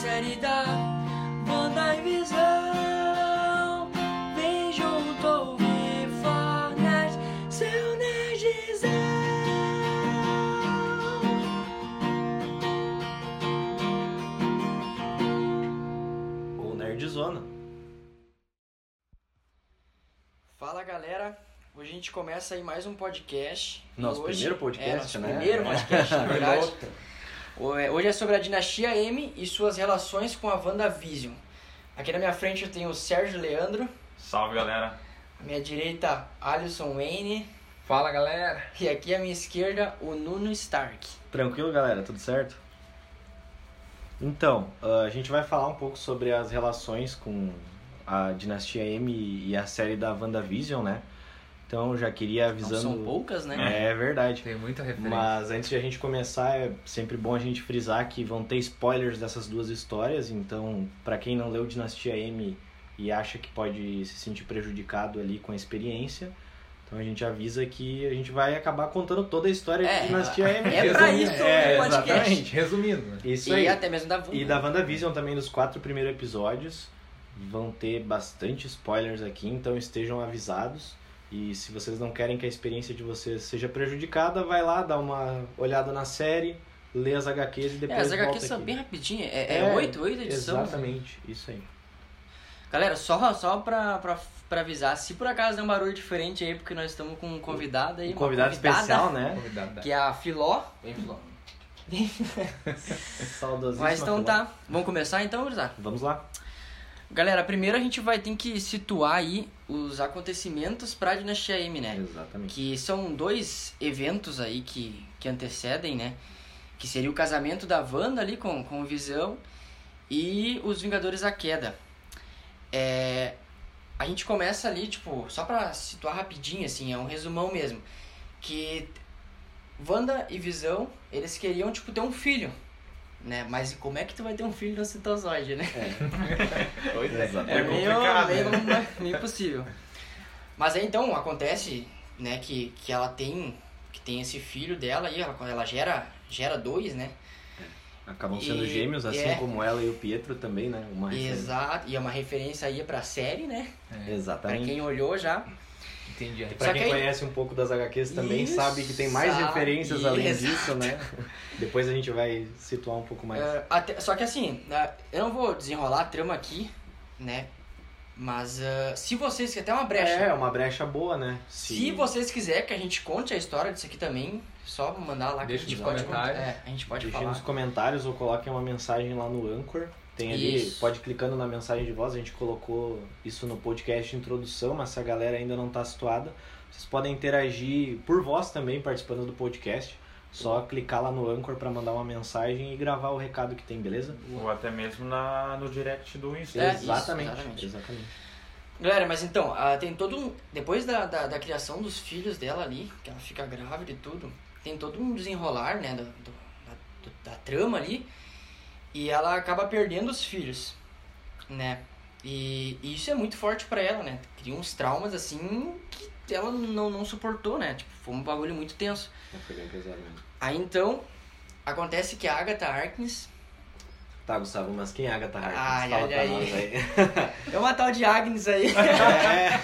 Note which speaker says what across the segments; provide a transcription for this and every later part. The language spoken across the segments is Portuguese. Speaker 1: caridade, mandai visão. Vem junto ouvir fornece seu energizão.
Speaker 2: Ou Nerdzona.
Speaker 1: Fala galera, hoje a gente começa aí mais um podcast.
Speaker 2: Nosso
Speaker 1: Hoje-
Speaker 2: primeiro podcast,
Speaker 1: é, nosso
Speaker 2: né?
Speaker 1: Primeiro
Speaker 2: É.
Speaker 1: podcast, na verdade.
Speaker 2: Piloto.
Speaker 1: O- é, Hoje é sobre a dinastia M e suas relações com a WandaVision. Aqui na minha frente eu tenho o Sérgio Leandro,
Speaker 3: Salve galera!
Speaker 1: à minha direita Alisson Wayne
Speaker 4: Fala galera!
Speaker 1: e aqui à minha esquerda o Nuno Stark.
Speaker 2: Tranquilo, galera? Tudo certo? Então, ah, a gente vai falar um pouco sobre as relações com a Dinastia M e a série da WandaVision, né? Então, já queria
Speaker 1: Não um
Speaker 2: avisando...
Speaker 1: são poucas, né?
Speaker 2: É verdade.
Speaker 4: Tem muita referência.
Speaker 2: Mas antes de a gente começar, é sempre bom a gente frisar que vão ter spoilers dessas duas histórias, então pra quem não leu Dinastia M e acha que pode se sentir prejudicado ali com a experiência, então a gente avisa que a gente vai acabar contando toda a história
Speaker 1: É,
Speaker 2: de Dinastia M.
Speaker 1: é
Speaker 4: pra
Speaker 2: Resumindo.
Speaker 1: isso
Speaker 2: é,
Speaker 1: o podcast.
Speaker 2: Exatamente.
Speaker 4: Resumindo, né?
Speaker 2: Isso
Speaker 1: e
Speaker 2: aí.
Speaker 1: até mesmo da Wanda.
Speaker 2: E da WandaVision também, dos quatro primeiros episódios, vão ter bastante spoilers aqui, então estejam avisados. E se vocês não querem que a experiência de vocês seja prejudicada, vai lá, dá uma olhada na série, lê as HQs e
Speaker 1: É,
Speaker 2: depois
Speaker 1: as
Speaker 2: volta
Speaker 1: HQs são
Speaker 2: aqui.
Speaker 1: bem rapidinhas, é, é
Speaker 2: É,
Speaker 1: 8, 8 edições.
Speaker 2: Exatamente, isso aí.
Speaker 1: Galera, só, só pra, pra, pra avisar, se por acaso der um barulho diferente aí, porque nós estamos com um convidado aí.
Speaker 2: Um
Speaker 1: uma
Speaker 2: convidado
Speaker 1: convidada,
Speaker 2: especial, né?
Speaker 4: Convidado da-
Speaker 1: Que é a Filó.
Speaker 4: Bem filó.
Speaker 2: Saudosíssimo.
Speaker 1: Mas então tá, vamos começar então, gurizada?
Speaker 2: Vamos lá.
Speaker 1: Galera, primeiro a gente vai ter que situar aí os acontecimentos pra Dinastia M, né?
Speaker 2: Exatamente.
Speaker 1: Que são dois eventos aí que, que antecedem, né? Que seria o casamento da Wanda ali com, com o Visão e os Vingadores da Queda. É, a gente começa ali, tipo, só pra situar rapidinho, assim, é um resumão mesmo. Que Wanda e Visão, eles queriam, tipo, ter um filho, né? Mas como é que tu vai ter um filho no citozoide, né?
Speaker 4: Pois é.
Speaker 2: Exatamente.
Speaker 1: É
Speaker 3: É
Speaker 1: meio,
Speaker 3: complicado,
Speaker 1: meio, meio é impossível. Mas aí então acontece, né, que, que ela tem que tem esse filho dela aí, ela, ela gera gera dois, né?
Speaker 2: Acabam
Speaker 1: E-
Speaker 2: sendo gêmeos, assim
Speaker 1: é.
Speaker 2: como ela e o Pietro também, né? Uma referência.
Speaker 1: Exato. E é uma referência aí pra série, né? Pra
Speaker 2: Exatamente.
Speaker 1: quem olhou já.
Speaker 4: Entendi.
Speaker 2: Pra
Speaker 1: Só
Speaker 2: quem
Speaker 1: que aí-
Speaker 2: conhece um pouco das HQs também
Speaker 1: Isso,
Speaker 2: sabe que tem mais
Speaker 1: sabe,
Speaker 2: referências além
Speaker 1: exato.
Speaker 2: disso, né? Depois a gente vai situar um pouco mais.
Speaker 1: É, até- só que assim, né, eu não vou desenrolar a trama aqui, né? Mas ah, se vocês que até uma brecha.
Speaker 2: É, uma brecha boa, né?
Speaker 1: Se vocês quiserem que a gente conte a história disso aqui também, só mandar lá que
Speaker 4: Deixa
Speaker 1: a gente
Speaker 4: nos
Speaker 1: pode contar.
Speaker 4: comentários.
Speaker 1: É, a gente pode
Speaker 2: Deixem
Speaker 1: falar.
Speaker 2: nos comentários ou coloquem uma mensagem lá no Anchor. Tem ali,
Speaker 1: Isso.
Speaker 2: pode clicando na mensagem de voz, a gente colocou isso no podcast de introdução, mas se a galera ainda não tá situada, vocês podem interagir por voz também, participando do podcast. Só
Speaker 1: Uhum.
Speaker 2: clicar lá no Anchor pra mandar uma mensagem e gravar o recado que tem, beleza?
Speaker 3: Ou até mesmo na, no direct do Insta.
Speaker 1: É, isso,
Speaker 2: exatamente,
Speaker 1: exatamente.
Speaker 2: exatamente.
Speaker 1: Galera, mas então, ah, tem todo um. Depois da, da, da criação dos filhos dela ali, que ela fica grávida e tudo, tem todo um desenrolar, né, do, do- da, do- da trama ali, e ela acaba perdendo os filhos, né? E, e isso é muito forte pra ela, né? Cria uns traumas assim que ela não, não suportou, né? Tipo, foi um bagulho muito tenso.
Speaker 2: Foi bem pesado mesmo.
Speaker 1: Aí então, acontece que a Agatha Harkness
Speaker 2: Tá, Gustavo, mas quem é a Agatha Harkness?
Speaker 1: Ai,
Speaker 2: Fala
Speaker 1: olha
Speaker 2: pra
Speaker 1: aí.
Speaker 2: nós aí.
Speaker 1: é uma tal de Agnes aí.
Speaker 2: É,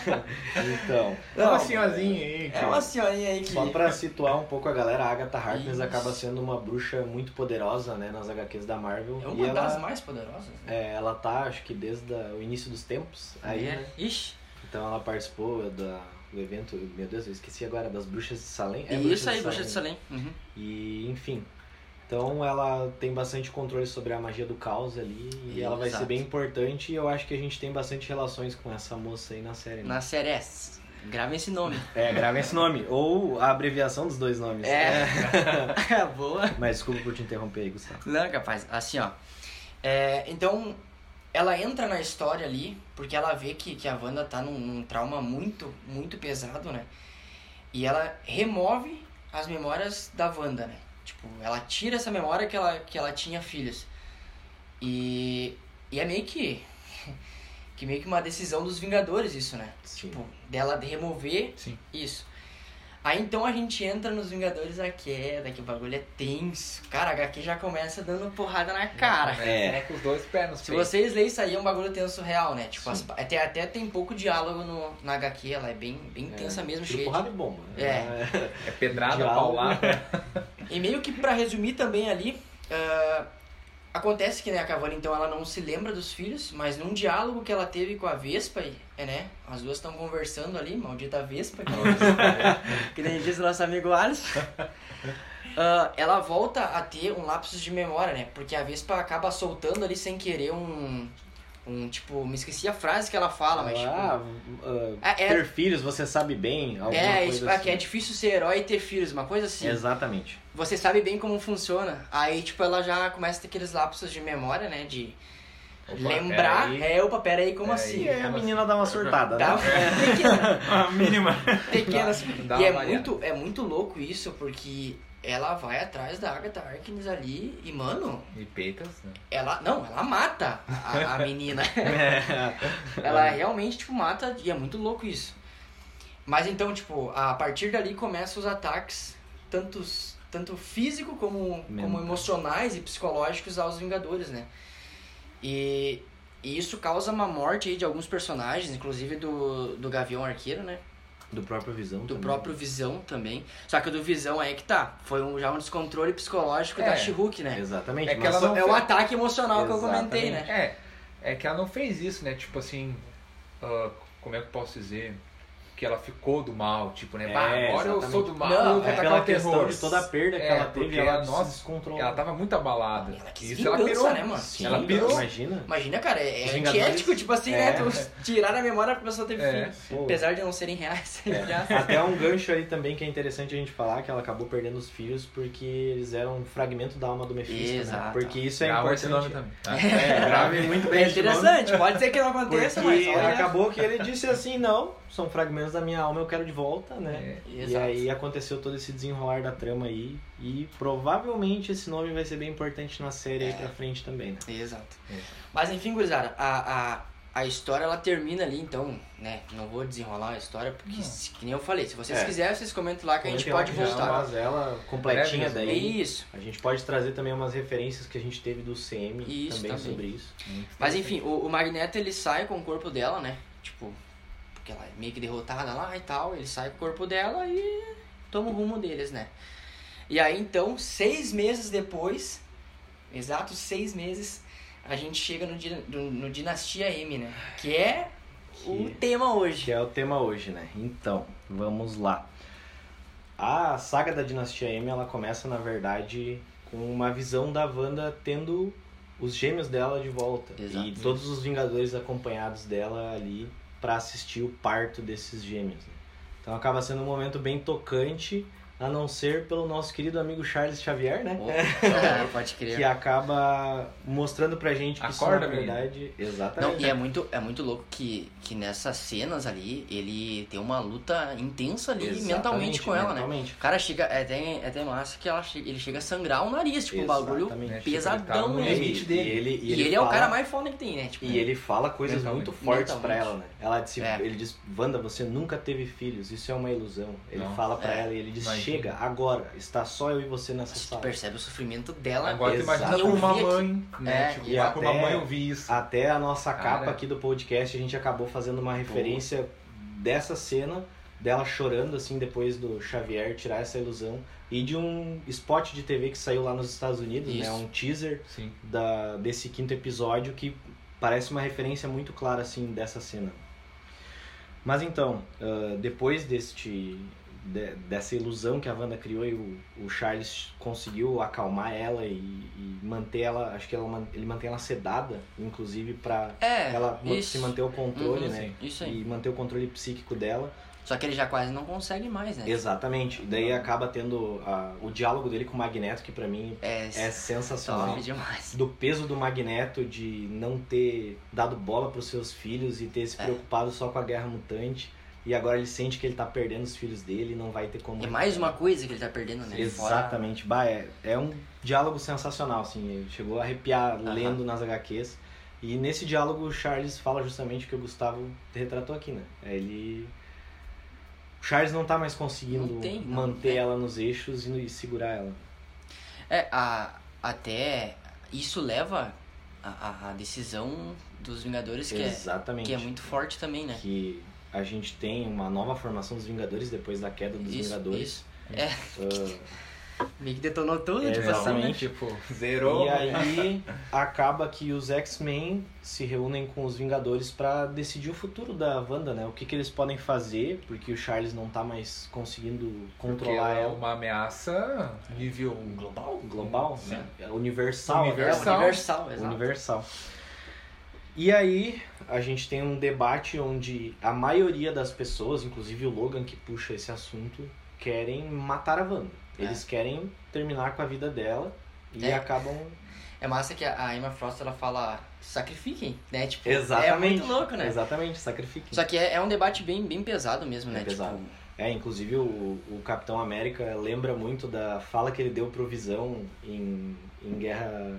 Speaker 2: então,
Speaker 4: Dá
Speaker 1: Não,
Speaker 4: uma senhorzinha aí,
Speaker 1: É
Speaker 4: cara.
Speaker 1: uma senhorinha aí que.
Speaker 2: só pra situar um pouco a galera, a Agatha Harkness
Speaker 1: Isso.
Speaker 2: acaba sendo uma bruxa muito poderosa, né, nas HQs da Marvel.
Speaker 1: É uma
Speaker 2: e ela,
Speaker 1: das mais poderosas. Né?
Speaker 2: é, ela tá, acho que desde a- o início dos tempos, aí,
Speaker 1: é.
Speaker 2: né?
Speaker 1: Ixi.
Speaker 2: Então ela participou da- do evento, meu Deus, eu esqueci agora, das Bruxas de Salem. É
Speaker 1: E
Speaker 2: Bruxas
Speaker 1: isso aí,
Speaker 2: de
Speaker 1: Bruxa
Speaker 2: Salem.
Speaker 1: de Salem. Uhum.
Speaker 2: E, enfim. Então ela tem bastante controle sobre a magia do caos ali e ela vai
Speaker 1: Exato.
Speaker 2: ser bem importante e eu acho que a gente tem bastante relações com essa moça aí na série. né?
Speaker 1: Na série S. Gravem esse nome.
Speaker 2: É, gravem esse nome. Ou a abreviação dos dois nomes.
Speaker 1: É. Boa.
Speaker 2: Mas desculpa por te interromper aí, Gustavo.
Speaker 1: Não, capaz. Assim, ó. É, então, ela entra na história ali, porque ela vê que, que a Wanda tá num, num trauma muito, muito pesado, né? E ela remove as memórias da Wanda, né? Tipo, ela tira essa memória que ela, que ela tinha filhos. E, e é meio que. Que meio que uma decisão dos Vingadores, isso, né?
Speaker 2: Sim.
Speaker 1: Tipo, dela remover
Speaker 4: Sim.
Speaker 1: isso. Aí então a gente entra nos Vingadores da Queda, que o bagulho é tenso. Cara, a HQ já começa dando porrada na cara.
Speaker 2: É.
Speaker 4: É. com os dois pés nos
Speaker 1: Se
Speaker 4: peitos.
Speaker 1: vocês lerem isso aí, é um bagulho tenso real, né? Tipo, as pa- até, até tem pouco diálogo no, na HQ, ela é bem, bem tensa mesmo, cheia
Speaker 2: Tiro,
Speaker 1: de
Speaker 2: porrada e bomba. né?
Speaker 1: É.
Speaker 4: É pedrada,
Speaker 2: Diálogo.
Speaker 4: paulada.
Speaker 1: E meio que pra resumir também ali, ah, acontece que né, a Cavani então ela não se lembra dos filhos, mas num diálogo que ela teve com a Vespa, e- é, né? As duas estão conversando ali, maldita Vespa, que, nem- que nem diz o nosso amigo Alisson. Ah, ela volta a ter um lapso de memória, né? Porque a Vespa acaba soltando ali sem querer um. Um tipo, me esqueci a frase que ela fala, mas tipo.
Speaker 2: Ah, ah,
Speaker 1: É, é-
Speaker 2: ter filhos você sabe bem, alguma
Speaker 1: É,
Speaker 2: coisa
Speaker 1: isso,
Speaker 2: assim.
Speaker 1: é que é difícil ser herói e ter filhos, uma coisa assim.
Speaker 2: Exatamente.
Speaker 1: você sabe bem como funciona. Aí, tipo, ela já começa a ter aqueles lapsos de memória, né? De
Speaker 4: Opa,
Speaker 1: lembrar.
Speaker 4: peraí.
Speaker 1: É, opa, pera aí, como
Speaker 4: Peraí.
Speaker 1: assim?
Speaker 2: E aí a menina dá uma surtada,
Speaker 1: Dá
Speaker 2: né?
Speaker 1: pequena-
Speaker 3: A mínima.
Speaker 1: pequenas.
Speaker 4: Dá uma
Speaker 1: e é
Speaker 4: variada.
Speaker 1: muito, é muito louco isso, porque ela vai atrás da Agatha Harkness ali e, mano,
Speaker 2: é-
Speaker 4: E peitas, né?
Speaker 1: ela... Não, ela mata a, a menina. né? ela realmente, tipo, mata e é muito louco isso. Mas então, tipo, a partir dali começam os ataques, tantos, tanto físico como, como
Speaker 2: Mental.
Speaker 1: emocionais e psicológicos aos Vingadores, né? E, e isso causa uma morte aí de alguns personagens, inclusive do, do Gavião Arqueiro, né?
Speaker 2: Do próprio Visão
Speaker 1: Do
Speaker 2: também.
Speaker 1: próprio Visão também. Só que o do Visão aí que tá. Foi um, já um descontrole psicológico da
Speaker 4: É.
Speaker 1: She-Hulk, né?
Speaker 2: Exatamente.
Speaker 4: É que
Speaker 2: mas
Speaker 4: ela
Speaker 2: só-
Speaker 4: não-
Speaker 1: É o ataque emocional que eu
Speaker 2: Exatamente.
Speaker 1: comentei, né?
Speaker 4: É, é que ela não fez isso, né? Tipo assim, ah, como é que eu posso dizer? Que ela ficou do mal, tipo, né?
Speaker 2: É,
Speaker 4: Bah, agora eu
Speaker 2: exatamente.
Speaker 4: sou do mal,
Speaker 1: Não,
Speaker 4: eu vou
Speaker 2: É
Speaker 4: atacar
Speaker 2: pela
Speaker 4: o
Speaker 2: questão
Speaker 4: terror.
Speaker 2: de toda a perda que
Speaker 4: É,
Speaker 2: ela teve,
Speaker 4: porque
Speaker 2: ela
Speaker 4: ela-
Speaker 2: se
Speaker 4: nossa,
Speaker 2: descontrolou.
Speaker 4: Ela tava muito abalada.
Speaker 1: Ela quis
Speaker 4: É. Isso ela
Speaker 1: vingança,
Speaker 4: pirou.
Speaker 1: né, mano?
Speaker 2: Sim,
Speaker 4: ela pirou.
Speaker 2: Imagina.
Speaker 1: Imagina, cara, é
Speaker 2: Os Vingadores-
Speaker 1: antiético, tipo assim,
Speaker 2: É.
Speaker 1: né? Tu tirar a memória pra pessoa ter
Speaker 4: É.
Speaker 1: filho.
Speaker 2: Pô.
Speaker 1: Apesar de não serem reais, já.
Speaker 2: Até um gancho aí também que é interessante a gente falar, que ela acabou perdendo os filhos porque eles eram um fragmento da alma do Mephisto, né?
Speaker 1: Exato.
Speaker 2: Porque isso é
Speaker 4: Grava
Speaker 2: importante.
Speaker 4: esse nome também. tá?
Speaker 2: É, grave muito bem
Speaker 1: É
Speaker 2: esse nome,
Speaker 1: interessante, pode ser que não aconteça, mas
Speaker 2: Porque
Speaker 1: olha.
Speaker 2: acabou que ele disse assim, não, são fragmentos da minha alma, eu quero de volta, né?
Speaker 4: É.
Speaker 2: E aí aconteceu todo esse desenrolar da trama aí. E provavelmente esse nome vai ser bem importante na série aí pra frente também, né?
Speaker 1: Exato.
Speaker 4: É.
Speaker 1: Mas enfim, gurizada, a, a, a história ela termina ali, então, né? Não vou desenrolar a história, porque,
Speaker 4: Não.
Speaker 1: se- que nem eu falei, se vocês
Speaker 2: É.
Speaker 1: quiserem, vocês comentam lá que a gente
Speaker 2: Comentem lá
Speaker 1: pode
Speaker 2: que já
Speaker 1: voltar.
Speaker 2: Traz ela é completinha
Speaker 4: É mesmo.
Speaker 1: É
Speaker 2: daí.
Speaker 1: isso.
Speaker 2: A gente pode trazer também umas referências que a gente teve do CM
Speaker 1: Isso,
Speaker 2: também,
Speaker 1: também.
Speaker 2: sobre isso.
Speaker 4: Muito
Speaker 1: Mas
Speaker 4: interessante.
Speaker 1: enfim, o, o Magneto ele sai com o corpo dela, né? Tipo, porque ela é meio que derrotada lá e tal. Ele sai com o corpo dela e toma o rumo deles, né? E aí então, seis meses depois, exatos seis meses, a gente chega no, Di- no, no Dinastia M, né? Que é o
Speaker 2: Que-
Speaker 1: tema
Speaker 2: Que
Speaker 1: hoje.
Speaker 2: é o tema hoje, né? Então, vamos lá. A saga da Dinastia M, ela começa, na verdade, com uma visão da Wanda tendo os gêmeos dela de volta.
Speaker 1: Exato.
Speaker 2: E todos os Vingadores acompanhados dela ali pra assistir o parto desses gêmeos. né? Então acaba sendo um momento bem tocante, a não ser pelo nosso querido amigo Charles Xavier, né?
Speaker 1: Opa, é, pode
Speaker 2: Que é
Speaker 1: crer.
Speaker 2: acaba mostrando pra gente que
Speaker 4: Acorda,
Speaker 2: isso, na
Speaker 4: menino.
Speaker 2: verdade...
Speaker 1: Não,
Speaker 2: Exatamente.
Speaker 1: e é muito, é muito louco que, que nessas cenas ali, ele tem uma luta intensa ali mentalmente com ela, né?
Speaker 2: Mentalmente.
Speaker 1: O cara chega, é até, é até massa que ela chega- ele chega a sangrar o nariz, tipo, o bagulho.
Speaker 2: Exatamente.
Speaker 4: Né,
Speaker 1: pesadão,
Speaker 4: tava no
Speaker 1: né?
Speaker 4: limite dele.
Speaker 2: É. ele,
Speaker 1: E, ele, é o
Speaker 2: fala-
Speaker 1: cara mais foda que tem, né? Tipo,
Speaker 2: E ele fala coisas
Speaker 4: Mentalmente.
Speaker 2: muito fortes pra
Speaker 1: Mentalmente.
Speaker 2: ela, né? Ela disse,
Speaker 1: É.
Speaker 2: ele diz, Wanda, você nunca teve filhos, isso é uma ilusão. Ele
Speaker 4: Não.
Speaker 2: fala pra
Speaker 1: É.
Speaker 2: ela e ele diz,
Speaker 4: Imagina.
Speaker 2: chega, agora, está só eu e você nessa
Speaker 1: Mas tu
Speaker 2: sala.
Speaker 1: percebe o sofrimento dela.
Speaker 4: Agora tu imagina
Speaker 1: Exato.
Speaker 4: com uma
Speaker 1: Eu vi
Speaker 4: mãe, né?
Speaker 1: É,
Speaker 4: Tipo,
Speaker 2: e
Speaker 4: lá com uma
Speaker 2: até-
Speaker 4: mãe eu vi isso.
Speaker 2: Até a nossa
Speaker 4: Cara.
Speaker 2: capa aqui do podcast, a gente acabou fazendo uma referência dessa cena dela chorando assim depois do Xavier tirar essa ilusão e de um spot de TV que saiu lá nos Estados Unidos, né?
Speaker 1: Isso.
Speaker 2: Um teaser
Speaker 4: Sim.
Speaker 2: da, desse quinto episódio que parece uma referência muito clara assim dessa cena. Mas então, ah, depois deste de- dessa ilusão que a Wanda criou e o, o Charles conseguiu acalmar ela e, e manter ela, acho que ela man- ele mantém ela sedada, inclusive para
Speaker 1: É,
Speaker 2: ela man-
Speaker 1: isso,
Speaker 2: se manter o controle,
Speaker 1: Uhum,
Speaker 2: né?
Speaker 1: isso aí.
Speaker 2: E manter o controle psíquico dela.
Speaker 1: Só que ele já quase não consegue mais, né?
Speaker 2: Exatamente. E daí acaba tendo a- o diálogo dele com o Magneto, que pra mim
Speaker 1: É,
Speaker 2: é
Speaker 1: é
Speaker 2: sensacional
Speaker 1: sofre demais.
Speaker 2: do peso do Magneto de não ter dado bola pros seus filhos e ter se
Speaker 1: É.
Speaker 2: preocupado só com a guerra mutante. E agora ele sente que ele tá perdendo os filhos dele e não vai ter como.
Speaker 1: E É mais uma coisa que ele tá perdendo, né? Fora-
Speaker 2: Exatamente. Bah, é, é um diálogo sensacional, assim. Chegou a arrepiar
Speaker 1: Aham.
Speaker 2: lendo nas HQs. E nesse diálogo o Charles fala justamente o que o Gustavo retratou aqui, né? Ele É, O Charles não tá mais conseguindo
Speaker 1: Não tem, não.
Speaker 2: manter
Speaker 1: É.
Speaker 2: ela nos eixos e, e segurar ela.
Speaker 1: É, a, até isso leva a, a- a decisão dos Vingadores, que é,
Speaker 2: Exatamente.
Speaker 1: que é muito forte também, né?
Speaker 2: Que a gente tem uma nova formação dos Vingadores depois da queda dos
Speaker 1: Isso,
Speaker 2: Vingadores.
Speaker 1: isso. É. Meio que detonou tudo,
Speaker 2: É,
Speaker 1: tipo assim, né?
Speaker 2: exatamente.
Speaker 4: Tipo, zerou.
Speaker 2: e
Speaker 4: né?
Speaker 2: aí acaba que os X-Men se reúnem com os Vingadores pra decidir o futuro da Wanda, né? O que, que eles podem fazer, porque o Charles não tá mais conseguindo
Speaker 4: Porque
Speaker 2: controlar
Speaker 4: ela é Tipo, um
Speaker 2: ela.
Speaker 4: uma ameaça nível
Speaker 2: Global? Global, né? É Universal.
Speaker 1: É,
Speaker 4: Universal.
Speaker 2: né?
Speaker 1: universal,
Speaker 2: É
Speaker 1: exato.
Speaker 2: Universal. E aí, a gente tem um debate onde a maioria das pessoas, inclusive o Logan que puxa esse assunto, querem matar a Wanda. Eles querem terminar com a vida dela e
Speaker 1: É.
Speaker 2: acabam
Speaker 1: É massa que a a Emma Frost, ela fala, sacrifiquem, né? Tipo,
Speaker 2: Exatamente.
Speaker 1: é muito louco, né?
Speaker 2: Exatamente, sacrifiquem.
Speaker 1: Só que é, é um debate bem, bem pesado mesmo,
Speaker 2: É
Speaker 1: né?
Speaker 2: pesado.
Speaker 1: Tipo,
Speaker 2: É, inclusive o, o Capitão América lembra muito da fala que ele deu pro Visão em, em Guerra,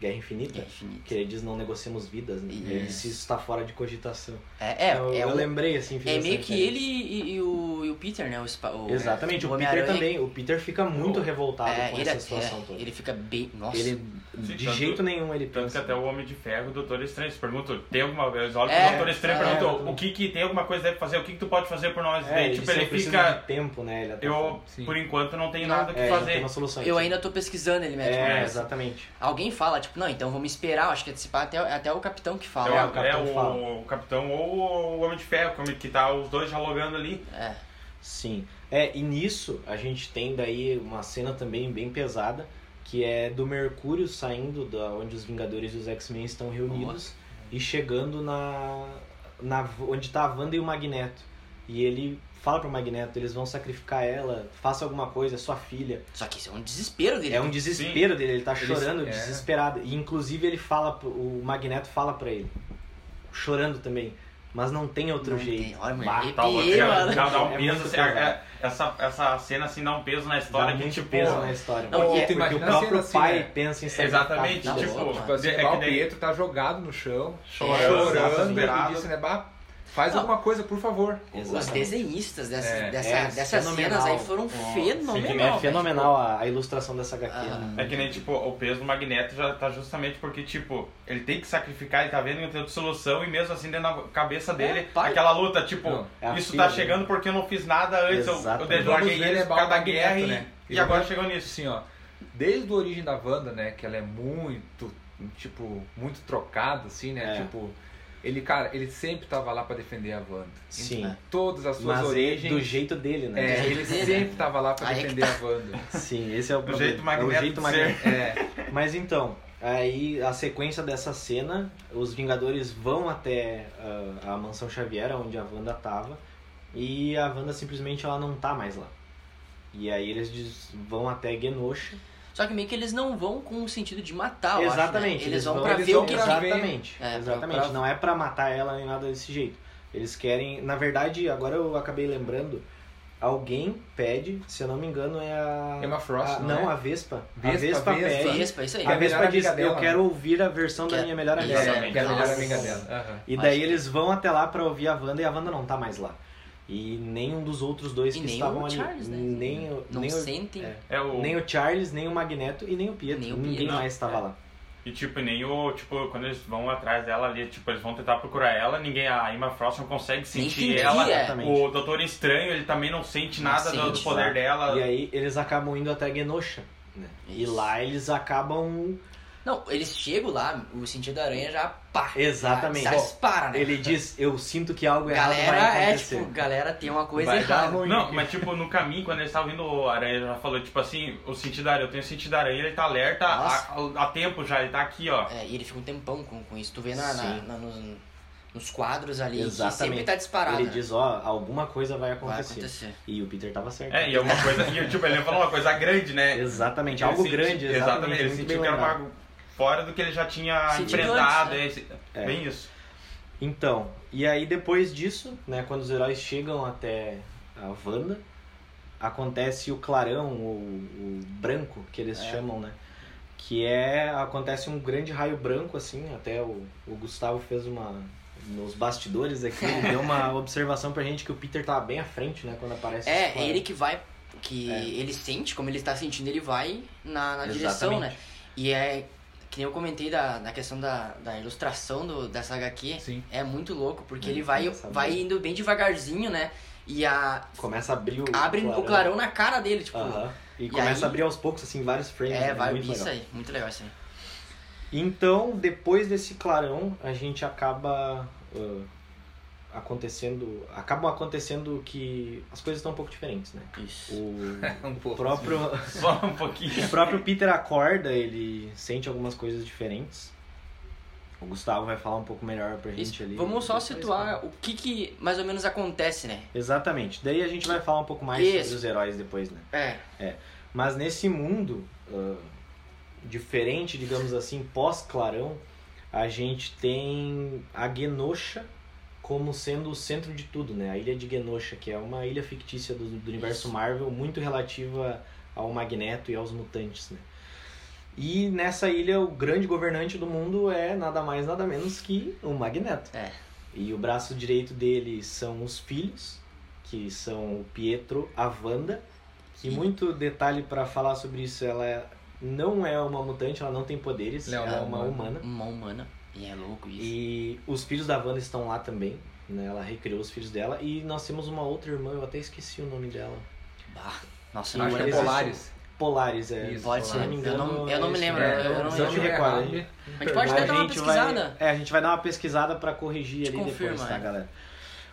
Speaker 2: Guerra Infinita.
Speaker 1: é infinito.
Speaker 2: Que ele diz não negociemos vidas, né?
Speaker 1: Isso.
Speaker 2: Ele disse isso está fora de cogitação.
Speaker 1: É, é,
Speaker 2: eu,
Speaker 1: é,
Speaker 2: eu
Speaker 1: o-
Speaker 2: lembrei assim, fiz
Speaker 1: é
Speaker 2: essa
Speaker 1: meio que ele
Speaker 2: referência.
Speaker 1: e, e o, e o Peter, né? O, spa- o-
Speaker 2: Exatamente, o, Peter
Speaker 1: Homem-Aranha.
Speaker 2: também. O Peter fica muito
Speaker 3: O-
Speaker 2: revoltado
Speaker 1: É,
Speaker 2: com
Speaker 1: ele,
Speaker 2: essa situação
Speaker 1: é,
Speaker 2: toda.
Speaker 1: ele fica bem... Nossa.
Speaker 2: Ele,
Speaker 3: Sim,
Speaker 2: de
Speaker 3: tanto-
Speaker 2: jeito nenhum ele
Speaker 3: Tanto que
Speaker 2: pensa.
Speaker 3: até o Homem de Ferro e o Doutor Estranho se perguntam, tem alguma vez? Olha
Speaker 1: É,
Speaker 3: o Doutor Estranho
Speaker 1: é.
Speaker 3: perguntou, o que que tem alguma coisa que deve fazer, o que que tu pode fazer por nós?
Speaker 2: É,
Speaker 3: Daí,
Speaker 2: ele,
Speaker 3: tipo, ele
Speaker 2: precisa
Speaker 3: fica,
Speaker 2: de tempo, né? Ele até
Speaker 3: eu,
Speaker 4: Sim.
Speaker 3: por enquanto, não tenho
Speaker 1: Não,
Speaker 3: nada o que
Speaker 2: é, ele tem
Speaker 3: fazer.
Speaker 2: uma solução.
Speaker 1: Eu
Speaker 2: assim.
Speaker 1: ainda tô pesquisando ele, mete
Speaker 2: É,
Speaker 1: uma-
Speaker 2: exatamente.
Speaker 1: Alguém fala, tipo, não, então vamos esperar, acho que antecipar até, até o capitão que
Speaker 3: É, o-
Speaker 1: fala.
Speaker 2: o Capitão
Speaker 3: é, o,
Speaker 2: fala.
Speaker 3: o Capitão ou o Homem de Ferro, como que tá os dois dialogando ali.
Speaker 1: É,
Speaker 2: Sim. É, e nisso a gente tem daí uma cena também bem pesada, que é do Mercúrio saindo da onde os Vingadores e os X-Men estão reunidos e chegando na, na onde tá a Wanda e o Magneto. E ele fala pro Magneto, eles vão sacrificar ela, faça alguma coisa, é sua filha.
Speaker 1: Só que isso é um desespero dele.
Speaker 2: É um desespero dele, ele tá
Speaker 4: Ele-
Speaker 2: chorando,
Speaker 4: é.
Speaker 2: desesperado. E inclusive ele fala, pro- o Magneto fala pra ele, chorando também, mas não tem outro
Speaker 1: Não
Speaker 2: jeito.
Speaker 1: tem, olha, mano,
Speaker 2: Bah,
Speaker 1: arrepiei,
Speaker 3: Tá, louco, já-
Speaker 1: mano.
Speaker 3: já dá
Speaker 2: É
Speaker 3: um peso,
Speaker 2: muito
Speaker 3: assim, a-
Speaker 2: pesado.
Speaker 3: a- essa, essa cena assim dá um peso na
Speaker 2: Dá
Speaker 3: história que
Speaker 2: muito
Speaker 3: tipo...
Speaker 2: peso né? na história. É,
Speaker 1: Não,
Speaker 2: porque
Speaker 1: e é-
Speaker 2: porque o
Speaker 4: imagina
Speaker 2: próprio
Speaker 4: sendo assim,
Speaker 2: pai
Speaker 4: né?
Speaker 2: pensa em sair
Speaker 3: Exatamente,
Speaker 1: Tá
Speaker 3: tipo,
Speaker 1: louco,
Speaker 4: Tipo assim,
Speaker 3: é que
Speaker 4: lá o
Speaker 3: daí-
Speaker 4: Pietro tá jogado no chão,
Speaker 3: Chorando,
Speaker 4: chorando,
Speaker 3: desesperado.
Speaker 4: ele disse, né, bah, faz
Speaker 1: Não.
Speaker 4: alguma coisa, por favor.
Speaker 1: Os desenhistas dessas,
Speaker 4: É,
Speaker 1: dessa-
Speaker 2: é
Speaker 1: dessas
Speaker 2: fenomenal.
Speaker 1: cenas aí foram
Speaker 2: Oh,
Speaker 1: fenomenais.
Speaker 2: É fenomenal a, a ilustração dessa HQ.
Speaker 1: Ah.
Speaker 2: né?
Speaker 3: É que nem, tipo, o peso do Magneto já tá justamente porque, tipo, ele tem que sacrificar, ele tá vendo que não tem outra solução e mesmo assim dentro da cabeça dele,
Speaker 1: É, pai.
Speaker 3: aquela luta, tipo,
Speaker 4: Não,
Speaker 2: é a
Speaker 3: isso
Speaker 2: filha
Speaker 3: tá
Speaker 2: dele.
Speaker 3: chegando porque eu não fiz nada antes, eu, eu
Speaker 2: Exatamente. é
Speaker 3: dei-
Speaker 4: Vamos
Speaker 3: larguei
Speaker 4: ver,
Speaker 3: eles
Speaker 4: né,
Speaker 3: por causa da
Speaker 4: Baldo
Speaker 3: guerra
Speaker 4: Neto,
Speaker 3: e,
Speaker 4: né?
Speaker 3: e
Speaker 4: Ele
Speaker 3: agora
Speaker 4: vai-
Speaker 3: chegou nisso.
Speaker 4: Assim, ó, desde a origem da Wanda, né, que ela é muito, tipo, muito trocada, assim, né,
Speaker 2: É.
Speaker 4: tipo... Ele, cara, ele sempre tava lá pra defender a Wanda.
Speaker 2: Sim.
Speaker 4: Em né? todas as suas
Speaker 2: Mas é
Speaker 4: origens.
Speaker 2: do jeito dele, né?
Speaker 4: É, ele sempre tava lá pra
Speaker 1: Aí é que
Speaker 4: defender a Wanda.
Speaker 2: Sim, esse é o,
Speaker 3: Do
Speaker 2: problema.
Speaker 3: jeito
Speaker 2: é o
Speaker 3: Magneto
Speaker 2: jeito
Speaker 3: de
Speaker 2: Magneto.
Speaker 3: ser.
Speaker 4: É,
Speaker 2: Mas então, aí a sequência dessa cena, os Vingadores vão até ah, a mansão Xavier, onde a Wanda tava, e a Wanda simplesmente ela não tá mais lá. E aí eles diz- vão até Genosha.
Speaker 1: Só que meio que eles não vão com o sentido de matar, eu acho, né?
Speaker 2: exatamente.
Speaker 1: Eles vão pra
Speaker 4: eles
Speaker 1: ver
Speaker 4: vão
Speaker 1: o que...
Speaker 4: pra-
Speaker 2: Exatamente.
Speaker 1: É, pra-
Speaker 2: exatamente.
Speaker 1: pra-
Speaker 2: Não é pra matar ela nem nada desse jeito. Eles querem. Na verdade, agora eu acabei lembrando. Alguém pede, se eu não me engano, é a.
Speaker 4: Emma Frost,
Speaker 2: a-
Speaker 4: não
Speaker 2: não,
Speaker 4: é?
Speaker 2: a Vespa. a
Speaker 4: Vespa,
Speaker 2: Vespa,
Speaker 4: Vespa. é
Speaker 2: pede.
Speaker 1: Vespa, isso aí.
Speaker 2: A
Speaker 4: a melhor
Speaker 2: Vespa diz:
Speaker 4: amiga
Speaker 2: Eu
Speaker 4: dela.
Speaker 2: quero ouvir a versão
Speaker 1: Que
Speaker 2: da
Speaker 1: é-
Speaker 2: minha melhor amiga.
Speaker 1: Exatamente.
Speaker 4: é, que é a melhor
Speaker 1: Nossa.
Speaker 4: amiga dela. Aham.
Speaker 2: E
Speaker 1: Mas-
Speaker 2: daí eles vão até lá pra ouvir a Wanda e a Wanda não tá mais lá. E nenhum dos outros dois
Speaker 1: E
Speaker 2: que
Speaker 1: nem
Speaker 2: estavam
Speaker 1: o
Speaker 2: ali.
Speaker 1: Charles, né?
Speaker 2: Nem, o-
Speaker 1: Não
Speaker 2: nem o,
Speaker 1: sentem...
Speaker 2: é.
Speaker 3: É o,
Speaker 2: nem o Charles, nem o Magneto e nem o Pietro.
Speaker 1: Nem o
Speaker 2: Ninguém
Speaker 1: Pietro.
Speaker 2: mais estava
Speaker 1: É.
Speaker 2: lá.
Speaker 3: E tipo, nem o, tipo, quando eles vão atrás dela ali, tipo, eles vão tentar procurar ela, ninguém, a Emma Frost não consegue
Speaker 1: Nem
Speaker 3: sentir
Speaker 1: sentir,
Speaker 3: ela.
Speaker 1: é.
Speaker 3: O Doutor Estranho, ele também não sente
Speaker 1: Não
Speaker 3: nada do- do,
Speaker 1: sente,
Speaker 3: poder
Speaker 2: exato.
Speaker 3: dela.
Speaker 2: E aí eles acabam indo até Genosha. né? E
Speaker 1: Isso.
Speaker 2: lá eles acabam.
Speaker 1: Não, eles chegam lá, o sentido da aranha já pá.
Speaker 2: Exatamente.
Speaker 1: Já dispara, né?
Speaker 2: Ele diz, eu sinto que algo errado
Speaker 1: Galera,
Speaker 2: vai
Speaker 1: é
Speaker 2: acontecer.
Speaker 1: tipo, galera tem uma coisa
Speaker 4: Vai dar
Speaker 1: errada.
Speaker 4: ruim. né?
Speaker 3: Não, mas tipo, no caminho, quando eles estavam vindo, o Aranha já falou, tipo assim, o sentido da aranha, eu tenho sentido da aranha, ele tá alerta há, há tempo já, ele tá aqui, ó.
Speaker 1: É, e ele fica um tempão com, com isso. Tu vê na, na-
Speaker 2: Sim.
Speaker 1: na- nos, nos quadros ali
Speaker 2: Exatamente.
Speaker 1: que sempre tá disparado.
Speaker 2: Ele
Speaker 1: né?
Speaker 2: diz, ó, alguma coisa vai acontecer.
Speaker 1: Vai acontecer.
Speaker 2: E o Peter tava certo.
Speaker 3: É, e é uma coisa, e, tipo, ele falou uma coisa grande, né?
Speaker 2: Exatamente,
Speaker 3: Ele
Speaker 2: algo
Speaker 3: senti-
Speaker 2: grande, exatamente.
Speaker 3: ele
Speaker 2: muito
Speaker 3: sentiu
Speaker 2: bem
Speaker 3: que era
Speaker 2: lembrado.
Speaker 3: uma, fora do que ele já tinha
Speaker 1: Sentido
Speaker 3: enfrentado,
Speaker 1: antes,
Speaker 3: é,
Speaker 2: É.
Speaker 3: bem isso.
Speaker 2: Então, e aí depois disso, né, quando os heróis chegam até a Wanda,
Speaker 1: É.
Speaker 2: acontece o clarão, o, o branco, que eles chamam, né? que é acontece um grande raio branco assim até o, o Gustavo fez uma nos bastidores aqui ele deu uma observação pra gente que o Peter tava bem à frente né quando aparece esse
Speaker 1: É,
Speaker 2: quadro.
Speaker 1: é ele que vai, que
Speaker 2: É.
Speaker 1: ele sente, como ele está sentindo, ele vai na, na direção, né? E é, que nem eu comentei da, da questão da, da ilustração do, dessa HQ,
Speaker 4: Sim.
Speaker 1: é muito louco, porque
Speaker 2: É,
Speaker 1: ele vai,
Speaker 2: essa
Speaker 1: vai
Speaker 2: mesmo.
Speaker 1: indo bem devagarzinho, né? E a,
Speaker 2: começa a abrir o
Speaker 1: abre o clarão na cara dele, tipo...
Speaker 2: Aham. e,
Speaker 1: E
Speaker 2: começa
Speaker 1: aí-
Speaker 2: a abrir aos poucos assim vários frames
Speaker 1: É,
Speaker 2: né?
Speaker 1: vai,
Speaker 2: muito
Speaker 1: isso
Speaker 2: legal.
Speaker 1: aí, muito legal isso aí.
Speaker 2: Então, depois desse clarão, a gente acaba ah, acontecendo, acabam acontecendo que as coisas estão um pouco diferentes, né?
Speaker 1: Isso.
Speaker 2: O
Speaker 4: Um pouco.
Speaker 2: próprio
Speaker 3: Só um pouquinho.
Speaker 2: o próprio Peter acorda, ele sente algumas coisas diferentes. O Gustavo vai falar um pouco melhor pra gente
Speaker 1: Isso.
Speaker 2: ali.
Speaker 1: Vamos só
Speaker 2: depois, né?
Speaker 1: situar o que que mais ou menos acontece, né?
Speaker 2: Exatamente. Daí a gente vai falar um pouco mais
Speaker 1: Isso.
Speaker 2: sobre os heróis depois, né?
Speaker 1: É,
Speaker 2: Mas nesse mundo ah, diferente, digamos assim, pós-clarão, a gente tem a Genosha como sendo o centro de tudo, né? A ilha de Genosha, que é uma ilha fictícia do, do universo
Speaker 1: Isso.
Speaker 2: Marvel, muito relativa ao Magneto e aos mutantes, né? E nessa ilha, o grande governante do mundo é nada mais, nada menos que o Magneto.
Speaker 1: É.
Speaker 2: E o braço direito dele são os filhos, que são o Pietro, a Wanda, que
Speaker 1: E-
Speaker 2: muito detalhe pra falar sobre isso, ela não é uma mutante, ela não tem poderes,
Speaker 4: Não,
Speaker 2: ela é
Speaker 4: não,
Speaker 2: uma
Speaker 4: não.
Speaker 2: humana.
Speaker 1: uma humana. E é louco isso.
Speaker 2: E os filhos da Wanda estão lá também, né? Ela recriou os filhos dela e nós temos uma outra irmã, eu até esqueci o nome dela.
Speaker 1: Bah, nossa,
Speaker 4: Acho
Speaker 1: não
Speaker 4: que é
Speaker 2: Isso.
Speaker 4: Polaris.
Speaker 2: Polaris, é.
Speaker 4: Isso.
Speaker 1: Pode
Speaker 4: Se
Speaker 1: ser.
Speaker 4: não
Speaker 2: me
Speaker 1: eu
Speaker 2: engano,
Speaker 1: não, eu não me
Speaker 2: esse-
Speaker 1: lembro.
Speaker 2: é,
Speaker 1: eu não
Speaker 2: se eu
Speaker 1: lembro.
Speaker 2: me recordo, hein?
Speaker 1: A gente pode até
Speaker 2: A
Speaker 1: dar uma
Speaker 2: gente
Speaker 1: pesquisada.
Speaker 2: Vai, é, a gente vai dar uma pesquisada pra corrigir ali
Speaker 1: Confirma,
Speaker 2: depois, tá,
Speaker 1: é.
Speaker 2: galera?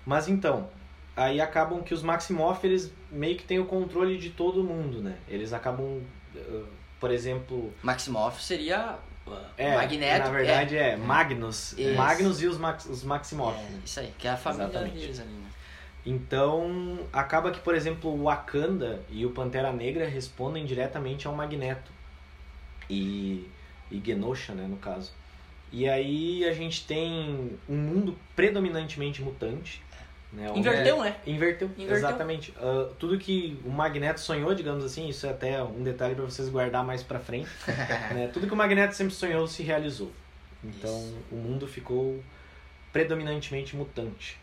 Speaker 2: Mas então, aí acabam que os Maximoff, eles meio que têm o controle de todo mundo, né? Eles acabam, eh, por exemplo...
Speaker 1: Maximoff seria uh,
Speaker 2: É,
Speaker 1: Magneto.
Speaker 2: na verdade é, Magnus.
Speaker 1: Isso.
Speaker 2: Magnus e os, Max, os
Speaker 1: é,
Speaker 2: Maximoff,
Speaker 1: é,
Speaker 2: né?
Speaker 1: isso aí, que é a família
Speaker 2: Exatamente.
Speaker 1: deles ali, né?
Speaker 2: Então, acaba que, por exemplo, o Wakanda e o Pantera Negra respondem diretamente ao Magneto. E, e Genosha, né, no caso. E aí a gente tem um mundo predominantemente mutante. Né, onde-
Speaker 1: Inverteu, né?
Speaker 2: Inverteu,
Speaker 1: Inverteu.
Speaker 2: exatamente. Ah, tudo que o Magneto sonhou, digamos assim, isso é até um detalhe pra vocês guardar mais pra frente. né? Tudo que o Magneto sempre sonhou se realizou. Então
Speaker 1: Isso.
Speaker 2: o mundo ficou predominantemente mutante.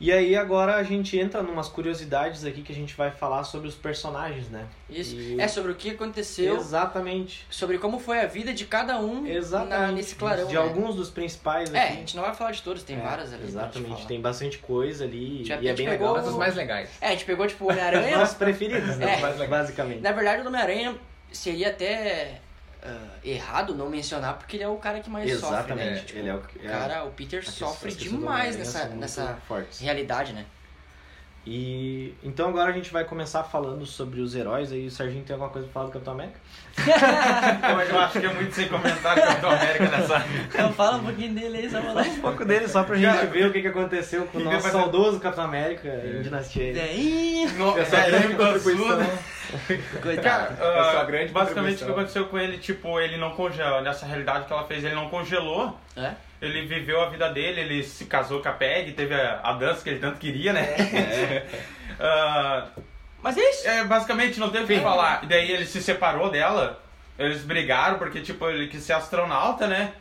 Speaker 2: E aí agora a gente entra numas curiosidades aqui que a gente vai falar sobre os personagens, né?
Speaker 1: Isso.
Speaker 2: E-
Speaker 1: É sobre o que aconteceu,
Speaker 2: Exatamente.
Speaker 1: sobre como foi a vida de cada um
Speaker 2: Exatamente.
Speaker 1: na- nesse clarão.
Speaker 2: De
Speaker 1: né?
Speaker 2: alguns dos principais
Speaker 1: É, a
Speaker 2: aqui.
Speaker 1: gente não vai falar de todos, tem
Speaker 2: É,
Speaker 1: várias ali. pra gente
Speaker 2: Exatamente,
Speaker 1: falar.
Speaker 2: tem bastante coisa ali.
Speaker 1: Já-
Speaker 2: e é
Speaker 1: a gente
Speaker 2: bem
Speaker 1: pegou-
Speaker 2: legal.
Speaker 4: Mas os mais legais.
Speaker 1: É, a gente pegou tipo o
Speaker 2: Os
Speaker 1: Homem-Aranha.
Speaker 2: nossos preferidos, né?
Speaker 1: É.
Speaker 2: Bas- Basicamente.
Speaker 1: Na verdade, o Homem-Aranha seria até ah, errado não mencionar, porque ele é o cara que mais sofre, né?
Speaker 2: Exatamente.
Speaker 1: Tipo,
Speaker 2: Ele é o que.
Speaker 1: o
Speaker 2: é-
Speaker 1: cara, o Peter
Speaker 2: as
Speaker 1: sofre
Speaker 2: questões do
Speaker 1: demais
Speaker 2: Homem-Aranha
Speaker 1: nessa,
Speaker 2: né? são muito
Speaker 1: nessa
Speaker 2: fortes.
Speaker 1: realidade, né?
Speaker 2: E então agora a gente vai começar falando sobre os heróis. Aí o Serginho tem alguma coisa pra falar do Capitão América?
Speaker 3: Eu, eu acho que é muito sem comentário com a América nessa.
Speaker 1: Então fala um pouquinho dele aí, só falar.
Speaker 2: Um pouco dele, só pra gente É. ver o que, que aconteceu com o
Speaker 3: E
Speaker 2: nosso
Speaker 3: depois-
Speaker 2: saudoso Capitão América em Dinastia. M.
Speaker 3: No,
Speaker 4: Eu só
Speaker 3: é,
Speaker 4: grande
Speaker 3: América do
Speaker 4: contribuição. né?
Speaker 3: Sul, Cara,
Speaker 4: É a sua
Speaker 3: ah,
Speaker 4: grande
Speaker 3: basicamente o que
Speaker 4: contribuição.
Speaker 3: aconteceu com ele, tipo, ele não congela. Nessa realidade que ela fez, ele não congelou.
Speaker 1: É?
Speaker 3: Ele viveu a vida dele, ele se casou com a Peg, teve a, a dança que ele tanto queria, né?
Speaker 1: É.
Speaker 3: Ah,
Speaker 1: Mas é isso.
Speaker 3: é, basicamente não teve o que falar. E daí ele se separou dela, eles brigaram, porque tipo, ele quis ser astronauta, né?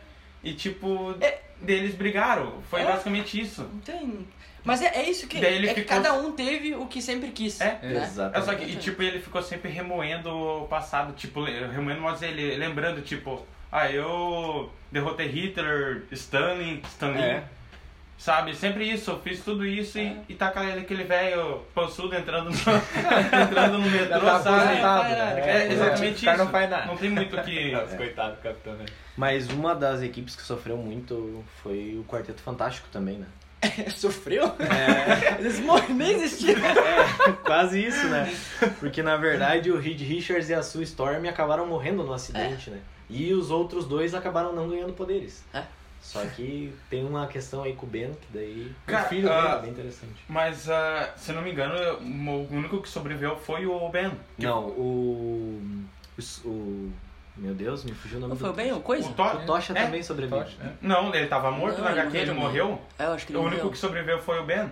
Speaker 3: E tipo,
Speaker 1: É.
Speaker 3: daí eles brigaram. Foi
Speaker 1: É.
Speaker 3: basicamente isso.
Speaker 1: Não tem. Mas é, é isso que.
Speaker 3: Daí ele
Speaker 1: é que
Speaker 3: ficou-
Speaker 1: cada um teve o que sempre quis.
Speaker 3: É,
Speaker 1: né?
Speaker 3: É só
Speaker 2: Exatamente.
Speaker 3: que, e, tipo, ele ficou sempre remoendo o passado, tipo, le- remoendo, mas ele lembrando, tipo, ah, eu derrotei Hitler, Stalin, Stalin,
Speaker 2: É.
Speaker 3: sabe? Sempre isso, eu fiz tudo isso
Speaker 1: É.
Speaker 3: e, e tá com ele- aquele velho pançudo entrando no, entrando no metrô,
Speaker 4: tá
Speaker 3: sabe?
Speaker 1: aposentado.
Speaker 3: É, exatamente
Speaker 4: O cara
Speaker 3: isso.
Speaker 4: não faz nada. É.
Speaker 3: Não tem muito o que...
Speaker 4: Coitado do capitão, né?
Speaker 2: Mas uma das equipes que sofreu muito foi o Quarteto Fantástico também, né? É.
Speaker 1: Sofreu? Eles morrem, nem existiam.
Speaker 2: Quase isso, né? Porque na verdade o Reed Richards e a Sue Storm acabaram morrendo no acidente, né? E os outros dois acabaram não ganhando poderes.
Speaker 1: É.
Speaker 2: Só que tem uma questão aí com o Ben, que daí.
Speaker 3: Cara,
Speaker 2: o filho
Speaker 3: ah,
Speaker 2: dele é bem interessante.
Speaker 3: Mas, ah, se não me engano, o único que sobreviveu foi o Ben.
Speaker 2: Não, o. O. o- meu Deus, me fugiu o nome
Speaker 1: Não
Speaker 2: do.
Speaker 1: foi bem o coisa?
Speaker 3: O Thor...
Speaker 2: O Tocha
Speaker 3: É,
Speaker 2: também sobrevive.
Speaker 4: Tocha, né?
Speaker 3: Não, ele tava morto
Speaker 1: Não,
Speaker 3: na
Speaker 1: ele
Speaker 3: HQ, ele
Speaker 1: morreu,
Speaker 3: morreu.
Speaker 1: É, eu acho que ele
Speaker 3: O único
Speaker 1: morreu.
Speaker 3: que sobreviveu foi o Ben. No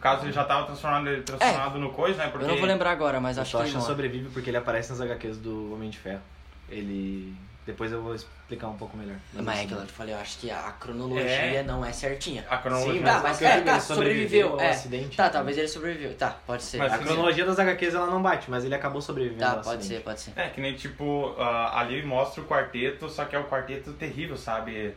Speaker 3: Caso ele já tava transformado, ele transformado no coisa, né? Porque
Speaker 1: Eu não é. vou lembrar agora, mas
Speaker 2: O
Speaker 1: acho que ele
Speaker 2: Tocha
Speaker 1: morre.
Speaker 2: sobrevive porque ele aparece nas HQs do Homem de Ferro. Ele. Depois eu vou explicar um pouco melhor.
Speaker 1: Mas é aquilo que eu falei, eu acho que a cronologia
Speaker 3: É.
Speaker 1: não é certinha.
Speaker 3: A cronologia.
Speaker 2: Sim,
Speaker 1: Tá, mas
Speaker 2: o que eu
Speaker 1: é,
Speaker 2: digo,
Speaker 1: tá,
Speaker 2: ele
Speaker 1: sobreviveu,
Speaker 2: ao
Speaker 1: é.
Speaker 2: acidente.
Speaker 1: Tá, talvez ele sobreviveu. Tá, pode ser.
Speaker 3: Mas
Speaker 2: A
Speaker 1: pode ser.
Speaker 2: cronologia das HQs ela não bate, mas ele acabou sobrevivendo. assim.
Speaker 1: Tá,
Speaker 2: ao
Speaker 1: pode
Speaker 2: acidente.
Speaker 1: ser, pode ser.
Speaker 3: É, que nem tipo, ah, ali mostra o quarteto, só que é o quarteto terrível, sabe?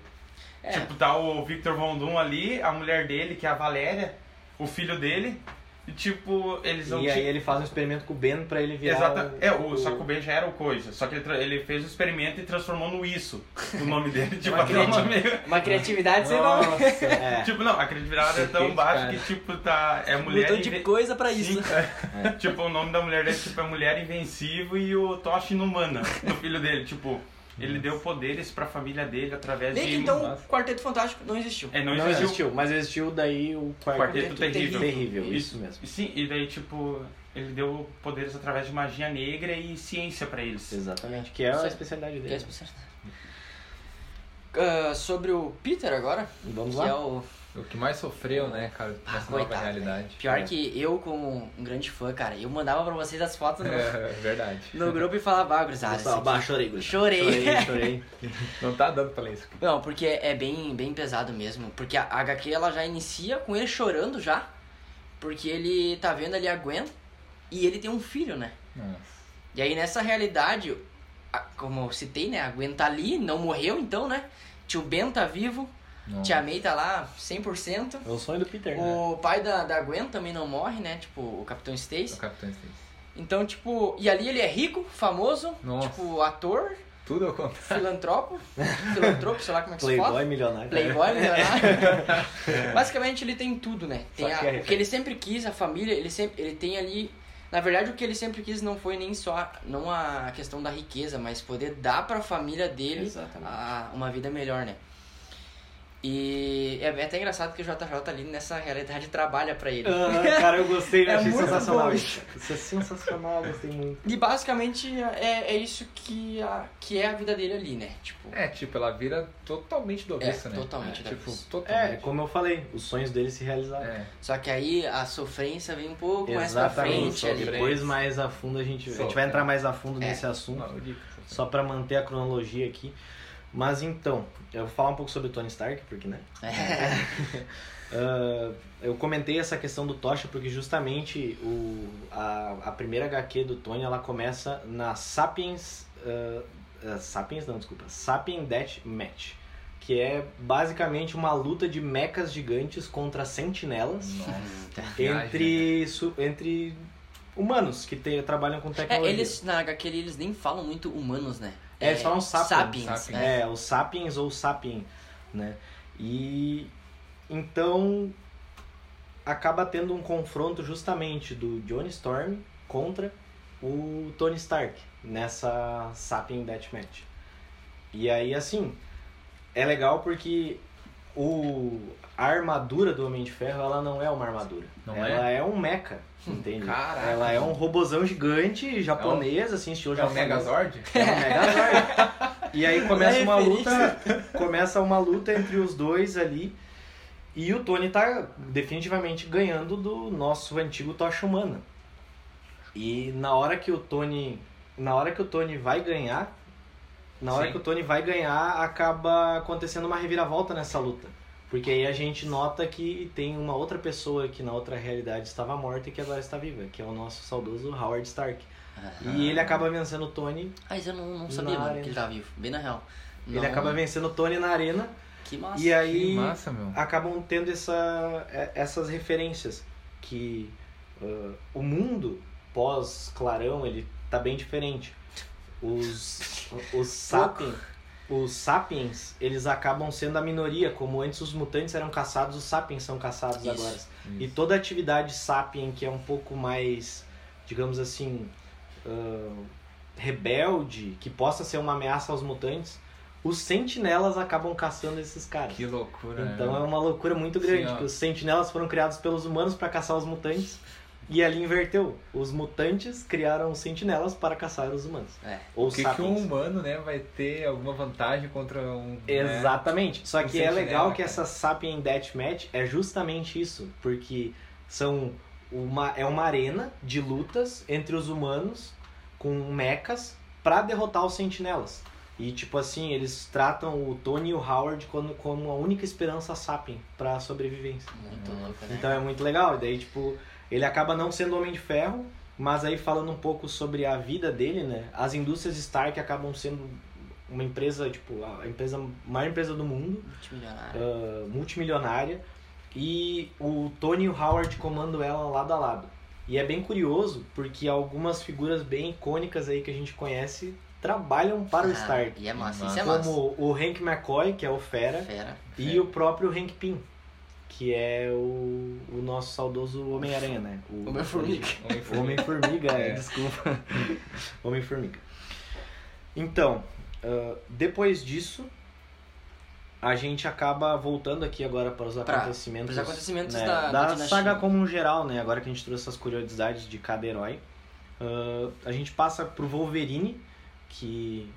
Speaker 1: É.
Speaker 3: Tipo, tá o Victor Von Doom ali, a mulher dele, que é a Valéria, o filho dele, e tipo, eles não
Speaker 2: E aí ele faz um experimento com o Ben pra ele virar.
Speaker 3: Exata... É, o, só que o
Speaker 2: Saco
Speaker 3: Ben já era o coisa. Só que ele, tra- ele fez o experimento e transformou no isso o nome dele. tipo,
Speaker 1: Uma
Speaker 3: aquele
Speaker 1: crítica.
Speaker 3: nome meio-
Speaker 1: Uma criatividade sem nome.
Speaker 2: Nossa, é.
Speaker 3: tipo, não, a criatividade é tão
Speaker 2: Gente,
Speaker 3: baixa
Speaker 2: cara.
Speaker 3: que tipo, tá. É mulher.
Speaker 1: Mudou de
Speaker 3: inven-
Speaker 1: coisa pra
Speaker 3: Sim,
Speaker 1: isso.
Speaker 3: é. tipo, o nome da mulher dele tipo, é Mulher Invencível e o Toshi Inumana, o filho dele. Tipo, ele deu poderes pra família dele através
Speaker 1: Meio
Speaker 3: de.
Speaker 1: que então o Quarteto Fantástico não existiu.
Speaker 3: É, não
Speaker 2: Não,
Speaker 3: existiu.
Speaker 2: existiu. mas existiu daí o quarteto,
Speaker 3: Quarteto Terrível.
Speaker 2: terrível.
Speaker 3: Isso.
Speaker 2: Isso mesmo.
Speaker 3: E Sim, e daí, tipo, ele deu poderes através de magia negra e ciência pra eles.
Speaker 2: Exatamente, que é
Speaker 1: Sim.
Speaker 2: a especialidade
Speaker 1: Que é
Speaker 2: dele.
Speaker 1: especial. Ah, sobre o Peter agora,
Speaker 2: Vamos
Speaker 1: que é
Speaker 2: lá.
Speaker 1: o
Speaker 4: O que mais sofreu, né, cara,
Speaker 1: Ah,
Speaker 4: nessa nova
Speaker 1: coitado,
Speaker 4: realidade.
Speaker 1: pior
Speaker 2: É.
Speaker 1: que eu como um grande fã, cara, eu mandava pra vocês as fotos no,
Speaker 4: É, verdade.
Speaker 1: no grupo e falava, ah, gurizada, isso
Speaker 2: Pessoal,
Speaker 1: aqui-
Speaker 2: Baixa orelha.
Speaker 1: Chorei.
Speaker 2: né? Chorei, chorei.
Speaker 4: Não tá dando pra ler isso.
Speaker 1: Não, porque é bem, bem pesado mesmo. Porque a HQ ela já inicia com ele chorando já. Porque ele tá vendo ali a Gwen e ele tem um filho, né?
Speaker 4: Nossa.
Speaker 1: E aí nessa realidade, a- como eu citei, né? A Gwen tá ali, não morreu então, né? Tio Ben tá vivo,
Speaker 4: Não.
Speaker 1: tia May tá lá 100%.
Speaker 2: É o sonho do Peter, né?
Speaker 1: O pai da, da Gwen também não morre, né? Tipo, o Capitão
Speaker 4: O
Speaker 1: Stacy.
Speaker 4: Capitão é assim. Stacy.
Speaker 1: Então, tipo, e ali ele é rico, famoso,
Speaker 4: Nossa.
Speaker 1: tipo, ator,
Speaker 4: Tudo ao contrário.
Speaker 1: filantropo, filantropo, sei lá como é que se fala.
Speaker 2: Playboy né? milionário.
Speaker 1: Playboy, milionário. Basicamente ele tem tudo, né? Tem
Speaker 2: Só
Speaker 1: a-
Speaker 2: que é
Speaker 1: o que ele sempre quis, a família, ele sempre, ele tem ali. Na verdade, o que ele sempre quis não foi nem só não a questão da riqueza, mas poder dar pra família dele
Speaker 2: Exatamente.
Speaker 1: a- uma vida melhor, né? E é até engraçado que o JJ ali nessa realidade trabalha pra ele. né?
Speaker 2: Ah, cara, eu gostei, eu
Speaker 1: É
Speaker 2: achei
Speaker 1: muito
Speaker 2: sensacional
Speaker 1: bom.
Speaker 2: isso. Isso é sensacional, gostei muito.
Speaker 1: E basicamente é, é isso que, a, que é a vida dele ali, né? Tipo,
Speaker 4: É, tipo, ela vira totalmente do avesso,
Speaker 1: É,
Speaker 4: né?
Speaker 1: totalmente do
Speaker 4: Tipo,
Speaker 1: avesso.
Speaker 2: É,
Speaker 4: totalmente.
Speaker 2: como eu falei, os sonhos dele se realizaram.
Speaker 4: É.
Speaker 1: só que aí a sofrência vem um pouco mais pra
Speaker 2: Exatamente.
Speaker 1: frente
Speaker 2: só
Speaker 1: ali.
Speaker 4: sofrência.
Speaker 2: Depois mais a fundo a gente, a gente
Speaker 4: Só,
Speaker 2: vai
Speaker 4: é.
Speaker 2: entrar mais a fundo
Speaker 1: É.
Speaker 2: nesse assunto,
Speaker 4: Não, eu digo.
Speaker 2: só pra manter a cronologia aqui. Mas então, eu vou falar um pouco sobre o Tony Stark, porque né?
Speaker 1: É.
Speaker 2: Ah, eu comentei essa questão do Tocha porque justamente o, a, a primeira HQ do Tony ela começa na Sapiens. ah, ah, Sapiens não, desculpa. Sapien Death Match. Que é basicamente uma luta de mechas gigantes contra
Speaker 1: É,
Speaker 2: sentinelas
Speaker 4: Nossa. viagem, né?
Speaker 2: entre, su- entre humanos que te- trabalham com
Speaker 1: É,
Speaker 2: tecnologia.
Speaker 1: eles na HQ eles nem falam muito humanos, né?
Speaker 2: É, eles falam sapiens.
Speaker 4: Sapiens.
Speaker 1: né?
Speaker 2: É, o Sapiens ou Sapien, né? E então acaba tendo um confronto justamente do Johnny Storm contra o Tony Stark nessa Sapien Deathmatch. E aí assim, é legal porque o a armadura do Homem de Ferro, ela não é uma armadura.
Speaker 4: Não Hum,
Speaker 2: ela é, um mecha, entende?
Speaker 4: Caraca. um
Speaker 2: Ela é um robozão gigante japonês, assim, estilo
Speaker 4: É o
Speaker 2: japonês.
Speaker 4: Megazord?
Speaker 2: É um Megazord. E aí começa
Speaker 1: É
Speaker 2: uma
Speaker 1: referência.
Speaker 2: luta, começa uma luta entre os dois ali. E o Tony tá definitivamente ganhando do nosso antigo Tocha Humana. E na hora que o Tony, na hora que o Tony vai ganhar, na hora
Speaker 4: Sim.
Speaker 2: que o Tony vai ganhar, acaba acontecendo uma reviravolta nessa luta. Porque aí a gente nota que tem uma outra pessoa que na outra realidade estava morta e que agora está viva, que é o nosso saudoso Howard Stark. E ele acaba vencendo o Tony
Speaker 1: Mas eu não, não sabia,
Speaker 2: Na
Speaker 1: mano,
Speaker 2: arena.
Speaker 1: que ele tava vivo. Bem na real.
Speaker 2: Ele
Speaker 1: Não-
Speaker 2: acaba vencendo o Tony na arena
Speaker 1: Que massa.
Speaker 2: e
Speaker 4: Que
Speaker 2: aí ah,
Speaker 4: massa, meu.
Speaker 2: acabam tendo essa, é- essas referências que ah, o mundo pós Clarão ele tá bem diferente. Os os sapiens, os sapiens eles acabam sendo a minoria, como antes os mutantes eram caçados, os sapiens são caçados
Speaker 1: Isso.
Speaker 2: agora. E toda atividade sapien que é um pouco mais, digamos assim, ahn, rebelde, que possa ser uma ameaça aos mutantes, os sentinelas acabam caçando esses caras.
Speaker 4: Que loucura, né?
Speaker 2: Então é uma loucura muito
Speaker 4: Sim,
Speaker 2: grande,
Speaker 4: ó.
Speaker 2: que os sentinelas foram criados pelos humanos para caçar os mutantes. E ali inverteu. Os mutantes criaram os sentinelas para caçar os humanos.
Speaker 1: É.
Speaker 2: Ou
Speaker 4: O que, que um
Speaker 2: sapiens.
Speaker 4: humano, né, vai ter alguma vantagem contra um. né?
Speaker 2: Exatamente. Só
Speaker 4: Um
Speaker 2: que é
Speaker 4: sentinela,
Speaker 2: legal que
Speaker 4: cara.
Speaker 2: essa Sapien Deathmatch é justamente isso, porque são uma é uma arena de lutas entre os humanos com mechas pra derrotar os sentinelas. E, tipo assim, eles tratam o Tony e o Howard como, como a única esperança Sapien pra sobrevivência.
Speaker 1: Muito louco, né?
Speaker 2: Então é muito legal. E daí, tipo, ele acaba não sendo Homem de Ferro, mas aí falando um pouco sobre a vida dele, né? As indústrias Stark acabam sendo uma empresa, tipo, a empresa, a maior empresa do mundo,
Speaker 1: Multimilionário.
Speaker 2: ah, multimilionária. E o Tony e o Howard comandam ela lado a lado. E é bem curioso, porque algumas figuras bem icônicas aí que a gente conhece trabalham para o
Speaker 1: Ah,
Speaker 2: Stark.
Speaker 1: E é massa,
Speaker 4: Mas
Speaker 1: isso é massa.
Speaker 2: Como o Hank McCoy, que é o Fera,
Speaker 1: Fera.
Speaker 2: e o próprio Hank Pym, que é o, o nosso saudoso Homem-Aranha, né? O
Speaker 1: Homem-Formiga.
Speaker 4: um
Speaker 2: o Homem-Formiga, é,
Speaker 4: É.
Speaker 2: desculpa. Homem-Formiga. Então, ah, depois disso, a gente acaba voltando aqui agora para os
Speaker 1: Pra-
Speaker 2: acontecimentos,
Speaker 1: pros acontecimentos
Speaker 2: né,
Speaker 1: da- da dinastia.
Speaker 2: saga como um geral, né? Agora que a gente trouxe essas curiosidades de cada herói. Ah, a gente passa pro Wolverine, que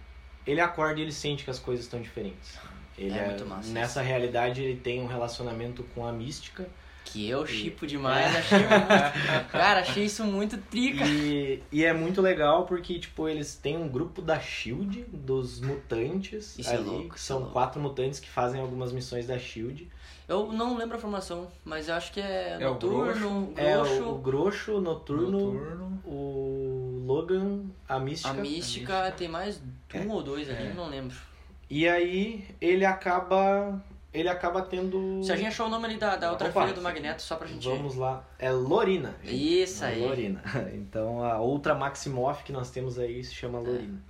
Speaker 2: ele acorda e ele sente que as coisas estão diferentes. Ele
Speaker 1: É muito massa
Speaker 2: Nessa realidade, ele tem um relacionamento com a mística.
Speaker 1: Que eu chipo
Speaker 2: É.
Speaker 1: demais, achei muito. Cara, achei isso muito trica.
Speaker 2: E, e é muito legal porque, tipo, eles têm um grupo da SHIELD, dos mutantes.
Speaker 1: Isso é
Speaker 2: ali,
Speaker 1: louco,
Speaker 2: que
Speaker 1: isso é
Speaker 2: são
Speaker 1: louco.
Speaker 2: quatro mutantes que fazem algumas missões da SHIELD.
Speaker 1: Eu não lembro a formação, mas eu acho que é,
Speaker 4: É o
Speaker 1: noturno, grosso,
Speaker 2: É o, o Groxo, o
Speaker 4: Turno.
Speaker 2: Noturno, o Logan, a É, Mística.
Speaker 1: a mística,
Speaker 4: mística.
Speaker 1: tem mais um ou dois ali,
Speaker 4: É.
Speaker 1: eu não lembro.
Speaker 2: E aí ele acaba. Ele acaba tendo.
Speaker 1: Se a gente achou o nome ali da, da outra
Speaker 2: Opa.
Speaker 1: filha do Magneto, só pra gente.
Speaker 2: Vamos lá. É Lorina. gente.
Speaker 1: Isso
Speaker 2: É
Speaker 1: aí.
Speaker 2: Lorina. Então a outra Maximoff que nós temos aí se chama Lorina.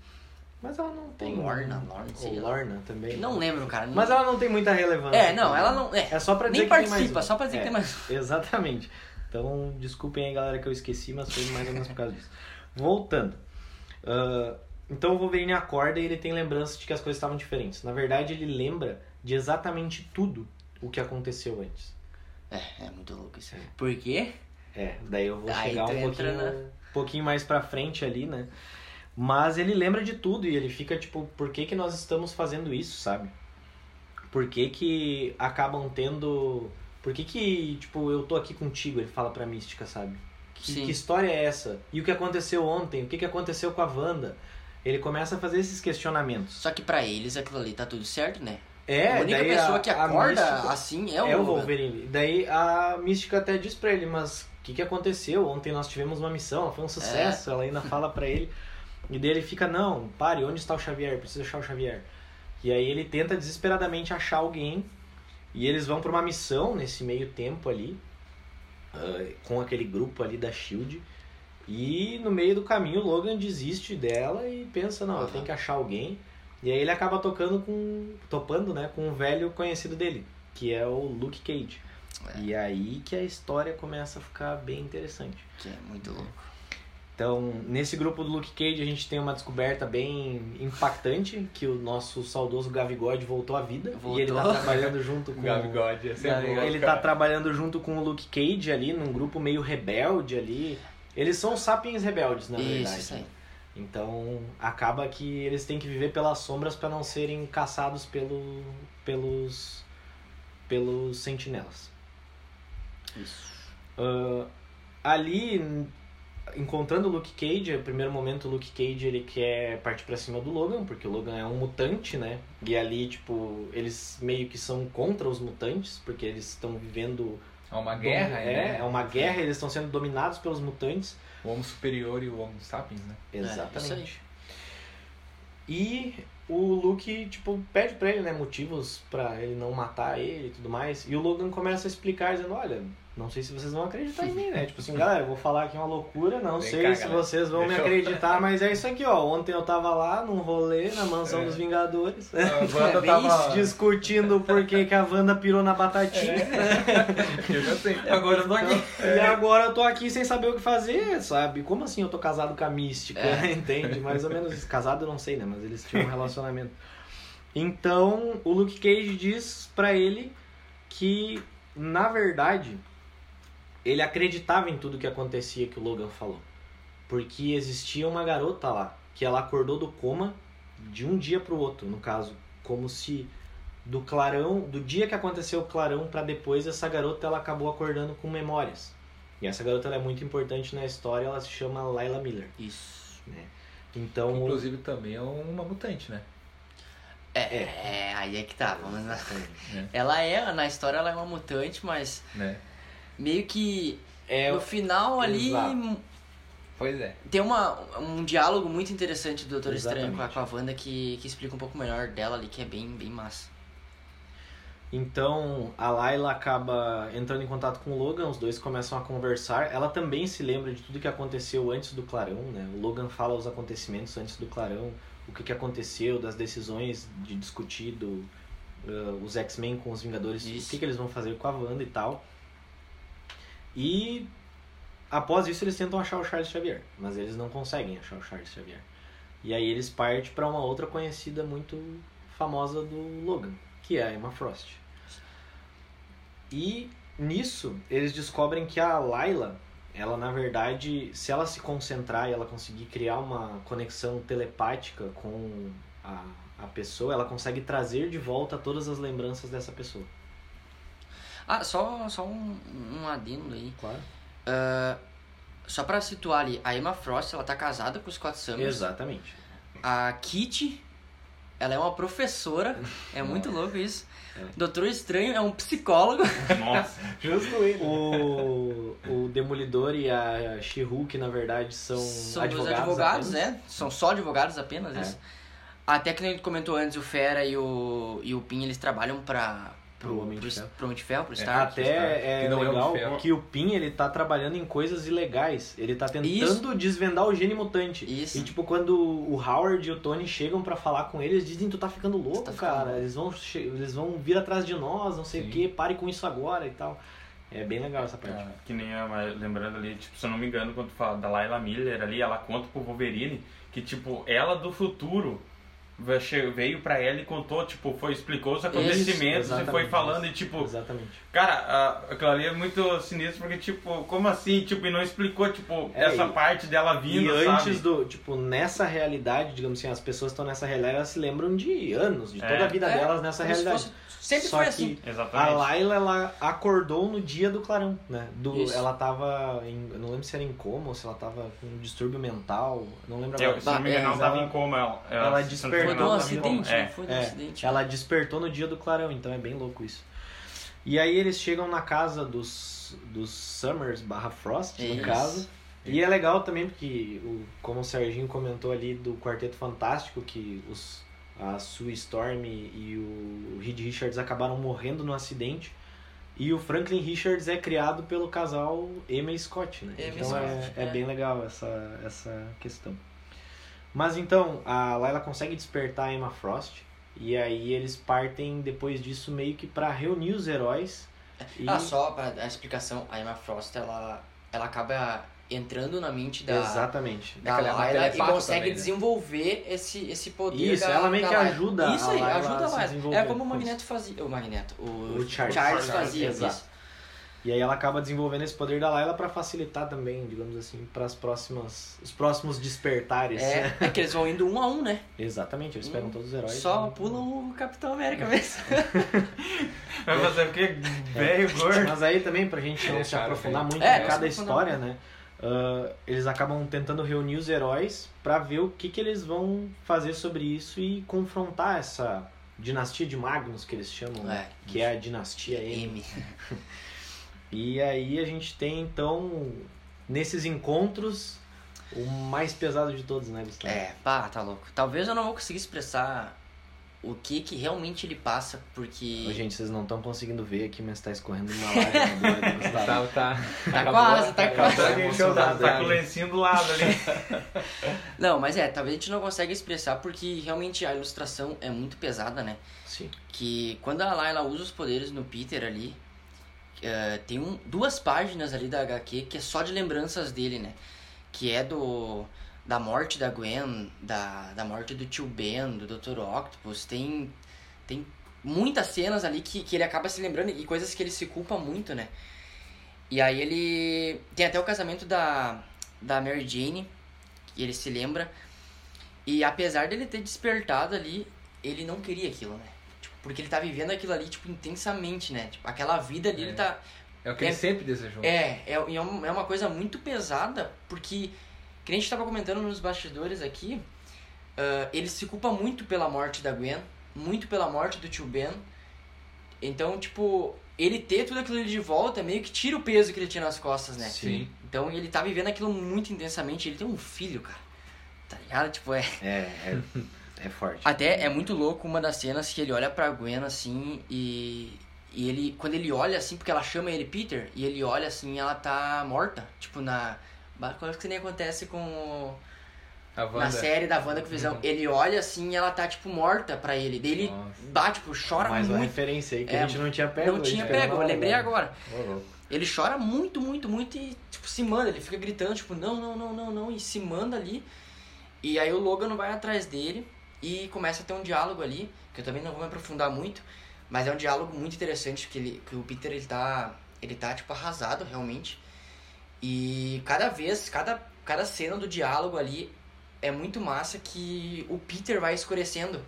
Speaker 2: Mas ela não tem.
Speaker 1: Tem É. Lorna, Lorna,
Speaker 2: Ou
Speaker 1: sei lá.
Speaker 2: Lorna também. né?
Speaker 1: Não lembro, cara.
Speaker 2: é. Mas ela não tem muita relevância.
Speaker 1: É, não, ela não. É,
Speaker 2: É só pra dizer
Speaker 1: nem
Speaker 2: que tem
Speaker 1: participa,
Speaker 2: mais um.
Speaker 1: só pra dizer
Speaker 2: É,
Speaker 1: que tem mais um.
Speaker 2: Exatamente. Então, desculpem aí, galera, que eu esqueci, mas foi mais ou menos por causa disso. Voltando. Ah, então, o Wolverine acorda e ele tem lembrança de que as coisas estavam diferentes. Na verdade, ele lembra de exatamente tudo o que aconteceu antes.
Speaker 1: É, é muito louco isso aí. Por quê?
Speaker 2: É, daí eu vou
Speaker 1: Aí
Speaker 2: chegar
Speaker 1: tu
Speaker 2: um
Speaker 1: entra
Speaker 2: pouquinho, um pouquinho mais pra frente ali, né? Mas ele lembra de tudo e ele fica tipo, por que que nós estamos fazendo isso, sabe? Por que que acabam tendo... Por que que, tipo, eu tô aqui contigo, ele fala pra Mística, sabe? Que,
Speaker 1: Sim.
Speaker 2: que história é essa? E o que aconteceu ontem? O que que aconteceu com a Wanda? Ele começa a fazer esses questionamentos.
Speaker 1: Só que pra eles aquilo ali tá tudo certo, né?
Speaker 2: É,
Speaker 1: a única
Speaker 2: daí
Speaker 1: pessoa
Speaker 2: a-
Speaker 1: que
Speaker 2: a
Speaker 1: acorda
Speaker 2: Mística-
Speaker 1: assim é o,
Speaker 2: é o
Speaker 1: Logan.
Speaker 2: Wolverine. Daí a Mística até diz pra ele, mas o que, que aconteceu? Ontem nós tivemos uma missão, foi um sucesso. Ela ainda fala pra ele. E daí ele fica, não, pare, onde está o Xavier? Preciso achar o Xavier. E aí ele tenta desesperadamente achar alguém. E eles vão pra uma missão nesse meio tempo ali. ah, com aquele grupo ali da SHIELD. E no meio do caminho o Logan desiste dela e pensa, não, eu
Speaker 1: Aham.
Speaker 2: tenho que achar alguém. E aí ele acaba tocando com. topando, né, com um velho conhecido dele, que é o Luke Cage.
Speaker 1: É.
Speaker 2: E aí que a história começa a ficar bem interessante.
Speaker 1: Que é muito louco.
Speaker 2: Então, nesse grupo do Luke Cage, a gente tem uma descoberta bem impactante, que o nosso saudoso Gavigode voltou à vida.
Speaker 1: Voltou.
Speaker 2: E ele tá trabalhando junto com...
Speaker 4: Gabigode, essa é boa,
Speaker 2: ele tá
Speaker 4: cara.
Speaker 2: trabalhando junto com o Luke Cage ali, num grupo meio rebelde ali. Eles são os sapiens rebeldes, na
Speaker 1: isso,
Speaker 2: verdade. né?
Speaker 1: isso aí.
Speaker 2: Então, acaba que eles têm que viver pelas sombras para não serem caçados pelo, pelos, pelos sentinelas.
Speaker 1: Isso.
Speaker 2: Ah, ali, n- encontrando o Luke Cage, no primeiro momento o Luke Cage ele quer partir pra cima do Logan, porque o Logan é um mutante, né? E ali, tipo, eles meio que são contra os mutantes, porque eles estão vivendo...
Speaker 4: É uma guerra,
Speaker 2: é,
Speaker 4: né?
Speaker 2: é uma guerra, eles estão sendo dominados pelos mutantes.
Speaker 4: é O Homo Superior e o Homo Sapiens, né?
Speaker 2: Exatamente.
Speaker 1: isso aí.
Speaker 2: E o Luke, tipo, pede pra ele, né, motivos pra ele não matar ele e tudo mais. E o Logan começa a explicar, dizendo, olha, não sei se vocês vão acreditar em mim, né? Tipo assim, galera, eu vou falar aqui uma loucura, não
Speaker 4: Bem
Speaker 2: sei
Speaker 4: caga,
Speaker 2: se
Speaker 4: né?
Speaker 2: vocês vão
Speaker 4: Deixa eu-
Speaker 2: me acreditar, mas é isso aqui, ó. Ontem eu tava lá num rolê na mansão
Speaker 4: É.
Speaker 2: dos Vingadores.
Speaker 4: A
Speaker 1: É
Speaker 4: Wanda
Speaker 1: bem
Speaker 4: tava... É.
Speaker 2: Discutindo por que, que a Wanda pirou na batatinha.
Speaker 4: Eu já sei. Agora eu tô aqui.
Speaker 2: E agora eu tô aqui sem saber o que fazer, sabe? Como assim eu tô casado com a mística?
Speaker 1: É.
Speaker 2: Entende? Mais ou menos isso. Casado eu não sei, né? Mas eles tinham um relacionamento. Então, o Luke Cage diz pra ele que, na verdade, ele acreditava em tudo que acontecia que o Logan falou. Porque existia uma garota lá, que ela acordou do coma de um dia pro outro, no caso, como se do clarão, do dia que aconteceu o clarão pra depois essa garota ela acabou acordando com memórias. E essa garota ela é muito importante na história, ela se chama Layla Miller.
Speaker 1: Isso.
Speaker 2: Então,
Speaker 4: Inclusive também é uma mutante, né?
Speaker 1: É, é, aí é que tá, vamos lá.
Speaker 4: É.
Speaker 1: Ela é, na história ela é uma mutante, mas
Speaker 4: né?
Speaker 1: meio que
Speaker 2: é,
Speaker 1: no final ali
Speaker 2: Exato.
Speaker 4: Pois é.
Speaker 1: tem uma, um diálogo muito interessante do Doutor Estranho com a,
Speaker 2: Exatamente.
Speaker 1: com a Wanda que, que explica um pouco melhor dela ali, que é bem, bem massa.
Speaker 2: Então a Layla acaba entrando em contato com o Logan, os dois começam a conversar. Ela também se lembra de tudo que aconteceu antes do clarão, né? O Logan fala os acontecimentos antes do clarão, o que, que aconteceu, das decisões de discutir do, ah, os X-Men com os Vingadores,
Speaker 1: Isso.
Speaker 2: o que, que eles vão fazer com a Wanda e tal. E após isso eles tentam achar o Charles Xavier, mas eles não conseguem achar o Charles Xavier. E aí eles partem para uma outra conhecida muito famosa do Logan, que é a Emma Frost. E nisso eles descobrem que a Layla, ela na verdade, se ela se concentrar e ela conseguir criar uma conexão telepática com a, a pessoa, ela consegue trazer de volta todas as lembranças dessa pessoa.
Speaker 1: Ah, só, só um, um adendo aí.
Speaker 2: Claro.
Speaker 1: Só pra situar ali, a Emma Frost, ela tá casada com o Scott Summers.
Speaker 2: Exatamente.
Speaker 1: A Kitty, ela é uma professora, é muito louco isso. Doutor Estranho é um psicólogo.
Speaker 3: Nossa.
Speaker 2: Justo o, o Demolidor e a She-Hulk, na verdade, são,
Speaker 1: São
Speaker 2: advogados.
Speaker 1: dois advogados,
Speaker 2: apenas.
Speaker 1: né? São só advogados apenas,
Speaker 2: É.
Speaker 1: isso. Até que nem tu comentou antes, o Fera e o, e o Pin, eles trabalham pra...
Speaker 2: Pro Homem de Ferro. É.
Speaker 1: pro Homem de Ferro, pro Stark.
Speaker 4: Stark,
Speaker 2: Até
Speaker 4: que
Speaker 2: é
Speaker 4: não é o
Speaker 2: legal
Speaker 4: Ferro.
Speaker 2: que o Pin ele tá trabalhando em coisas ilegais. Ele tá tentando
Speaker 1: Isso.
Speaker 2: desvendar o gene mutante.
Speaker 1: Isso.
Speaker 2: E tipo, quando o Howard e o Tony chegam pra falar com ele, eles dizem, tu tá ficando louco,
Speaker 1: tá ficando
Speaker 2: cara.
Speaker 1: louco."
Speaker 2: Eles, vão che- eles vão vir atrás de nós, não sei
Speaker 4: Sim.
Speaker 2: o que, pare com isso agora e tal. É bem legal essa parte.
Speaker 3: Que nem eu, mas lembrando ali, tipo, se eu não me engano, quando tu fala da Layla Miller ali, ela conta pro Wolverine que, tipo, ela do futuro ve- che- veio pra ela e contou, tipo, foi, explicou os acontecimentos e foi
Speaker 2: exatamente.
Speaker 3: falando e, tipo,
Speaker 2: Exatamente.
Speaker 3: cara, a- aquilo ali é muito sinistro porque, tipo, como assim? Tipo, e não explicou, tipo,
Speaker 2: É,
Speaker 3: essa
Speaker 2: e-
Speaker 3: parte dela vindo,
Speaker 2: e antes
Speaker 3: sabe?
Speaker 2: do, tipo, nessa realidade, digamos assim, as pessoas estão nessa realidade, elas se lembram de anos, de
Speaker 3: É.
Speaker 2: toda a vida
Speaker 1: É,
Speaker 2: delas nessa
Speaker 1: como se
Speaker 2: realidade.
Speaker 1: fosse- Sempre
Speaker 2: Só
Speaker 1: foi
Speaker 2: que
Speaker 1: assim.
Speaker 2: A
Speaker 3: Exatamente.
Speaker 2: Laila, ela acordou no dia do clarão, né? Do,
Speaker 1: Isso.
Speaker 2: ela tava em, eu não lembro se era em coma ou se ela tava com um distúrbio mental, não lembro
Speaker 3: Eu,
Speaker 2: agora.
Speaker 3: se eu não me
Speaker 1: Bah, é,
Speaker 3: engano, ela
Speaker 2: mas
Speaker 3: tava
Speaker 2: tá, ela-
Speaker 3: em coma. Ela,
Speaker 2: ela
Speaker 3: se eu não me
Speaker 2: despertou
Speaker 1: Foi de
Speaker 3: engano,
Speaker 1: um
Speaker 2: Fernando
Speaker 3: ela tava em coma.
Speaker 1: acidente,
Speaker 3: É.
Speaker 1: né? Foi de um
Speaker 2: É,
Speaker 1: acidente.
Speaker 2: Ela despertou no dia do clarão, então é bem louco isso. E aí eles chegam na casa dos, dos Summers barra Frost, no
Speaker 1: Isso.
Speaker 2: caso. E é legal também porque, o, como o Serginho comentou ali do Quarteto Fantástico, que os, a Sue Storm e o Reed Richards acabaram morrendo no acidente. E o Franklin Richards é criado pelo casal Emma e Scott, né?
Speaker 1: Emma e
Speaker 2: então
Speaker 1: Scott,
Speaker 2: é, é
Speaker 1: é.
Speaker 2: bem legal essa, essa questão. Mas então, a Layla consegue despertar a Emma Frost. E aí eles partem depois disso meio que pra reunir os heróis. E...
Speaker 1: Ah, só pra dar a explicação, a Emma Frost, ela, ela acaba entrando na mente da,
Speaker 2: Exatamente.
Speaker 1: da
Speaker 4: Daquela
Speaker 1: Layla e
Speaker 4: telepato
Speaker 1: consegue
Speaker 4: também, né?
Speaker 1: desenvolver esse, esse poder
Speaker 2: Isso,
Speaker 1: da-
Speaker 2: ela meio
Speaker 1: da
Speaker 2: que
Speaker 1: Layla.
Speaker 2: ajuda
Speaker 1: Isso
Speaker 2: a
Speaker 1: aí,
Speaker 2: Layla
Speaker 1: ajuda
Speaker 2: a se
Speaker 1: mais. É
Speaker 2: desenvolver
Speaker 1: como o
Speaker 2: com
Speaker 1: Magneto fazia. O Magneto, o,
Speaker 2: O Charles.
Speaker 1: Charles
Speaker 3: Charles,
Speaker 1: fazia
Speaker 2: exato.
Speaker 1: isso.
Speaker 2: E aí ela acaba desenvolvendo esse poder da Layla pra facilitar também, digamos assim, para próximas os próximos despertares.
Speaker 1: É, é que eles vão indo um a um, né?
Speaker 2: Exatamente, eles pegam todos os heróis.
Speaker 1: Só um
Speaker 2: né?
Speaker 1: pulam o Capitão América mesmo.
Speaker 3: Vai fazer o quê?
Speaker 2: É.
Speaker 3: Velho, gordo.
Speaker 2: Mas aí também, pra gente não se
Speaker 4: Deixaram,
Speaker 2: aprofundar
Speaker 4: né?
Speaker 2: muito
Speaker 1: É,
Speaker 2: em
Speaker 1: não
Speaker 2: cada
Speaker 1: se aprofundar
Speaker 2: história, né? ah, eles acabam tentando reunir os heróis pra ver o que, que eles vão fazer sobre isso e confrontar essa dinastia de Magnus que eles chamam, né?
Speaker 1: É.
Speaker 2: Que é a dinastia M.
Speaker 1: M.
Speaker 2: E aí a gente tem, então, nesses encontros, o mais pesado de todos, né, Gustavo?
Speaker 1: É, pá, tá louco. Talvez eu não vou conseguir expressar o que que realmente ele passa, porque...
Speaker 2: Ô, gente, vocês não estão conseguindo ver aqui, mas tá escorrendo uma lágrima do olho do Gustavo.
Speaker 4: Tá, tá.
Speaker 1: Tá quase, tá
Speaker 4: acabou.
Speaker 1: quase.
Speaker 4: Tá emocionado,
Speaker 3: Tá com o
Speaker 4: né?
Speaker 3: lencinho do lado ali.
Speaker 1: Não, mas é, talvez a gente não consegue expressar porque realmente a ilustração é muito pesada, né?
Speaker 2: Sim.
Speaker 1: Que quando a Layla usa os poderes no Peter ali, eh, tem um, duas páginas ali da HQ que é só de lembranças dele, né? Que é do da morte da Gwen, da, da morte do tio Ben, do Dr. Octopus. Tem, tem muitas cenas ali que, que ele acaba se lembrando e coisas que ele se culpa muito, né? E aí ele. Tem até o casamento da, da Mary Jane, e ele se lembra. E apesar dele ter despertado ali, ele não queria aquilo, né? Tipo, porque ele tá vivendo aquilo ali, tipo, intensamente, né? Tipo, aquela vida ali,
Speaker 4: É.
Speaker 1: ele tá.
Speaker 4: É o que ele sempre desejou.
Speaker 1: É, é, e é um- é uma coisa muito pesada, porque Que nem a gente tava comentando nos bastidores aqui, ah, ele se culpa muito pela morte da Gwen, muito pela morte do tio Ben. Então, tipo, ele ter tudo aquilo ali de volta meio que tira o peso que ele tinha nas costas, né?
Speaker 4: Sim.
Speaker 1: Então ele tá vivendo aquilo muito intensamente. Ele tem um filho, cara. Tá ligado? Tipo, é.
Speaker 2: É, é, é forte.
Speaker 1: Até é muito louco uma das cenas que ele olha pra Gwen assim e. E ele. Quando ele olha assim, porque ela chama ele Peter, e ele olha assim ela tá morta. Tipo, na. ba- Coisa que nem acontece com. o-
Speaker 4: A
Speaker 1: Na
Speaker 4: Wanda.
Speaker 1: série da Wanda com Visão.
Speaker 4: Uhum.
Speaker 1: Ele olha assim e ela tá, tipo, morta pra ele. Daí ele
Speaker 4: Nossa.
Speaker 1: bate, tipo, chora
Speaker 2: Mais uma
Speaker 1: muito.
Speaker 2: referência aí que
Speaker 1: É,
Speaker 2: a gente não tinha pego.
Speaker 1: Não
Speaker 2: a
Speaker 1: tinha
Speaker 2: gente pegou
Speaker 1: pego,
Speaker 2: na
Speaker 1: eu
Speaker 2: hora,
Speaker 1: lembrei
Speaker 2: né?
Speaker 1: agora.
Speaker 4: Ô, louco.
Speaker 1: Ele chora muito, muito, muito e, tipo, se manda. Ele fica gritando, tipo, não, não, não, não, não, e se manda ali. E aí o Logan vai atrás dele e começa a ter um diálogo ali, que eu também não vou me aprofundar muito, mas é um diálogo muito interessante, que, ele, que o Peter, ele tá, ele tá, tipo, arrasado, realmente. E cada vez, cada, cada cena do diálogo ali é muito massa que o Peter vai escurecendo.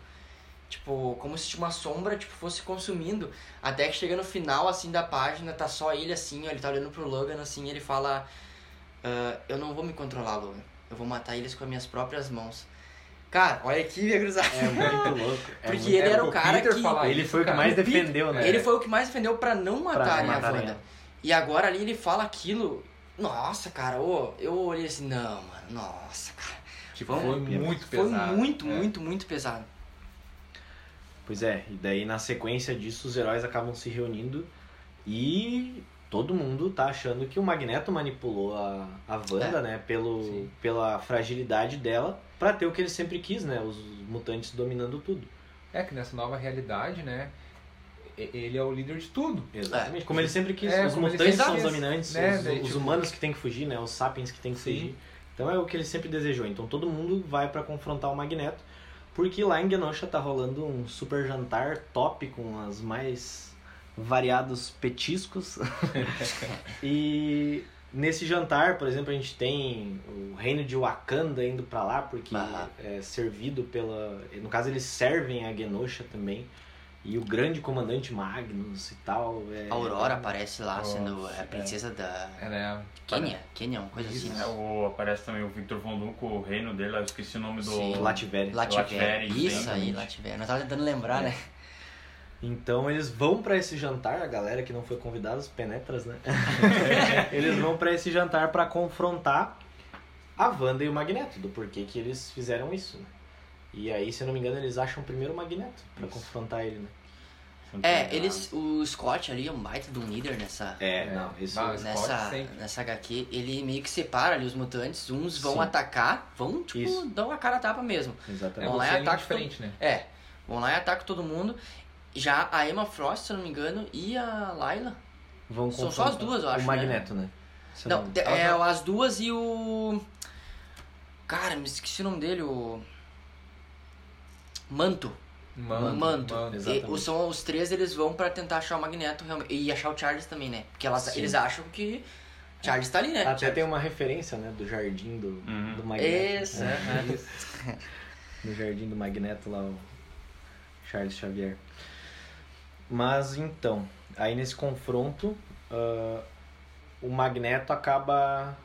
Speaker 1: Tipo, como se uma sombra, tipo, fosse consumindo. Até que chega no final, assim, da página, tá só ele, assim, ó, ele tá olhando pro Logan, assim, e ele fala... "Ah, eu não vou me controlar, Logan. Eu vou matar eles com as minhas próprias mãos. Cara, olha aqui, minha cruzada.
Speaker 2: É muito louco. é
Speaker 1: Porque
Speaker 2: muito-
Speaker 1: ele
Speaker 4: é,
Speaker 1: era o
Speaker 4: porque
Speaker 1: cara
Speaker 4: Peter
Speaker 1: que...
Speaker 4: fala
Speaker 2: Ele foi o que
Speaker 4: Cara,
Speaker 2: mais
Speaker 1: o Peter-
Speaker 2: defendeu, né?
Speaker 1: Ele foi o que mais defendeu pra não matarem a
Speaker 2: matarem
Speaker 1: Wanda.
Speaker 2: ela.
Speaker 1: E agora ali ele fala aquilo. Nossa, cara, ô, eu olhei assim, não, mano, nossa, cara.
Speaker 4: Tipo,
Speaker 1: Foi
Speaker 4: foi muito
Speaker 1: Foi
Speaker 4: pesado.
Speaker 1: muito,
Speaker 4: É.
Speaker 1: muito, muito pesado.
Speaker 2: Pois é, e daí na sequência disso os heróis acabam se reunindo e todo mundo tá achando que o Magneto manipulou a, a Wanda, né, pelo,
Speaker 4: Sim.
Speaker 2: pela fragilidade dela pra ter o que ele sempre quis, né, os mutantes dominando tudo.
Speaker 4: É que nessa nova realidade, né? e- Ele é o líder de tudo.
Speaker 2: Exatamente, como ele sempre quis.
Speaker 4: É,
Speaker 2: os
Speaker 4: como ele
Speaker 2: mutantes
Speaker 1: sempre
Speaker 2: são os
Speaker 4: quis,
Speaker 2: dominantes,
Speaker 4: né,
Speaker 2: os,
Speaker 4: daí,
Speaker 2: os
Speaker 4: tipo-
Speaker 2: humanos que tem que fugir, né, os sapiens que tem que
Speaker 4: Sim.
Speaker 2: fugir. Então é o que ele sempre desejou. Então todo mundo vai pra confrontar o Magneto, porque lá em Genosha tá rolando um super jantar top com as mais variados petiscos. e nesse jantar, por exemplo, a gente tem o reino de Wakanda indo pra lá porque
Speaker 1: Bah.
Speaker 2: é servido pela, no caso eles servem a Genosha também. E o grande comandante Magnus e tal. é-
Speaker 1: A Aurora aparece lá
Speaker 3: Nossa,
Speaker 1: sendo a princesa da
Speaker 4: Ela é a-
Speaker 1: Quênia. Quênia, uma coisa assim.
Speaker 4: Isso.
Speaker 1: né?
Speaker 3: É, o- aparece também o Victor Von Luco, o reino dele, eu esqueci o nome do.
Speaker 1: Sim.
Speaker 2: Lativéria.
Speaker 1: Lativéria.
Speaker 3: Lativéria,
Speaker 1: Isso aí,
Speaker 3: exatamente.
Speaker 1: Lativéria. Nós tava tentando lembrar, né?
Speaker 2: Então eles vão pra esse jantar, a galera que não foi convidada, os penetras, né? eles vão pra esse jantar pra confrontar a Wanda e o Magneto, do porquê que eles fizeram isso, né? E aí, se eu não me engano, eles acham primeiro o Magneto pra
Speaker 3: Isso.
Speaker 2: confrontar ele, né?
Speaker 1: É, eles. O Scott ali é um baita do líder nessa.
Speaker 2: É,
Speaker 4: não, isso- O Scott
Speaker 1: Nessa,
Speaker 4: sempre.
Speaker 1: nessa HQ, ele meio que separa ali os mutantes. Uns vão
Speaker 2: Sim.
Speaker 1: atacar, vão, tipo,
Speaker 2: Isso.
Speaker 1: dar uma cara a tapa mesmo.
Speaker 4: É
Speaker 2: Exatamente.
Speaker 1: Bom, lá
Speaker 4: você
Speaker 1: é
Speaker 4: é
Speaker 1: ataque
Speaker 4: diferente, né?
Speaker 1: É, vão lá e atacam todo mundo. Já a Emma Frost, se eu não me engano, e a Layla.
Speaker 2: Vão
Speaker 1: São só
Speaker 2: confrontar
Speaker 1: as duas, eu
Speaker 2: O
Speaker 1: acho,
Speaker 2: Magneto, né? Se eu
Speaker 1: Não, te-
Speaker 4: Elas
Speaker 1: é,
Speaker 4: não-
Speaker 1: as duas e o. Cara, me esqueci o nome dele, o. Manto.
Speaker 4: Mano,
Speaker 1: Manto.
Speaker 4: mano.
Speaker 1: E os, são os três, eles vão pra tentar achar o Magneto realmente. E achar o Charles também, né? Porque elas,
Speaker 2: Sim.
Speaker 1: eles acham que Charles tá ali, né?
Speaker 2: Até
Speaker 1: Charles.
Speaker 2: tem uma referência, né, do jardim do,
Speaker 3: Uhum.
Speaker 2: do Magneto.
Speaker 1: Isso,
Speaker 2: né?
Speaker 1: aham.
Speaker 2: no jardim do Magneto lá, o Charles Xavier. Mas então, aí nesse confronto, ah, o Magneto acaba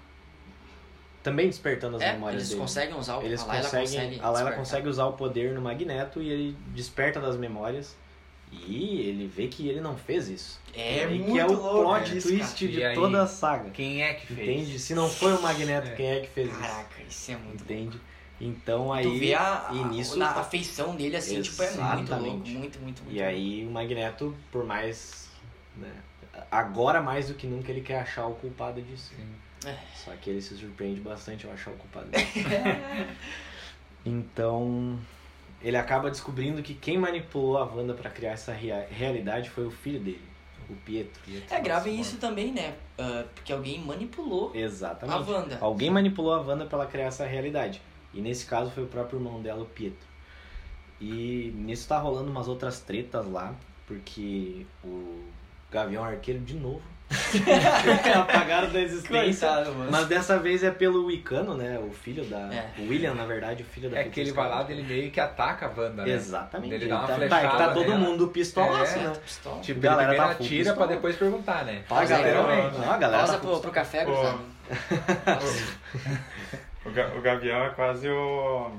Speaker 2: também despertando as
Speaker 1: É,
Speaker 2: memórias
Speaker 1: eles
Speaker 2: dele.
Speaker 1: conseguem usar o
Speaker 2: Eles
Speaker 1: a Layla
Speaker 2: conseguem,
Speaker 1: consegue
Speaker 2: a Layla
Speaker 1: despertar.
Speaker 2: consegue usar o poder no Magneto e ele desperta das memórias. E ele vê que ele não fez isso.
Speaker 1: É,
Speaker 2: E
Speaker 1: muito
Speaker 2: que é o
Speaker 1: louco,
Speaker 2: plot
Speaker 1: né, esse
Speaker 2: twist
Speaker 4: cara.
Speaker 2: de
Speaker 4: E aí?
Speaker 2: toda a saga.
Speaker 4: Quem é que fez?
Speaker 2: Entende? Se não foi o Magneto,
Speaker 4: É.
Speaker 2: quem é que fez
Speaker 1: cara.
Speaker 2: isso?
Speaker 1: Caraca, isso é muito
Speaker 2: Entende? Então aí
Speaker 1: tu vê a, a,
Speaker 2: e nisso- tá
Speaker 1: na- a feição dele, assim, tipo, é muito louco,
Speaker 2: Exatamente.
Speaker 1: muito, muito, muito.
Speaker 2: E aí o Magneto, por mais. né, agora mais do que nunca ele quer achar o culpado disso.
Speaker 4: Sim.
Speaker 2: Só que ele se surpreende bastante ao achar o culpado disso. então. Ele acaba descobrindo que quem manipulou a Wanda pra criar essa rea- realidade foi o filho dele, o Pietro.
Speaker 1: É,
Speaker 4: tipo,
Speaker 1: gravem isso também, né? Ah, porque alguém manipulou a
Speaker 2: Exatamente.
Speaker 1: Wanda.
Speaker 2: Alguém manipulou a Wanda pra ela criar essa realidade. E nesse caso foi o próprio irmão dela, o Pietro. E nisso tá rolando umas outras tretas lá, porque o Gavião Arqueiro de novo. Apagaram da existência.
Speaker 1: Coitado, mano.
Speaker 2: Mas dessa vez é pelo Wicano, né? O filho da.
Speaker 1: É.
Speaker 2: O William, na verdade, o filho da
Speaker 4: É
Speaker 2: Peter
Speaker 4: que ele vai lá,
Speaker 2: Scarlet.
Speaker 4: dele meio que ataca a Wanda, né?
Speaker 2: Exatamente.
Speaker 4: Ele dá uma
Speaker 2: tá, tá,
Speaker 4: flechada
Speaker 2: tá todo
Speaker 4: nela.
Speaker 2: mundo pistolaço,
Speaker 4: É.
Speaker 2: né?
Speaker 1: Pistola.
Speaker 4: Tipo,
Speaker 2: Galera
Speaker 4: ele
Speaker 2: tá
Speaker 4: primeiro
Speaker 2: full
Speaker 4: atira pra
Speaker 2: pistola.
Speaker 4: depois perguntar, né?
Speaker 2: Tá, a
Speaker 1: Pausa aí,
Speaker 2: galera. tá
Speaker 4: literalmente, né?
Speaker 2: Não, a galera.
Speaker 1: Pausa
Speaker 2: tá
Speaker 1: pro, pro café,
Speaker 3: Pô.
Speaker 1: gurizada.
Speaker 3: O O, ga- o Gavião é quase o.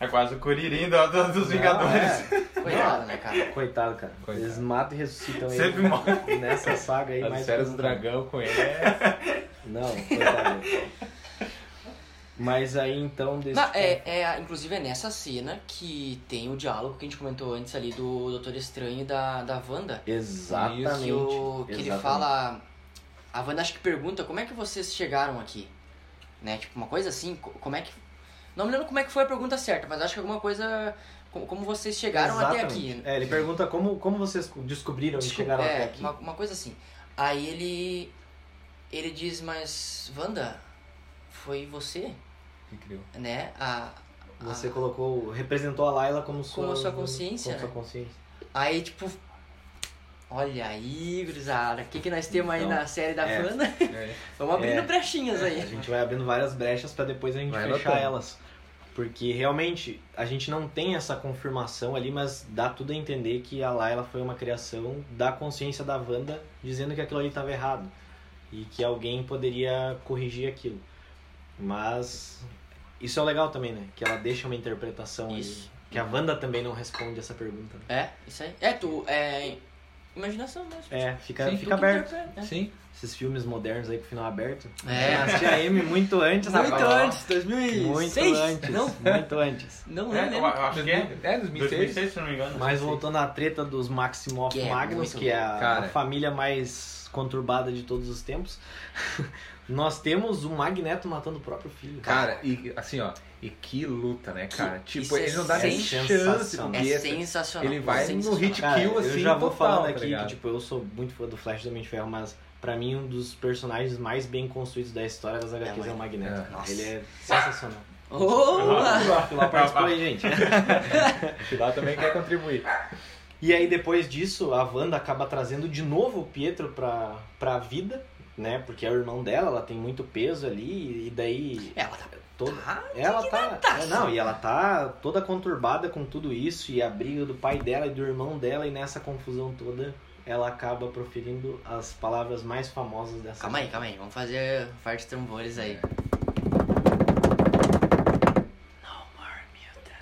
Speaker 3: É quase o Curirim do- do- dos Vingadores.
Speaker 2: Não, é.
Speaker 1: Coitado, né, cara?
Speaker 2: Coitado, cara.
Speaker 4: Coitado.
Speaker 2: Eles matam e ressuscitam
Speaker 3: Sempre
Speaker 2: ele.
Speaker 3: morre.
Speaker 2: Nessa saga aí,
Speaker 4: As
Speaker 2: mais
Speaker 4: férias do
Speaker 2: como-
Speaker 4: dragão com ele é.
Speaker 2: Não, coitado. Mas aí então. Desse
Speaker 1: Não, é, é, inclusive é nessa cena que tem o diálogo que a gente comentou antes ali do Doutor Estranho e da, da Wanda.
Speaker 2: Exatamente.
Speaker 1: Que, o, que ele
Speaker 2: Exatamente.
Speaker 1: fala. A Wanda acho que pergunta como é que vocês chegaram aqui? Né? Tipo, uma coisa assim, co- como é que. Não me lembro como é que foi a pergunta certa, mas acho que alguma coisa. Como, como vocês chegaram até
Speaker 2: Exatamente.
Speaker 1: aqui.
Speaker 2: É, ele pergunta como, como vocês descobriram e
Speaker 1: Desculpa,
Speaker 2: chegaram até
Speaker 1: é,
Speaker 2: aqui.
Speaker 1: uma, uma coisa assim. Aí ele. Ele diz, mas. Wanda, foi você?
Speaker 4: Incrível.
Speaker 1: Né? A, a-
Speaker 2: Você colocou, representou a Layla como sua,
Speaker 1: Como sua consciência,
Speaker 2: como sua
Speaker 1: né?
Speaker 2: consciência.
Speaker 1: Aí, tipo. Olha aí, gurizada. O que, que nós temos aí
Speaker 2: Então,
Speaker 1: na série da
Speaker 2: é.
Speaker 1: Wanda?
Speaker 4: É.
Speaker 1: Vamos abrindo
Speaker 2: É.
Speaker 1: brechinhas
Speaker 2: A
Speaker 1: aí.
Speaker 2: gente vai abrindo várias brechas pra depois a gente
Speaker 4: Vai
Speaker 2: fechar
Speaker 4: anotando.
Speaker 2: elas. Porque realmente a gente não tem essa confirmação ali, mas dá tudo a entender que a Layla foi uma criação da consciência da Wanda dizendo que aquilo ali estava errado e que alguém poderia corrigir aquilo. Mas isso é legal também, né? Que ela deixa uma interpretação
Speaker 1: Isso.
Speaker 2: ali. Que a Wanda também não responde essa pergunta. né?
Speaker 1: É, isso aí. É, tu. É. Imaginação mesmo. Tipo,
Speaker 2: É, fica,
Speaker 4: Sim,
Speaker 2: fica
Speaker 1: Tu que
Speaker 2: aberto.
Speaker 1: interpreta, né?
Speaker 4: Sim.
Speaker 2: Esses filmes modernos aí com final aberto.
Speaker 1: É.
Speaker 2: Eu assisti a M muito antes,
Speaker 1: Muito
Speaker 2: rapaz.
Speaker 1: antes, 2006.
Speaker 2: Muito antes.
Speaker 1: Não,
Speaker 2: Muito antes.
Speaker 1: não, não
Speaker 3: É, eu
Speaker 1: lembro.
Speaker 3: acho que é.
Speaker 4: É, 2006.
Speaker 3: 2006, se não me engano.
Speaker 2: Mas voltando à treta dos Maximoff
Speaker 1: Que é
Speaker 2: Magnus,
Speaker 1: muito
Speaker 2: que é a,
Speaker 4: Cara.
Speaker 2: a família mais conturbada de todos os tempos, nós temos o Magneto matando o próprio filho.
Speaker 4: Cara, e assim, ó. E que luta, né, cara?
Speaker 1: isso
Speaker 4: Tipo,
Speaker 1: é
Speaker 4: ele não dá nem
Speaker 2: sensacional.
Speaker 4: chance. porque
Speaker 1: É
Speaker 4: essa-
Speaker 1: sensacional.
Speaker 4: ele vai no
Speaker 1: sensacional.
Speaker 4: ritmo-
Speaker 2: Cara,
Speaker 4: kill,
Speaker 2: eu
Speaker 4: assim,
Speaker 2: já vou
Speaker 4: total,
Speaker 2: falando
Speaker 4: tá
Speaker 2: aqui que
Speaker 4: ligado?
Speaker 2: tipo, eu sou muito fã do Flash do Homem de Ferro, mas pra mim um dos personagens mais bem construídos da história das HQs é,
Speaker 1: mas-
Speaker 2: o Magneto.
Speaker 4: é.
Speaker 2: cara. Ele é sensacional.
Speaker 1: Opa!
Speaker 2: Lá participou aí, gente.
Speaker 4: Pilar também quer contribuir.
Speaker 2: E aí depois disso, a Wanda acaba trazendo de novo o Pietro pra, pra vida, né? Porque é o irmão dela, ela tem muito peso ali, e daí
Speaker 1: Ela tá.
Speaker 2: todo.
Speaker 1: tá?
Speaker 2: Ela tá. é, Não, e ela tá toda conturbada com tudo isso, e a briga do pai dela e do irmão dela, e nessa confusão toda, ela acaba proferindo as palavras mais famosas dessa.
Speaker 1: Calma aí, calma aí. Vamos fazer parte de tambores aí.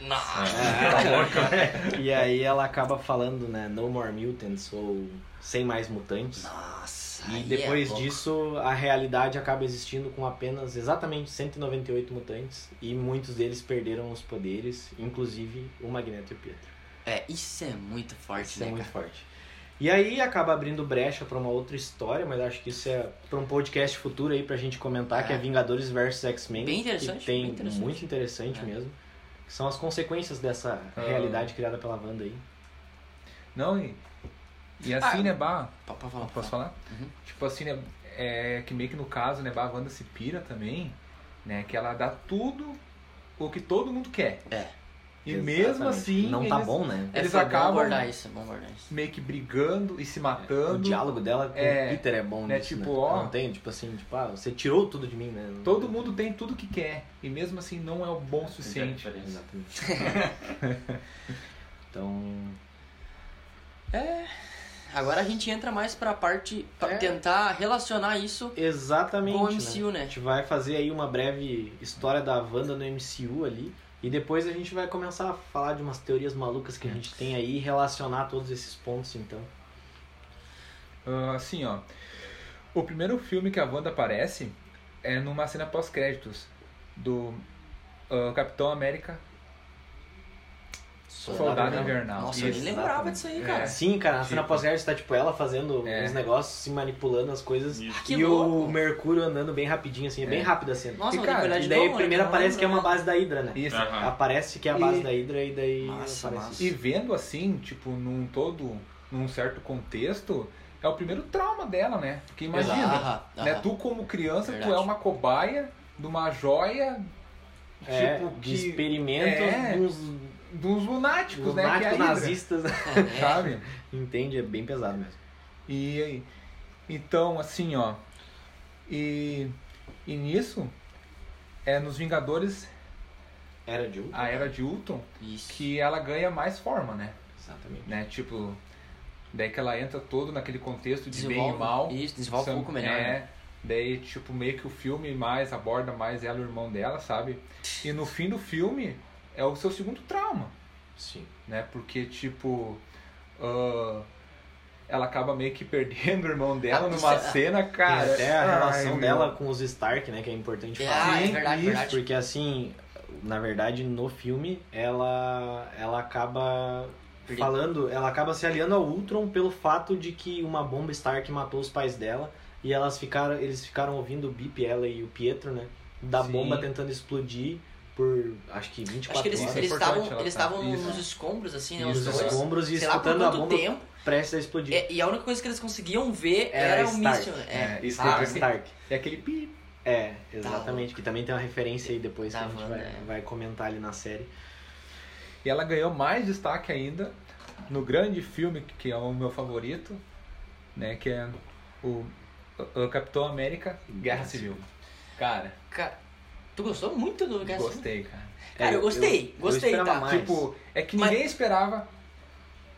Speaker 1: Nossa.
Speaker 2: Ah.
Speaker 3: é
Speaker 2: E aí ela acaba falando, né? No more mutants, ou sem mais mutantes.
Speaker 1: Nossa.
Speaker 2: E
Speaker 1: aí é
Speaker 2: depois
Speaker 1: bom.
Speaker 2: disso, a realidade acaba existindo com apenas exatamente 198 mutantes e muitos deles perderam os poderes, inclusive o Magneto e o Pietro.
Speaker 1: É, isso é muito forte,
Speaker 2: Isso
Speaker 1: né,
Speaker 2: é muito
Speaker 1: cara?
Speaker 2: forte. E aí acaba abrindo brecha pra uma outra história, mas acho que isso é pra um podcast futuro aí pra gente comentar,
Speaker 1: É.
Speaker 2: que é Vingadores versus X-Men.
Speaker 1: Bem interessante,
Speaker 2: Que tem
Speaker 1: bem interessante.
Speaker 2: muito interessante
Speaker 1: É.
Speaker 2: mesmo. Que são as consequências dessa
Speaker 4: Ah.
Speaker 2: realidade criada pela Wanda aí.
Speaker 4: Não, e. E assim,
Speaker 1: Ah,
Speaker 4: né, Bah?
Speaker 1: Pa- pa- fala,
Speaker 4: Posso
Speaker 1: fala.
Speaker 4: falar?
Speaker 1: Uhum.
Speaker 4: Tipo assim, né, é que meio que no caso, né, bah, a Wanda se pira também, né, que ela dá tudo o que todo mundo quer.
Speaker 1: É.
Speaker 4: E
Speaker 2: Exatamente.
Speaker 4: mesmo assim,
Speaker 2: Não
Speaker 4: eles
Speaker 2: tá bom, né?
Speaker 1: É,
Speaker 4: Eles
Speaker 1: foi
Speaker 4: acabam-
Speaker 1: Bom abordar isso, bom abordar isso.
Speaker 4: meio que brigando e se
Speaker 2: O
Speaker 4: matando.
Speaker 2: diálogo dela com
Speaker 4: É,
Speaker 2: o Peter é bom,
Speaker 4: né,
Speaker 2: nisso,
Speaker 4: tipo, ó.
Speaker 2: Não tem, tipo assim, tipo, ah, você tirou tudo de mim, né?
Speaker 4: Todo mundo tem tudo que quer, e mesmo assim não é o bom o suficiente.
Speaker 3: Entendi.
Speaker 2: Exatamente. então,
Speaker 1: Agora a gente entra mais pra parte. Pra
Speaker 2: É.
Speaker 1: tentar relacionar isso
Speaker 2: exatamente.
Speaker 1: com o
Speaker 2: né?
Speaker 1: MCU,
Speaker 2: A
Speaker 1: né?
Speaker 2: gente vai fazer aí uma breve história da Wanda no MCU ali. E depois a gente vai começar a falar de umas teorias malucas que a gente tem aí e relacionar todos esses pontos, então.
Speaker 4: Ah, assim, ó. O primeiro filme que a Wanda aparece é numa cena pós-créditos do ah, Capitão América Soldado
Speaker 2: Invernal.
Speaker 4: Invernal.
Speaker 1: Nossa, eu
Speaker 4: Isso.
Speaker 1: nem lembrava disso aí, cara.
Speaker 4: É.
Speaker 2: Sim, cara, na cena
Speaker 4: Tipo.
Speaker 2: pós-guerra tá tipo ela fazendo
Speaker 4: É.
Speaker 2: uns negócios, se manipulando as coisas.
Speaker 3: Isso.
Speaker 1: Que
Speaker 2: e o
Speaker 1: louco.
Speaker 2: Mercúrio andando bem rapidinho, assim, é, bem
Speaker 4: É.
Speaker 2: rápido assim.
Speaker 1: Nossa,
Speaker 4: E,
Speaker 1: eu vou ter
Speaker 4: cara,
Speaker 1: que olhar
Speaker 2: e
Speaker 1: de
Speaker 2: daí
Speaker 1: novo,
Speaker 2: primeiro
Speaker 1: eu não
Speaker 2: aparece que é uma
Speaker 1: lembro,
Speaker 2: base da Hydra, né?
Speaker 4: Isso.
Speaker 3: Aham.
Speaker 2: Aparece que é a base
Speaker 4: E-
Speaker 2: da Hydra e daí
Speaker 1: Massa,
Speaker 2: aparece.
Speaker 1: massa.
Speaker 4: E vendo assim, tipo, num todo, num certo contexto, é o primeiro trauma dela, né? Porque
Speaker 1: né?
Speaker 4: imagina,
Speaker 1: Aham,
Speaker 4: né?
Speaker 1: aham.
Speaker 4: Tu como criança,
Speaker 1: Verdade.
Speaker 4: tu é uma cobaia de uma joia,
Speaker 2: É,
Speaker 4: tipo,
Speaker 2: de
Speaker 4: que,
Speaker 2: experimentos
Speaker 4: É.
Speaker 2: dos
Speaker 4: dos lunáticos,
Speaker 2: dos
Speaker 4: né? que é a
Speaker 2: lunáticos
Speaker 4: Hydra,
Speaker 2: nazistas.
Speaker 1: É, é.
Speaker 4: Sabe?
Speaker 2: Entende? É bem pesado mesmo.
Speaker 4: E aí, então, assim, ó. E, e nisso, é nos Vingadores,
Speaker 2: Era de
Speaker 4: a era de Ultron,
Speaker 1: Isso.
Speaker 4: que ela ganha mais forma, né?
Speaker 2: Exatamente.
Speaker 4: né? Tipo, daí que ela entra todo naquele contexto de bem e
Speaker 1: Desenvolve-
Speaker 4: mal.
Speaker 1: Isso, desenvolve um
Speaker 4: Sam-
Speaker 1: pouco melhor.
Speaker 4: É,
Speaker 1: né?
Speaker 4: Daí, tipo, meio que o filme mais aborda mais ela e o irmão dela, sabe? E no fim do filme é o seu segundo trauma,
Speaker 2: Sim.
Speaker 4: né? Porque, tipo. ah, ela acaba meio que perdendo o irmão dela
Speaker 1: Ah,
Speaker 4: numa
Speaker 1: isso é-
Speaker 4: cena, cara. né?
Speaker 2: Tem até a
Speaker 4: Ai,
Speaker 2: relação
Speaker 4: meu.
Speaker 2: dela com os Stark, né? Que é importante
Speaker 1: É,
Speaker 2: falar.
Speaker 1: ah, é verdade,
Speaker 2: isso,
Speaker 1: verdade.
Speaker 2: porque assim, na verdade, no filme, ela, ela acaba
Speaker 1: Porque-
Speaker 2: falando, ela acaba se aliando ao Ultron pelo fato de que uma bomba Stark matou os pais dela e elas ficaram, eles ficaram ouvindo o Bip, ela e o Pietro, né? Da
Speaker 4: Sim.
Speaker 2: bomba tentando explodir por acho que 24
Speaker 1: Acho que eles
Speaker 2: horas.
Speaker 4: Isso é
Speaker 1: eles
Speaker 4: importante,
Speaker 1: estavam
Speaker 4: ela
Speaker 1: eles
Speaker 4: tá-
Speaker 1: estavam
Speaker 4: isso.
Speaker 1: nos escombros, assim, né?
Speaker 2: Nos
Speaker 1: Os dois.
Speaker 2: escombros e
Speaker 1: Sei lá por
Speaker 2: escutando a
Speaker 1: quanto
Speaker 2: bomba
Speaker 1: tempo. É,
Speaker 2: prestes a explodir.
Speaker 1: E, e a única coisa que eles conseguiam ver
Speaker 2: Era
Speaker 1: era, o
Speaker 2: Stark.
Speaker 1: míssil. né?
Speaker 4: É, isso
Speaker 1: Ah,
Speaker 2: Escrito
Speaker 4: sim.
Speaker 2: Stark.
Speaker 4: É aquele pi.
Speaker 2: É,
Speaker 1: Tá
Speaker 2: exatamente, que também tem uma referência aí depois
Speaker 1: Da
Speaker 2: que a gente
Speaker 1: Wanda,
Speaker 2: vai,
Speaker 1: é.
Speaker 2: vai comentar ali na série.
Speaker 4: E ela ganhou mais destaque ainda no grande filme, que é o meu favorito, né? Que é o, o Capitão América Guerra Civil. Cara,
Speaker 1: Cara, tu gostou muito do Guerra Civil?
Speaker 4: gostei, cara.
Speaker 1: Cara, eu gostei, gostei,
Speaker 2: esperava
Speaker 1: tá?
Speaker 2: mais.
Speaker 4: Tipo, é que
Speaker 1: Mas-
Speaker 4: ninguém esperava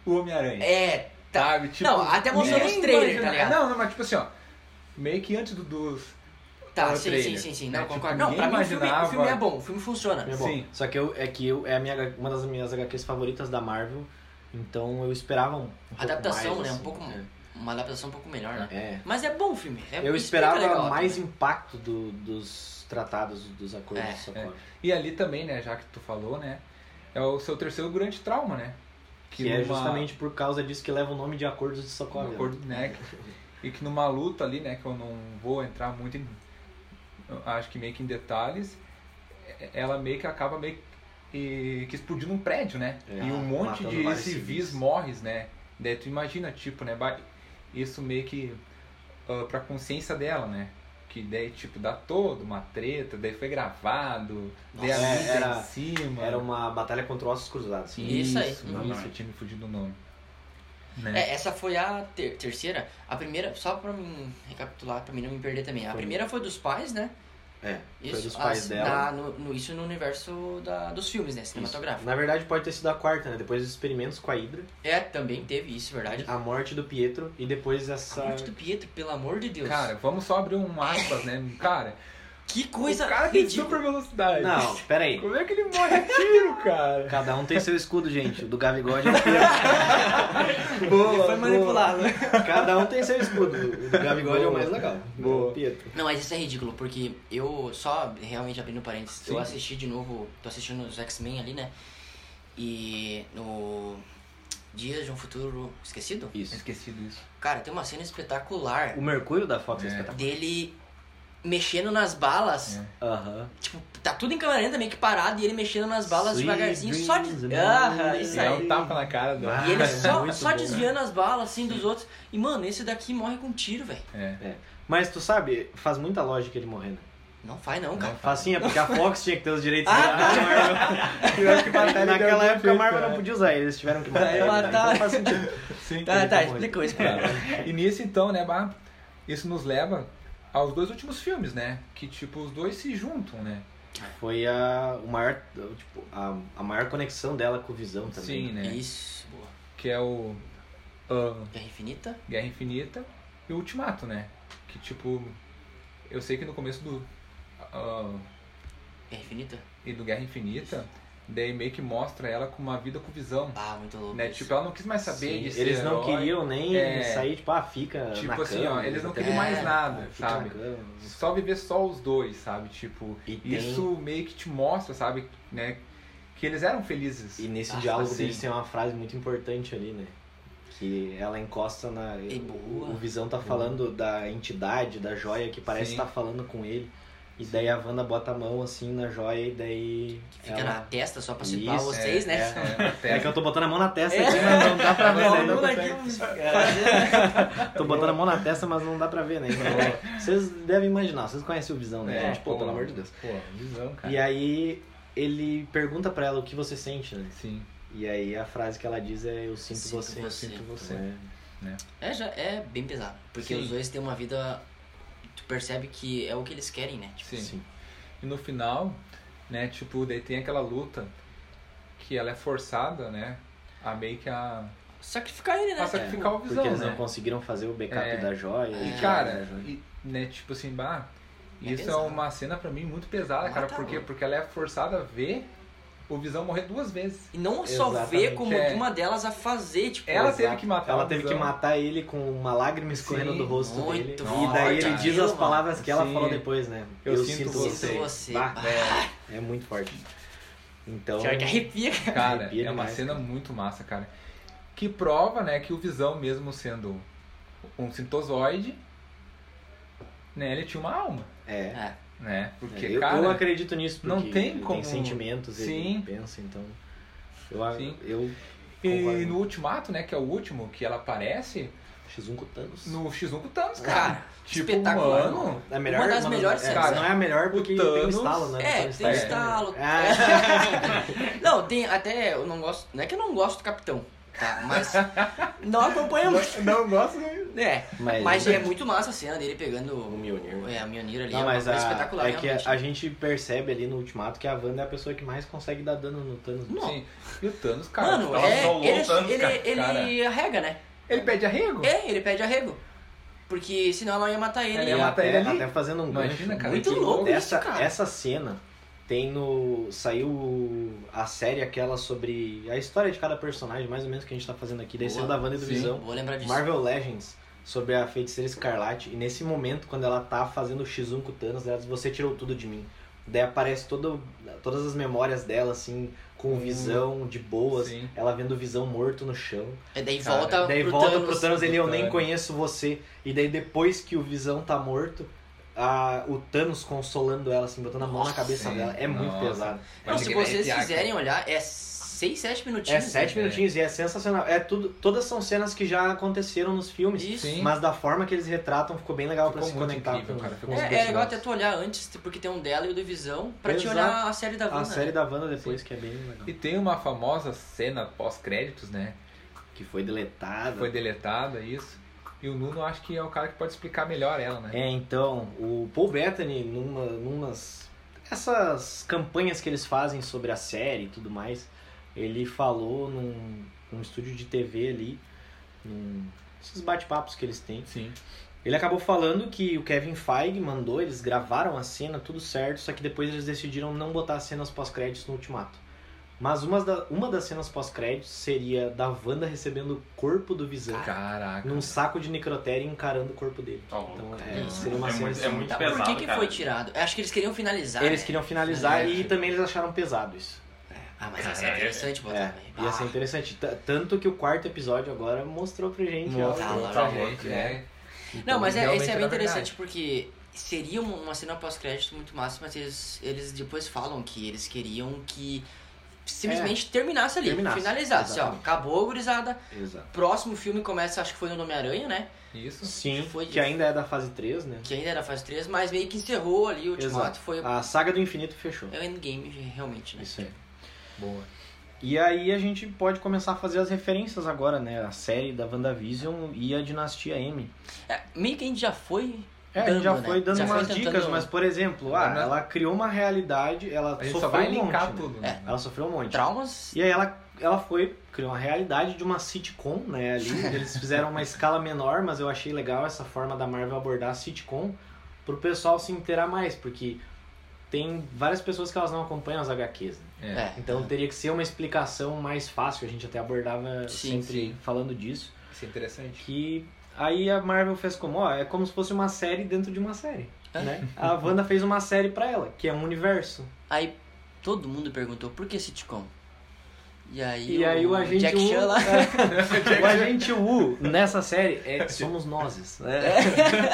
Speaker 4: o Homem-Aranha.
Speaker 1: É, tá.
Speaker 4: Sabe? Tipo,
Speaker 1: Não, até mostrou
Speaker 4: ninguém
Speaker 1: nos trailers,
Speaker 4: imaginava.
Speaker 1: tá ligado?
Speaker 4: Não, não, mas tipo assim, ó. Meio que antes do, dos.
Speaker 1: Tá,
Speaker 4: no
Speaker 1: sim,
Speaker 4: trailer,
Speaker 1: sim, sim, sim.
Speaker 4: né?
Speaker 1: Não,
Speaker 4: Tipo,
Speaker 1: concordo. Não,
Speaker 4: ninguém
Speaker 1: pra mim o filme, o filme
Speaker 4: imaginava-
Speaker 1: é bom, o filme funciona.
Speaker 2: É bom.
Speaker 4: Sim.
Speaker 2: Só que eu, é que eu, é a minha, uma das minhas HQs favoritas da Marvel, então eu esperava um, um pouco
Speaker 1: Adaptação,
Speaker 2: mais,
Speaker 1: né? Um
Speaker 2: assim,
Speaker 1: pouco- Uma adaptação um pouco melhor, né?
Speaker 2: É. É.
Speaker 1: Mas é bom o filme. É
Speaker 2: Eu
Speaker 1: explica
Speaker 2: esperava
Speaker 1: legal,
Speaker 2: mais
Speaker 1: né?
Speaker 2: impacto do- dos tratados, dos acordos
Speaker 1: É,
Speaker 2: de Sokovia.
Speaker 4: E ali também, né, já que tu falou, né? É o seu terceiro grande trauma, né?
Speaker 2: Que, é
Speaker 4: numa-
Speaker 2: justamente por causa disso que leva o nome de acordos de
Speaker 4: no
Speaker 2: Sokovia.
Speaker 4: acordo, né? E que numa luta ali, né, que eu não vou entrar muito em, eu acho que meio que em detalhes, é- ela meio que acaba meio que, que explodindo um prédio, né?
Speaker 2: É,
Speaker 4: e um monte
Speaker 2: matando
Speaker 4: de
Speaker 2: vários
Speaker 4: civis,
Speaker 2: civis.
Speaker 4: morres, né? Daí tu imagina, tipo, né, vai- isso meio que ah, pra consciência dela, né? Que daí, tipo, dá toda uma treta, daí foi gravado, daí a
Speaker 1: Nossa,
Speaker 4: mídia
Speaker 2: era-
Speaker 4: em cima.
Speaker 2: Era uma batalha contra ossos cruzados.
Speaker 1: Isso aí.
Speaker 4: Isso,
Speaker 1: Uhum.
Speaker 4: isso, eu tinha me fugido do nome. Né?
Speaker 1: É, essa foi a ter- terceira. A primeira, só pra mim recapitular, pra mim não me perder também. A
Speaker 2: Foi.
Speaker 1: primeira foi dos pais, né?
Speaker 2: É,
Speaker 1: Isso,
Speaker 2: foi dos pais
Speaker 1: as-
Speaker 2: dela.
Speaker 1: na- no, no- isso no universo da, dos filmes, né? Cinematográfico.
Speaker 2: Na verdade, pode ter sido a quarta, né? Depois dos experimentos com a Hydra,
Speaker 1: É, também teve isso, verdade.
Speaker 2: a morte do Pietro e depois essa.
Speaker 1: A morte do Pietro, pelo amor de Deus.
Speaker 4: Cara, vamos só abrir um aspas, né? Cara,
Speaker 1: que coisa
Speaker 4: o cara tem
Speaker 1: ridícula.
Speaker 4: super velocidade.
Speaker 2: Não, peraí.
Speaker 4: Como é que ele morre a tiro, cara?
Speaker 2: Cada um tem seu escudo, gente. O do Gavigode é o Pietro.
Speaker 4: Boa,
Speaker 1: Foi manipulado. né?
Speaker 2: Cada um tem seu escudo. O do Gavigode é o mais
Speaker 4: Boa.
Speaker 2: legal.
Speaker 4: Boa.
Speaker 2: O Pietro.
Speaker 1: Não, mas isso é ridículo, porque eu só realmente abrindo um parênteses, eu
Speaker 4: Sim.
Speaker 1: assisti de novo, tô assistindo os X-Men ali, né? E no Dias de um Futuro Esquecido,
Speaker 2: Isso.
Speaker 4: Esqueci disso.
Speaker 1: cara, tem uma cena espetacular
Speaker 2: O Mercúrio da Fox é,
Speaker 4: É.
Speaker 2: espetacular.
Speaker 1: dele mexendo nas balas.
Speaker 4: É.
Speaker 2: Aham.
Speaker 1: Tipo, tá tudo em câmera lenta, meio que parado, e ele mexendo nas balas
Speaker 2: Sweet
Speaker 1: devagarzinho, só
Speaker 2: dreams,
Speaker 1: de...
Speaker 2: né?
Speaker 1: Aham, isso
Speaker 4: É um
Speaker 1: aí.
Speaker 4: tapa na cara do.
Speaker 2: Ah,
Speaker 1: E ele
Speaker 2: é
Speaker 1: só,
Speaker 2: muito
Speaker 1: só
Speaker 2: bom.
Speaker 1: desviando as balas, assim, dos outros. E, mano, esse daqui morre com um tiro, velho.
Speaker 4: É.
Speaker 2: Mas tu sabe, faz muita lógica ele morrer, né?
Speaker 1: Não faz não, cara.
Speaker 2: Faz sim, é porque a Fox tinha que ter os direitos
Speaker 1: Ah,
Speaker 2: dela.
Speaker 4: tá. Eu acho que batalha deu
Speaker 2: Naquela
Speaker 4: bem
Speaker 2: época a
Speaker 4: feito,
Speaker 2: Marvel
Speaker 4: né?
Speaker 2: não podia usar, eles tiveram que matar
Speaker 1: Aí
Speaker 2: ele. né?
Speaker 1: mataram.
Speaker 2: Então faz sentido.
Speaker 4: Sim.
Speaker 1: Tá, tá,
Speaker 2: morre. É.
Speaker 1: explicou isso pra ela.
Speaker 4: E nisso então, né, Bah? Isso nos leva aos dois últimos filmes, né? Que tipo, os dois se juntam, né?
Speaker 2: Foi a, o maior, tipo, a, a maior conexão dela com o Visão também.
Speaker 4: Sim, né?
Speaker 1: É Isso, boa.
Speaker 4: Que é o. ah,
Speaker 1: Guerra Infinita?
Speaker 4: Guerra Infinita e o Ultimato, né? Que tipo. Eu sei que no começo do. ah,
Speaker 1: Guerra Infinita?
Speaker 4: e do Guerra Infinita, daí meio que mostra ela com uma vida com visão.
Speaker 1: Ah, muito louco.
Speaker 4: Né?
Speaker 1: isso.
Speaker 4: Tipo, ela não quis mais saber
Speaker 2: Sim,
Speaker 4: de ser
Speaker 2: Eles não
Speaker 4: herói.
Speaker 2: queriam nem
Speaker 4: É.
Speaker 2: sair, tipo, ah, fica
Speaker 4: Tipo
Speaker 2: na
Speaker 4: assim,
Speaker 2: cama,
Speaker 4: ó, eles não
Speaker 2: até-
Speaker 4: queriam mais nada,
Speaker 2: fica na
Speaker 4: sabe?
Speaker 2: cama.
Speaker 4: Só viver só os dois, sabe? Tipo,
Speaker 2: E tem-
Speaker 4: isso meio que te mostra, sabe? Né? Que eles eram felizes.
Speaker 2: E nesse
Speaker 1: Ah,
Speaker 2: diálogo
Speaker 4: assim.
Speaker 2: deles tem uma frase muito importante ali, né? Que ela encosta na.
Speaker 1: E É boa.
Speaker 2: O Visão tá falando da entidade, da joia, que parece
Speaker 4: Sim.
Speaker 2: estar falando com ele. E daí a Wanda bota a mão assim na joia e daí.
Speaker 1: Fica
Speaker 2: ela-
Speaker 1: na testa só pra situar
Speaker 2: É Isso,
Speaker 1: vocês, né?
Speaker 4: É, até-
Speaker 2: É que eu tô botando a mão na testa
Speaker 1: É.
Speaker 2: aqui, mas não dá pra ver,
Speaker 1: Não,
Speaker 2: né?
Speaker 1: não,
Speaker 2: Não
Speaker 1: aqui,
Speaker 2: consegue.
Speaker 1: uns- fazendo-
Speaker 2: Tô botando a mão na testa, mas não dá pra ver, né? Então, vocês devem imaginar, vocês conhecem o Visão, né?
Speaker 4: é,
Speaker 2: gente? Pô, pelo amor de Deus.
Speaker 4: Pô, visão,
Speaker 1: É.
Speaker 4: cara.
Speaker 2: E é- aí ele pergunta pra ela o que você sente, né?
Speaker 4: Sim,
Speaker 2: E aí a frase que ela diz é eu sinto,
Speaker 1: Sinto
Speaker 2: você.
Speaker 1: você. então, né?
Speaker 4: sinto você.
Speaker 2: É.
Speaker 1: É, já é bem pesado. Porque
Speaker 4: Sim.
Speaker 1: os dois têm uma vida. Tu percebe que é o que eles querem, né? Tipo,
Speaker 4: Sim. E no final, né, tipo, daí tem aquela luta que ela é forçada, né? A meio que a.
Speaker 1: Sacrificar ele, né?
Speaker 4: Pra sacrificar o
Speaker 2: Porque
Speaker 4: visão,
Speaker 2: eles
Speaker 4: né?
Speaker 2: não conseguiram fazer o backup
Speaker 4: É.
Speaker 2: da joia.
Speaker 1: É.
Speaker 2: e
Speaker 4: E,
Speaker 2: da
Speaker 4: cara,
Speaker 2: joia.
Speaker 4: e, né, tipo assim, bah,
Speaker 1: É
Speaker 4: isso é
Speaker 1: pesado.
Speaker 4: uma cena pra mim muito pesada, cara.
Speaker 1: Mata
Speaker 4: Por quê?
Speaker 1: louco.
Speaker 4: Porque ela é forçada a ver o Visão morrer duas vezes.
Speaker 1: E não só ver
Speaker 2: Exatamente, É.
Speaker 1: como
Speaker 4: é.
Speaker 1: uma delas a fazer, tipo.
Speaker 4: Ela
Speaker 2: Exato.
Speaker 4: teve que matar
Speaker 2: Ela
Speaker 4: o
Speaker 2: teve que
Speaker 4: Visão.
Speaker 2: matar ele com uma lágrima escorrendo
Speaker 4: Sim,
Speaker 2: do rosto
Speaker 1: muito
Speaker 2: dele.
Speaker 1: forte,
Speaker 2: e daí ele
Speaker 1: cara.
Speaker 2: diz as palavras que ela
Speaker 4: Sim.
Speaker 2: falou depois, né?
Speaker 4: Eu sinto você.
Speaker 1: Sinto você.
Speaker 2: Bah,
Speaker 4: É,
Speaker 2: é muito forte. Então,
Speaker 1: Pior é que arrepia, cara.
Speaker 4: cara,
Speaker 2: Arrepia
Speaker 4: é uma
Speaker 2: demais,
Speaker 4: cena
Speaker 2: cara.
Speaker 4: muito massa, cara. Que prova, né, que o Visão, mesmo sendo um sintozoide, né, ele tinha uma alma,
Speaker 2: é.
Speaker 1: É.
Speaker 4: né? Porque,
Speaker 2: eu,
Speaker 4: cara,
Speaker 2: eu acredito nisso, porque
Speaker 4: não tem
Speaker 2: ele
Speaker 4: como-
Speaker 2: tem sentimentos, ele
Speaker 4: Sim.
Speaker 2: pensa, então... Eu,
Speaker 4: Sim.
Speaker 2: eu
Speaker 4: e
Speaker 2: concordo.
Speaker 4: no Ultimato, né, que é o último que ela aparece,
Speaker 2: X1 com Thanos.
Speaker 4: no X1 com o Thanos, cara.
Speaker 1: Cara,
Speaker 4: tipo,
Speaker 1: Ah, espetacular.
Speaker 4: mano,
Speaker 2: A melhor,
Speaker 1: Uma das melhores
Speaker 2: é,
Speaker 1: cenas.
Speaker 2: Não é a melhor porque
Speaker 4: O
Speaker 2: tem um
Speaker 4: Thanos-
Speaker 2: estalo, né?
Speaker 1: É,
Speaker 2: Tony
Speaker 1: tem
Speaker 2: Stark.
Speaker 1: estalo. É.
Speaker 2: Ah,
Speaker 1: Não, tem até. Eu não gosto. Não é que eu não gosto do capitão, tá? Mas. não acompanha muito.
Speaker 4: Não gosto
Speaker 1: É.
Speaker 2: mas,
Speaker 1: Mas é muito massa a cena dele pegando
Speaker 2: O Mjolnir.
Speaker 1: É, a Mionir ali.
Speaker 2: Não,
Speaker 1: é
Speaker 2: mas
Speaker 1: uma
Speaker 2: a,
Speaker 1: coisa espetacular,
Speaker 2: é que a,
Speaker 1: realmente. né?
Speaker 2: a gente percebe ali no ultimato que a Wanda é a pessoa que mais consegue dar dano no Thanos.
Speaker 4: Sim. E o Thanos, cara,
Speaker 1: Mano,
Speaker 3: ela
Speaker 1: é,
Speaker 3: solou
Speaker 1: ele,
Speaker 3: o Thanos,
Speaker 1: ele,
Speaker 3: cara.
Speaker 1: ele
Speaker 4: Cara.
Speaker 1: arrega, né?
Speaker 4: ele pede arrego.
Speaker 1: É, ele pede arrego. Porque senão ela ia matar ele.
Speaker 4: Ela
Speaker 2: E
Speaker 4: ia matar
Speaker 2: até,
Speaker 4: ele ali.
Speaker 2: até fazendo um
Speaker 4: Imagina,
Speaker 2: gancho,
Speaker 4: cara,
Speaker 1: muito
Speaker 4: que
Speaker 1: louco isso,
Speaker 2: essa,
Speaker 1: cara.
Speaker 2: essa cena tem no. Saiu a série aquela sobre a história de cada personagem, mais ou menos que a gente tá fazendo aqui, daí
Speaker 1: Boa.
Speaker 2: saiu da Wanda e do
Speaker 4: Sim.
Speaker 2: Visão.
Speaker 1: Vou lembrar disso.
Speaker 2: Marvel Legends sobre a feiticeira escarlate. E nesse momento, quando ela tá fazendo o X1 com o Thanos, ela diz, você tirou tudo de mim. Daí aparece todo, todas as memórias dela, assim,
Speaker 1: Hum.
Speaker 2: com visão de boas.
Speaker 4: Sim.
Speaker 2: Ela vendo o visão morto no chão.
Speaker 1: É, daí
Speaker 4: Cara,
Speaker 1: volta
Speaker 2: daí
Speaker 1: pro
Speaker 2: volta
Speaker 1: Thanos.
Speaker 2: pro Thanos, ele, eu nem
Speaker 4: Thanos.
Speaker 2: conheço você. E daí depois que o visão tá morto, a- o Thanos consolando ela, assim, botando a mão na
Speaker 1: Nossa,
Speaker 2: cabeça
Speaker 4: sim.
Speaker 2: dela. É muito
Speaker 4: Nossa.
Speaker 2: pesado.
Speaker 1: Não,
Speaker 4: Mas
Speaker 1: se
Speaker 4: que vai
Speaker 1: vocês
Speaker 4: arrepiar,
Speaker 1: quiserem
Speaker 4: cara.
Speaker 1: olhar, é 6, 7
Speaker 2: É
Speaker 1: minutinhos.
Speaker 2: sete
Speaker 4: é.
Speaker 2: minutinhos e é sensacional. É tudo, todas são cenas que já aconteceram nos filmes.
Speaker 1: Isso.
Speaker 4: Sim.
Speaker 2: Mas da forma que eles retratam, ficou bem legal pra
Speaker 4: Ficou
Speaker 2: se
Speaker 4: muito
Speaker 2: conectar
Speaker 4: incrível,
Speaker 2: com,
Speaker 4: cara,
Speaker 2: com
Speaker 4: ficou
Speaker 2: os
Speaker 1: É, é
Speaker 2: personagens.
Speaker 1: legal até tu olhar antes, porque tem um dela e o do Visão, pra te
Speaker 2: Exato.
Speaker 1: olhar a série da Wanda.
Speaker 2: A série
Speaker 1: né?
Speaker 2: da Wanda depois, que é bem legal.
Speaker 4: E tem uma famosa cena pós-créditos, né?
Speaker 2: Que foi deletada.
Speaker 4: Foi deletada, isso. E o Nuno acho que é o cara que pode explicar melhor ela, né?
Speaker 2: É, então, o Paul Bettany, numa, numas... Essas campanhas que eles fazem sobre a série e tudo mais, ele falou num, num estúdio de TV ali, num, esses bate-papos que eles têm,
Speaker 4: Sim.
Speaker 2: Ele acabou falando que o Kevin Feige mandou, eles gravaram a cena, tudo certo, só que depois eles decidiram não botar as cenas pós-créditos no Ultimato. Mas uma, da- uma das cenas pós-créditos seria da Wanda recebendo o corpo do Visão
Speaker 4: Caraca. né?
Speaker 2: num saco de necrotério e encarando o corpo dele.
Speaker 3: Tá louco,
Speaker 2: Então,
Speaker 3: cara.
Speaker 2: é,
Speaker 1: Isso.
Speaker 2: seria uma
Speaker 3: É
Speaker 2: cena
Speaker 3: muito- é
Speaker 2: assim.
Speaker 3: muito
Speaker 1: Tá,
Speaker 3: pesado,
Speaker 1: por que, que
Speaker 3: cara.
Speaker 1: foi tirado? Acho que eles queriam finalizar.
Speaker 2: Eles
Speaker 1: né?
Speaker 2: queriam finalizar
Speaker 4: É.
Speaker 2: e também eles acharam pesado isso.
Speaker 1: Ah, mas essa
Speaker 3: É.
Speaker 1: é interessante botar
Speaker 2: É,
Speaker 1: também.
Speaker 2: ia ser
Speaker 1: Ah,
Speaker 2: interessante. T- tanto que o quarto episódio agora mostrou pra gente. ó.
Speaker 1: Tá lá,
Speaker 3: Tá
Speaker 4: gente,
Speaker 3: louco,
Speaker 4: né?
Speaker 2: Então,
Speaker 1: Não, mas é,
Speaker 4: Realmente
Speaker 1: esse é bem
Speaker 4: era
Speaker 1: interessante porque seria uma uma cena pós-crédito muito massa, mas eles, eles depois falam que eles queriam que simplesmente terminasse ali,
Speaker 2: É, Terminasse,
Speaker 1: finalizasse. Ó,
Speaker 2: exatamente.
Speaker 1: acabou, gurizada.
Speaker 2: Exato.
Speaker 1: Próximo filme começa, acho que foi no Homem-Aranha, né?
Speaker 4: Isso.
Speaker 2: Sim,
Speaker 1: Foi
Speaker 2: que
Speaker 1: isso.
Speaker 2: ainda é da fase 3, né?
Speaker 1: Que ainda era fase 3, mas meio que encerrou ali o ultimato.
Speaker 2: Exato.
Speaker 1: Foi o
Speaker 2: A saga do infinito fechou.
Speaker 1: é o endgame, realmente, né?
Speaker 2: Isso aí.
Speaker 4: Boa.
Speaker 2: E aí a gente pode começar a fazer as referências agora, né? A série da WandaVision e a Dinastia M.
Speaker 1: É, meio que a gente já foi.
Speaker 2: É, a
Speaker 1: Dando,
Speaker 2: gente já
Speaker 1: né?
Speaker 2: foi dando
Speaker 1: Já foi
Speaker 2: umas
Speaker 1: tentando- Né?
Speaker 2: dicas, mas por exemplo, ah,
Speaker 4: Dando-
Speaker 2: ela criou uma realidade, ela
Speaker 4: A gente só
Speaker 2: sofreu
Speaker 4: vai
Speaker 2: um monte.
Speaker 4: linkar
Speaker 2: né?
Speaker 4: tudo,
Speaker 1: É.
Speaker 4: né?
Speaker 2: Ela sofreu um monte.
Speaker 1: Traumas?
Speaker 2: E aí ela, ela foi, criou uma realidade de uma sitcom, né? Ali eles fizeram uma escala menor, mas eu achei legal essa forma da Marvel abordar a sitcom pro pessoal se inteirar mais, porque tem várias pessoas que elas não acompanham as HQs, né?
Speaker 4: É.
Speaker 2: Então teria que ser uma explicação mais fácil, a gente até abordava
Speaker 1: Sim,
Speaker 2: sempre
Speaker 4: sim.
Speaker 2: falando disso,
Speaker 4: Isso é interessante.
Speaker 2: que aí a Marvel fez como, ó, é como se fosse uma série dentro de uma série,
Speaker 1: É.
Speaker 2: né? A Wanda fez uma série pra ela, que é um universo.
Speaker 1: Aí todo mundo perguntou por que sitcom? E aí,
Speaker 2: E, aí o agente um
Speaker 1: Jack
Speaker 2: Wu, é,
Speaker 1: Chan lá.
Speaker 2: o agente Wu nessa série é somos nós.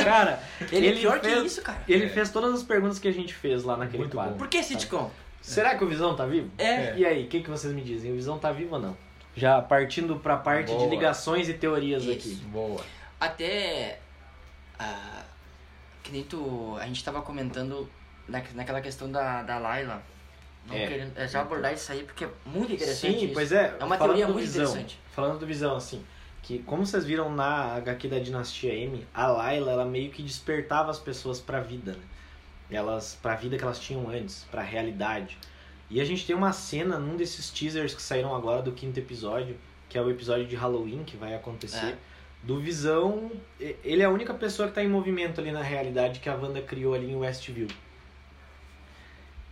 Speaker 2: Cara,
Speaker 1: Ele, é
Speaker 2: Ele
Speaker 1: pior que
Speaker 2: fez-
Speaker 1: isso, cara.
Speaker 2: ele
Speaker 4: É.
Speaker 2: fez todas as perguntas que a gente fez lá naquele
Speaker 4: Muito
Speaker 2: quadro.
Speaker 4: bom.
Speaker 1: Por que sitcom?
Speaker 2: Será que o Visão tá vivo?
Speaker 1: É.
Speaker 4: É.
Speaker 2: E aí, o que, que vocês me dizem? O Visão tá vivo ou não? Já partindo pra parte
Speaker 4: Boa.
Speaker 2: de ligações e teorias
Speaker 1: Isso.
Speaker 2: aqui.
Speaker 4: Boa.
Speaker 1: Até. ah, que nem tu. A gente tava comentando na, naquela questão da, da Laila. Não
Speaker 2: É.
Speaker 1: querendo- é, já abordar isso aí porque é muito interessante.
Speaker 2: Sim,
Speaker 1: isso.
Speaker 2: pois é.
Speaker 1: É uma
Speaker 2: falando
Speaker 1: teoria
Speaker 2: do
Speaker 1: muito
Speaker 2: Visão,
Speaker 1: interessante.
Speaker 2: Falando do Visão, assim, que como vocês viram na HQ da Dinastia M, a Layla, ela meio que despertava as pessoas pra vida, né? Elas, pra vida que elas tinham antes, pra realidade. E a gente tem uma cena num desses teasers que saíram agora do quinto episódio, que é o episódio de Halloween que vai
Speaker 1: É.
Speaker 2: acontecer. Do Visão, e- ele é a única pessoa que está em movimento ali na realidade que a Wanda criou ali em Westview.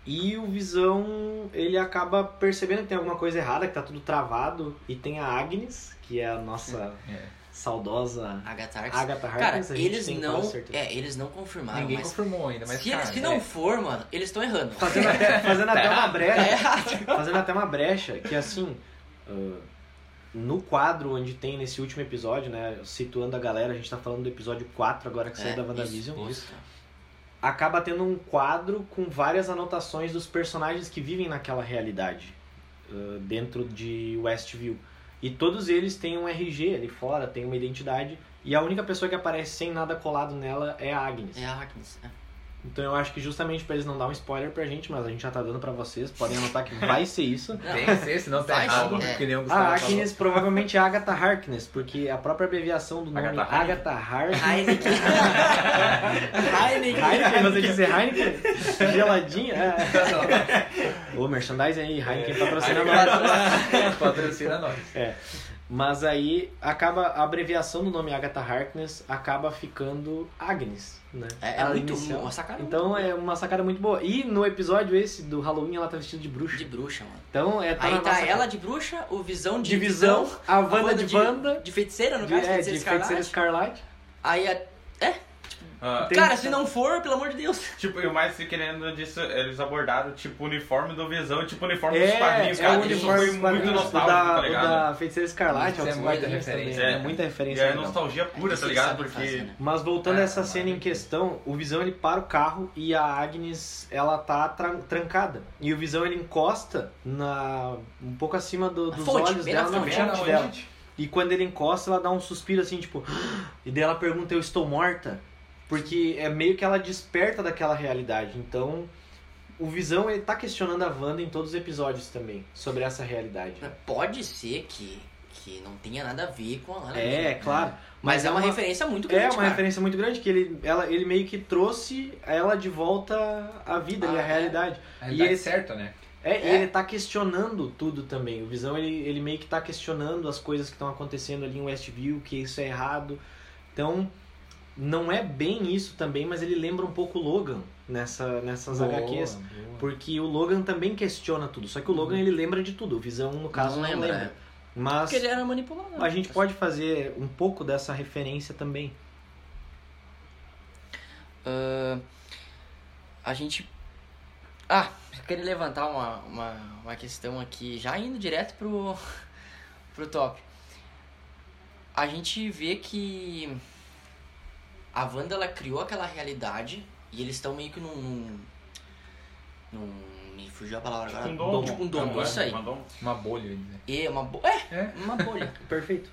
Speaker 2: E o Visão, ele acaba percebendo que tem alguma coisa errada, que tá tudo travado. E tem a Agnes, que é a nossa
Speaker 4: É.
Speaker 2: saudosa
Speaker 1: Agatha Harkness.
Speaker 2: Agatha
Speaker 1: Cara,
Speaker 2: Harkness. a gente
Speaker 1: eles
Speaker 2: tem
Speaker 1: não,
Speaker 2: quase certeza.
Speaker 1: é, eles não confirmaram,
Speaker 4: Ninguém
Speaker 1: mas
Speaker 4: confirmou ainda, mas
Speaker 1: se,
Speaker 4: cara,
Speaker 1: eles, se não
Speaker 4: é.
Speaker 1: for, mano, eles estão errando.
Speaker 2: Fazendo até, fazendo até uma
Speaker 1: Tá
Speaker 2: brecha.
Speaker 1: errado.
Speaker 2: Fazendo até uma brecha que assim. ah, no quadro onde tem nesse último episódio, né? Situando a galera, a gente tá falando do episódio 4 agora que saiu é da WandaVision.
Speaker 1: É, Isso,
Speaker 2: acaba tendo um quadro com várias anotações dos personagens que vivem naquela realidade uh, dentro de Westview. E todos eles têm um RG ali fora, tem uma identidade. E a única pessoa que aparece sem nada colado nela é a Agnes.
Speaker 1: é a Harkness. é.
Speaker 2: Então eu acho que justamente pra eles não dar um spoiler pra gente, mas a gente já tá dando pra vocês, podem anotar que vai ser isso.
Speaker 1: Não,
Speaker 4: Tem que ser, senão tá
Speaker 1: Vai,
Speaker 4: errado,
Speaker 1: é.
Speaker 4: que nem o
Speaker 2: A
Speaker 4: Gustavo falou.
Speaker 2: Agnes provavelmente é Agatha Harkness, porque a própria abreviação do nome
Speaker 3: Agatha
Speaker 2: Agatha Harkness
Speaker 1: Heineken. Heineken.
Speaker 2: Heineken, é você disse Heineken? Geladinha? É. Ô, merchandising aí,
Speaker 3: É.
Speaker 2: Heineken patrocina nós.
Speaker 4: Patrocina nós.
Speaker 2: Mas aí, acaba a abreviação do nome Agatha Harkness acaba ficando Agnes, né?
Speaker 1: É, é
Speaker 2: A
Speaker 1: muito
Speaker 2: inicial.
Speaker 1: uma sacada
Speaker 2: Então é uma sacada muito boa. E no episódio esse do Halloween, ela tá vestida de bruxa.
Speaker 1: de bruxa, mano.
Speaker 2: Então é
Speaker 1: Aí
Speaker 2: na
Speaker 1: tá
Speaker 2: nossa
Speaker 1: ela de bruxa, o Visão de
Speaker 2: divisão,
Speaker 1: Visão,
Speaker 2: a
Speaker 1: a
Speaker 2: Wanda
Speaker 1: Wanda
Speaker 2: de Wanda,
Speaker 1: de feiticeira, no
Speaker 2: de,
Speaker 1: caso,
Speaker 2: é, de
Speaker 1: feiticeira escarlate.
Speaker 2: feiticeira escarlate.
Speaker 1: né? Aí a...
Speaker 3: Ah,
Speaker 2: Tem-
Speaker 1: Cara, se não for, pelo amor de Deus.
Speaker 3: tipo, e o mais querendo disso, eles abordaram tipo o uniforme do Visão, tipo o uniforme dos
Speaker 2: É,
Speaker 3: quadrinhos,
Speaker 2: é o
Speaker 3: cara.
Speaker 1: dos
Speaker 3: Isso
Speaker 2: uniforme
Speaker 3: foi
Speaker 2: dos
Speaker 3: muito
Speaker 2: quadrinhos, o da,
Speaker 3: nostálgico, tá
Speaker 2: o
Speaker 3: ligado?
Speaker 2: da feiticeira escarlate,
Speaker 4: Isso é
Speaker 2: é,
Speaker 4: muita
Speaker 2: muita referência,
Speaker 4: referência,
Speaker 2: é,
Speaker 3: né?
Speaker 2: muita
Speaker 3: E
Speaker 2: referência.
Speaker 3: é
Speaker 2: legal.
Speaker 3: nostalgia pura,
Speaker 1: Isso
Speaker 3: tá
Speaker 1: eles
Speaker 3: ligado?
Speaker 2: é
Speaker 1: sabem
Speaker 3: Porque.
Speaker 1: fazer, né?
Speaker 2: Mas voltando
Speaker 4: Ah,
Speaker 2: a essa
Speaker 4: maravilha.
Speaker 2: cena em questão, o Visão ele para o carro e a Agnes ela tá tra- trancada. E o Visão ele encosta na um pouco acima do-
Speaker 1: Na
Speaker 2: dos
Speaker 1: fonte,
Speaker 2: olhos
Speaker 1: bem
Speaker 2: dela,
Speaker 1: na
Speaker 4: tá
Speaker 2: na
Speaker 1: fonte,
Speaker 2: fonte,
Speaker 1: bem na
Speaker 2: dela. E quando ele encosta, ela dá um suspiro assim, tipo, e daí ela pergunta: "Eu estou morta?" Porque é meio que ela desperta daquela realidade. Então, o Visão ele tá questionando a Wanda em todos os episódios também sobre essa realidade.
Speaker 1: Pode ser que, que não tenha nada a ver com a Lana Del
Speaker 2: É,
Speaker 1: Rey.
Speaker 2: é claro.
Speaker 1: Mas, é uma, referência muito grande,
Speaker 2: É uma
Speaker 1: cara.
Speaker 2: referência muito grande que ele, ela, ele meio que trouxe ela de volta à vida e
Speaker 1: Ah,
Speaker 2: à
Speaker 1: é.
Speaker 2: realidade.
Speaker 4: A realidade
Speaker 2: esse-
Speaker 4: certa, né?
Speaker 2: É,
Speaker 1: É.
Speaker 2: ele tá questionando tudo também. O Visão ele, ele meio que tá questionando as coisas que estão acontecendo ali em Westview, que isso é errado. Então, não é bem isso também, mas ele lembra um pouco o Logan nessa, nessas
Speaker 4: Boa,
Speaker 2: HQs.
Speaker 4: boa.
Speaker 2: Porque o Logan também questiona tudo, só que o Logan
Speaker 1: Uhum.
Speaker 2: ele lembra de tudo. O Visão, no caso, não lembra.
Speaker 1: né?
Speaker 2: Mas
Speaker 1: Porque ele era Tá manipulado.
Speaker 2: a gente pode fazer um pouco dessa referência também.
Speaker 1: A gente. Ah, eu queria levantar uma, uma, uma questão aqui, já indo direto pro, pro top. A gente vê que a Wanda ela criou aquela realidade e eles estão meio que num. num, num- me fugiu a palavra
Speaker 3: Tipo
Speaker 1: agora.
Speaker 3: um domo.
Speaker 1: Tipo um domo,
Speaker 3: É,
Speaker 1: isso aí.
Speaker 3: uma domo.
Speaker 4: Uma bolha, ele, né?
Speaker 1: E é uma bolha. É,
Speaker 4: É.
Speaker 1: uma bolha.
Speaker 2: Perfeito.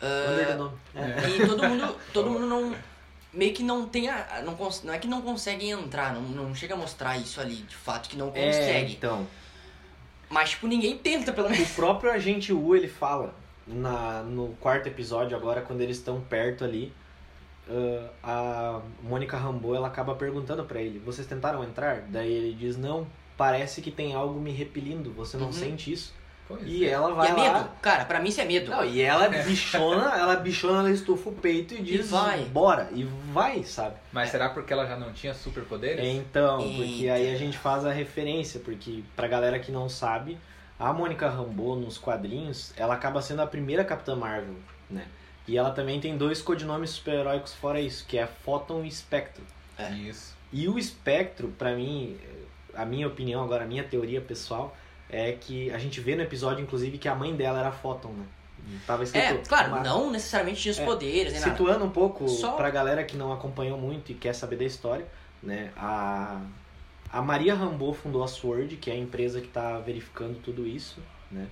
Speaker 1: Ah,
Speaker 3: É.
Speaker 1: E todo mundo, todo mundo não meio que não tem a, não, cons- não é que não consegue entrar, não, não chega a mostrar isso ali, de fato que não
Speaker 2: É,
Speaker 1: consegue.
Speaker 2: então.
Speaker 1: Mas tipo ninguém tenta pelo menos.
Speaker 2: O próprio agente U ele fala na, no quarto episódio, agora quando eles estão perto ali. ah, a Mônica Rambeau ela acaba perguntando pra ele: Vocês tentaram entrar? Daí ele diz: Não, parece que tem algo me repelindo, você não
Speaker 1: Uhum.
Speaker 2: sente isso.
Speaker 4: Pois
Speaker 2: E
Speaker 4: é.
Speaker 2: ela
Speaker 1: E
Speaker 2: vai
Speaker 1: é
Speaker 2: lá.
Speaker 1: medo, cara, pra mim isso é medo.
Speaker 2: Não, e ela bichona, ela bichona, ela estufa o peito e diz:
Speaker 1: vai.
Speaker 2: Bora, e vai, sabe?
Speaker 4: é, Mas será porque ela já não tinha superpoderes?
Speaker 2: Então, porque
Speaker 1: Eita.
Speaker 2: aí a gente faz a referência, porque pra galera que não sabe, a Mônica Rambeau nos quadrinhos, ela acaba sendo a primeira Capitã Marvel, né? E ela também tem dois codinomes super-heróicos fora isso, que é Photon e Spectro.
Speaker 1: É.
Speaker 4: Isso.
Speaker 2: E o Espectro, pra mim, a minha opinião agora, a minha teoria pessoal, é que a gente vê no episódio, inclusive, que a mãe dela era Photon, né?
Speaker 1: é,
Speaker 2: Tava escrito...
Speaker 1: claro,
Speaker 2: uma-
Speaker 1: não necessariamente tinha os
Speaker 2: É,
Speaker 1: poderes, nem nada.
Speaker 2: Situando um pouco
Speaker 1: Só-
Speaker 2: pra galera que não acompanhou muito e quer saber da história, né? A, a Maria Rambo fundou a Sword, que é a empresa que tá verificando tudo isso, né?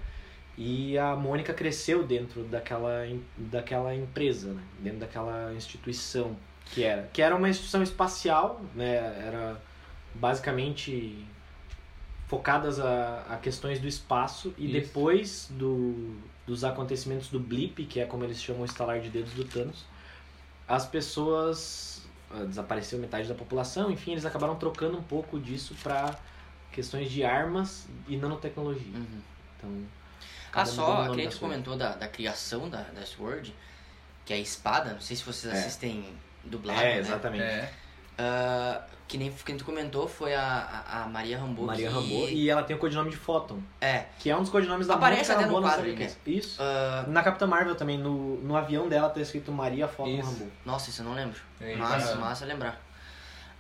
Speaker 2: E a Mônica cresceu dentro daquela, em- daquela empresa, né? Dentro daquela instituição que era. Que era uma instituição espacial, né? Era basicamente focadas a, a questões do espaço e
Speaker 4: Isso.
Speaker 2: depois do, dos acontecimentos do blip, que é como eles chamam o estalar de dedos do Thanos, as pessoas ah, desapareceu metade da população, enfim, eles acabaram trocando um pouco disso pra questões de armas e nanotecnologia.
Speaker 1: Uhum.
Speaker 2: Então,
Speaker 1: Ah,
Speaker 2: acabou mudando o
Speaker 1: só,
Speaker 2: nome
Speaker 1: a
Speaker 2: da
Speaker 1: gente
Speaker 2: Sword.
Speaker 1: comentou da, da criação da, da Sword, que é a espada, não sei se vocês
Speaker 2: É.
Speaker 1: assistem dublado,
Speaker 2: É,
Speaker 1: né?
Speaker 2: exatamente.
Speaker 4: É.
Speaker 1: Ah, que nem quem tu comentou foi a, a, a Maria Rambo.
Speaker 2: Maria
Speaker 1: que-
Speaker 2: Rambo. E ela tem o codinome de Photon,
Speaker 1: É,
Speaker 2: que é um dos codinomes da
Speaker 1: Aparece
Speaker 2: Mônica
Speaker 1: até no
Speaker 2: Rambeau nas
Speaker 1: quadro,
Speaker 2: HQs. Isso.
Speaker 1: ah,
Speaker 2: Na Capitã Marvel também, no, no avião dela tá escrito Maria Photon
Speaker 4: Isso.
Speaker 2: Rambo.
Speaker 1: nossa, isso eu não lembro.
Speaker 4: É,
Speaker 1: massa,
Speaker 4: cara.
Speaker 1: massa lembrar.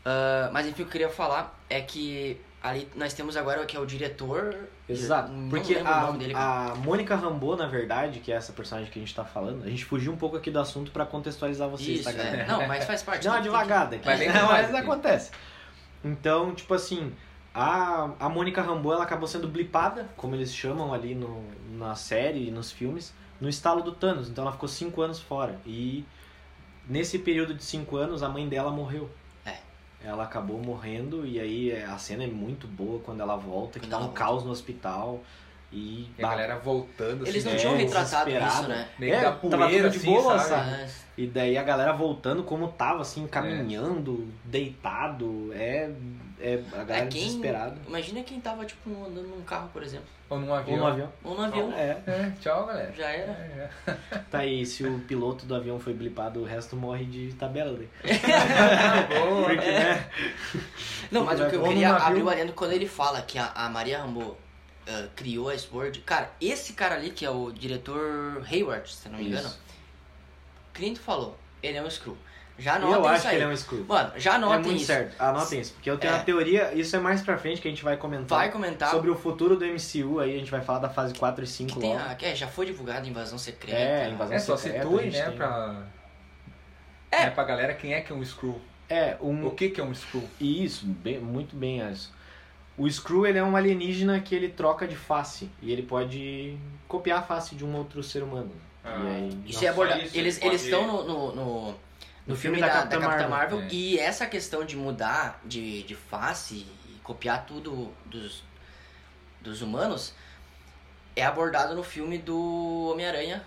Speaker 1: Ah, mas enfim, o que eu queria falar é que ali nós temos agora o que é o diretor.
Speaker 2: Exato.
Speaker 1: Não
Speaker 2: Porque
Speaker 1: lembro o
Speaker 2: a,
Speaker 1: nome dele, cara.
Speaker 2: a Mônica Rambeau, na verdade, que é essa personagem que a gente tá falando, a gente fugiu um pouco aqui do assunto pra contextualizar vocês,
Speaker 1: Isso,
Speaker 2: tá, galera?
Speaker 1: é. Não, mas faz parte.
Speaker 2: Deu uma
Speaker 1: tem que-
Speaker 2: devagada aqui.
Speaker 4: Mas bem claro,
Speaker 2: Mas
Speaker 4: filho.
Speaker 2: acontece. Então, tipo assim, a, a Mônica Rambeau, ela acabou sendo blipada, como eles chamam ali no, na série e nos filmes, no estalo do Thanos. Então ela ficou cinco anos fora. E nesse período de cinco anos, a mãe dela morreu.
Speaker 1: É.
Speaker 2: Ela acabou morrendo e aí é, a cena é muito boa quando ela volta, que
Speaker 1: Quando
Speaker 2: dá um
Speaker 1: ela
Speaker 2: caos no hospital. E,
Speaker 4: E a
Speaker 2: bah,
Speaker 4: galera voltando
Speaker 1: Eles
Speaker 4: assim,
Speaker 1: não
Speaker 2: é,
Speaker 1: tinham
Speaker 4: né?
Speaker 1: retratado isso,
Speaker 2: desesperado.
Speaker 1: né?
Speaker 4: Meio
Speaker 2: É,
Speaker 4: que da
Speaker 2: tava tudo
Speaker 4: poeira,
Speaker 2: de
Speaker 4: assim,
Speaker 2: boa,
Speaker 4: sabe?
Speaker 2: sabe?
Speaker 1: Mas-
Speaker 2: E daí a galera voltando como tava, assim, caminhando, deitado, é, é a galera
Speaker 1: É, quem-
Speaker 2: desesperada.
Speaker 1: Imagina quem tava, tipo, andando num carro, por exemplo.
Speaker 4: Ou num avião.
Speaker 2: Ou no Um avião.
Speaker 1: Ou num avião.
Speaker 2: É.
Speaker 4: É, tchau, galera.
Speaker 1: Já era.
Speaker 4: É, é.
Speaker 2: Tá aí, se o piloto do avião foi blipado, o resto morre de tabela. né?
Speaker 1: É.
Speaker 4: Boa.
Speaker 2: Porque, né?
Speaker 1: Não, mas o que eu
Speaker 2: Ou num
Speaker 1: queria
Speaker 2: navio.
Speaker 1: abrir o adendo quando ele fala que a, a Maria Rambo ah, criou a Sword. Cara, esse cara ali, que é o diretor Hayward, se não me engano,
Speaker 2: Isso.
Speaker 1: Clinton falou, ele é um screw. Já
Speaker 2: E eu
Speaker 1: anotem
Speaker 2: acho
Speaker 1: isso
Speaker 2: que
Speaker 1: aí.
Speaker 2: ele é um screw.
Speaker 1: Mano, já
Speaker 2: É
Speaker 1: anotem
Speaker 2: muito
Speaker 1: isso.
Speaker 2: certo. Anotem isso, porque eu tenho
Speaker 1: É.
Speaker 2: uma teoria, isso é mais pra frente que a gente vai comentar.
Speaker 1: Vai comentar.
Speaker 2: Sobre o futuro do MCU, aí a gente vai falar da fase 4 e 5
Speaker 1: que tem
Speaker 2: logo.
Speaker 1: a, que é, já foi divulgada Invasão Secreta.
Speaker 2: É, invasão
Speaker 4: É, só
Speaker 2: secreta, a
Speaker 4: situem,
Speaker 2: gente
Speaker 4: né,
Speaker 2: tem-
Speaker 4: pra...
Speaker 1: É.
Speaker 4: né, pra galera quem é que é um screw.
Speaker 2: É, um,
Speaker 4: O que que é um screw?
Speaker 2: Isso, bem- muito bem, Alisson. O Screw ele é um alienígena que ele troca de face e ele pode copiar a face de um outro ser humano.
Speaker 3: Ah.
Speaker 2: E aí,
Speaker 1: Isso
Speaker 3: Não,
Speaker 1: é
Speaker 3: só
Speaker 1: abordado.
Speaker 3: isso,
Speaker 1: Eles
Speaker 3: pode-
Speaker 1: eles estão no, no, no, no
Speaker 2: No
Speaker 1: filme da, da Capitã Marvel.
Speaker 4: É.
Speaker 1: E essa questão de mudar de, de face e copiar tudo dos, dos humanos é abordado no filme do Homem-Aranha.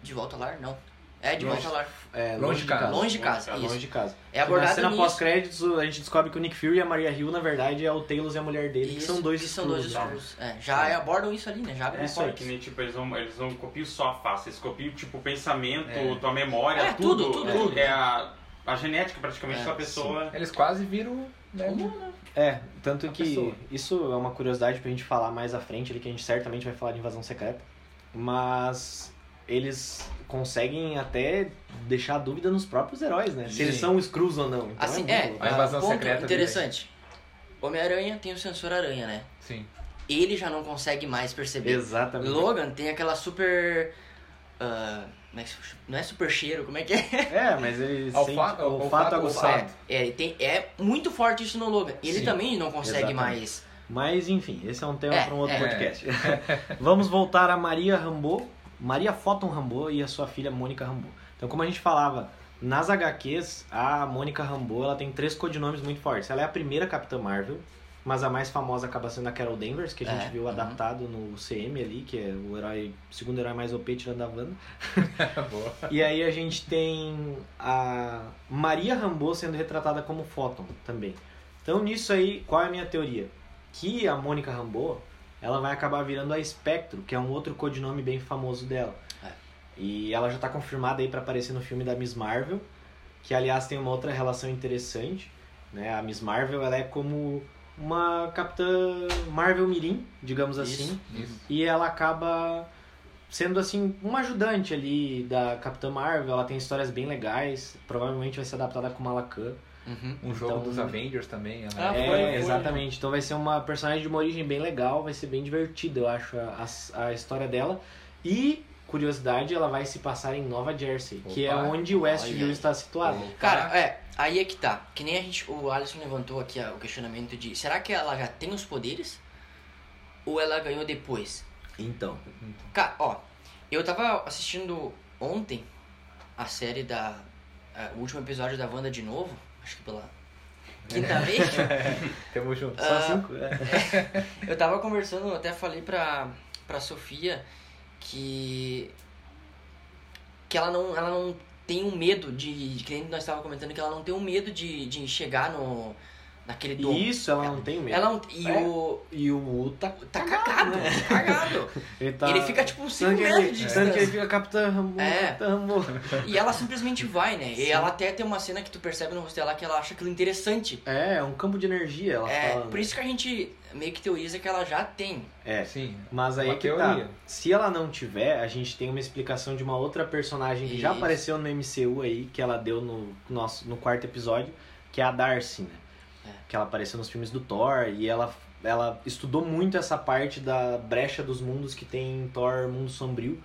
Speaker 1: De volta ao lar? Não. É, de
Speaker 2: Longe-
Speaker 1: volta ao lar.
Speaker 2: é,
Speaker 4: Longe de casa.
Speaker 1: Longe de casa,
Speaker 2: Longe
Speaker 1: isso.
Speaker 2: de casa.
Speaker 1: É
Speaker 2: Na
Speaker 1: abordado
Speaker 2: cena
Speaker 1: nisso.
Speaker 2: pós-créditos, a gente descobre que o Nick Fury e a Maria Hill, na verdade, é o Talos e a mulher dele, que
Speaker 1: Isso,
Speaker 2: são dois
Speaker 1: que são dois
Speaker 2: Skrulls, né?
Speaker 1: Skrulls. É, já
Speaker 2: É.
Speaker 1: abordam isso ali, né? Já
Speaker 2: É
Speaker 1: abordam
Speaker 2: isso aí.
Speaker 3: que nem, tipo, eles não, eles não copiam só a face, eles copiam, tipo, o pensamento,
Speaker 4: É.
Speaker 3: tua memória,
Speaker 1: É, tudo,
Speaker 3: tudo.
Speaker 1: tudo,
Speaker 3: é,
Speaker 1: tudo.
Speaker 3: é a, a genética, praticamente,
Speaker 1: É,
Speaker 3: da pessoa.
Speaker 4: Eles quase viram... Né,
Speaker 2: É, tanto
Speaker 4: Uma
Speaker 2: que
Speaker 4: pessoa.
Speaker 2: isso é uma curiosidade pra gente falar mais à frente, ali, que a gente certamente vai falar de invasão secreta. Mas eles conseguem até deixar dúvida nos próprios heróis, né? Se
Speaker 4: Sim.
Speaker 2: eles são Skrulls ou não. Então
Speaker 1: Assim,
Speaker 2: muito
Speaker 1: é,
Speaker 2: louco.
Speaker 4: A invasão
Speaker 1: ah, ponto
Speaker 4: secreta dele.
Speaker 1: interessante. Homem-Aranha tem o sensor aranha, né?
Speaker 4: Sim.
Speaker 1: Ele já não consegue mais perceber.
Speaker 2: Exatamente.
Speaker 1: Logan tem aquela super. ah, como é que se- não é super cheiro, como é que é?
Speaker 2: É, mas ele
Speaker 4: Olfa-
Speaker 2: sente o
Speaker 4: olfato
Speaker 2: olfato aguçado.
Speaker 4: olfato.
Speaker 1: É, ele tem, é muito forte isso no Logan. Ele
Speaker 4: Sim,
Speaker 1: também não consegue
Speaker 2: exatamente.
Speaker 1: mais.
Speaker 2: Mas enfim, esse é um tema
Speaker 1: É,
Speaker 2: pra um outro
Speaker 1: é.
Speaker 2: podcast. Vamos voltar a Maria Rambo, Maria Fóton Rambo e a sua filha Mônica Rambo. Então, como a gente falava, nas HQs, a Mônica Rambo, ela tem três codinomes muito fortes. Ela é a primeira Capitã Marvel, mas a mais famosa acaba sendo a Carol Danvers, que a gente
Speaker 1: É,
Speaker 2: viu
Speaker 1: uhum.
Speaker 2: adaptado no CM ali, que é o herói, o segundo herói mais OP tirando a Wanda.
Speaker 4: Boa.
Speaker 2: E aí a gente tem a Maria Rambo sendo retratada como Photon também. Então nisso aí, qual é a minha teoria? Que a Mônica Rambo, ela vai acabar virando a Spectro, que é um outro codinome bem famoso dela.
Speaker 1: É.
Speaker 2: E ela já tá confirmada aí para aparecer no filme da Miss Marvel, que aliás tem uma outra relação interessante, né? A Miss Marvel, ela é como uma Capitã Marvel Mirim, digamos
Speaker 1: Isso.
Speaker 2: assim.
Speaker 4: Isso.
Speaker 2: E ela acaba sendo assim uma ajudante ali da Capitã Marvel. Ela tem histórias bem legais. Provavelmente vai ser adaptada com Malacan.
Speaker 1: Uhum.
Speaker 4: Um jogo
Speaker 2: Então-
Speaker 4: dos Avengers também. né? ela
Speaker 1: Ah,
Speaker 2: é,
Speaker 1: foi, foi.
Speaker 2: exatamente. Então vai ser uma personagem de uma origem bem legal. Vai ser bem divertida, eu acho, a, a, a história dela. E curiosidade, ela vai se passar em Nova Jersey, que é
Speaker 4: Opa.
Speaker 2: onde Westview
Speaker 1: Olha.
Speaker 2: está situado.
Speaker 1: Cara, é, aí é que tá. Que nem a gente. O Alisson levantou aqui ah, o questionamento de será que ela já tem os poderes? Ou ela ganhou depois?
Speaker 2: Então,
Speaker 1: Cara, ó, eu tava assistindo ontem a série da. a- o último episódio da Wanda de novo, acho que pela quinta vez. tipo,
Speaker 4: Tamo junto.
Speaker 2: só
Speaker 1: Ah.
Speaker 2: cinco. É.
Speaker 1: Eu tava conversando, até falei pra, pra Sofia que. que ela não, ela não tem um medo de. que nem nós estávamos comentando, que ela não tem um medo de, de chegar no, naquele dom.
Speaker 2: E isso, ela não tem medo.
Speaker 1: Ela não- e
Speaker 2: É.
Speaker 1: o
Speaker 2: E o Wu tá,
Speaker 1: tá cagado, cagado.
Speaker 2: Ele, tá...
Speaker 1: Ele fica tipo 5
Speaker 2: Tanto que
Speaker 1: metros de
Speaker 2: ele, tanto que ele
Speaker 1: distância.
Speaker 2: fica Capitã Rambo,
Speaker 1: É.
Speaker 2: Capitã Rambo.
Speaker 1: E ela simplesmente vai, né? E
Speaker 2: Sim.
Speaker 1: ela até tem uma cena que tu percebe no rosto dela que ela acha aquilo interessante.
Speaker 2: É, é um campo de energia, ela
Speaker 1: É,
Speaker 2: fala. né?
Speaker 1: por isso que a gente meio que teoriza que ela já tem.
Speaker 2: É.
Speaker 4: Sim.
Speaker 2: Mas aí
Speaker 4: Uma
Speaker 2: é que
Speaker 4: teoria.
Speaker 2: tá. Se ela não tiver, a gente tem uma explicação de uma outra personagem que já
Speaker 1: Isso.
Speaker 2: apareceu no MCU aí, que ela deu no, nosso, no quarto episódio, que é a Darcy, né?
Speaker 1: É.
Speaker 2: Que ela apareceu nos filmes do Thor e ela, ela estudou muito essa parte da brecha dos mundos que tem em Thor Mundo Sombrio.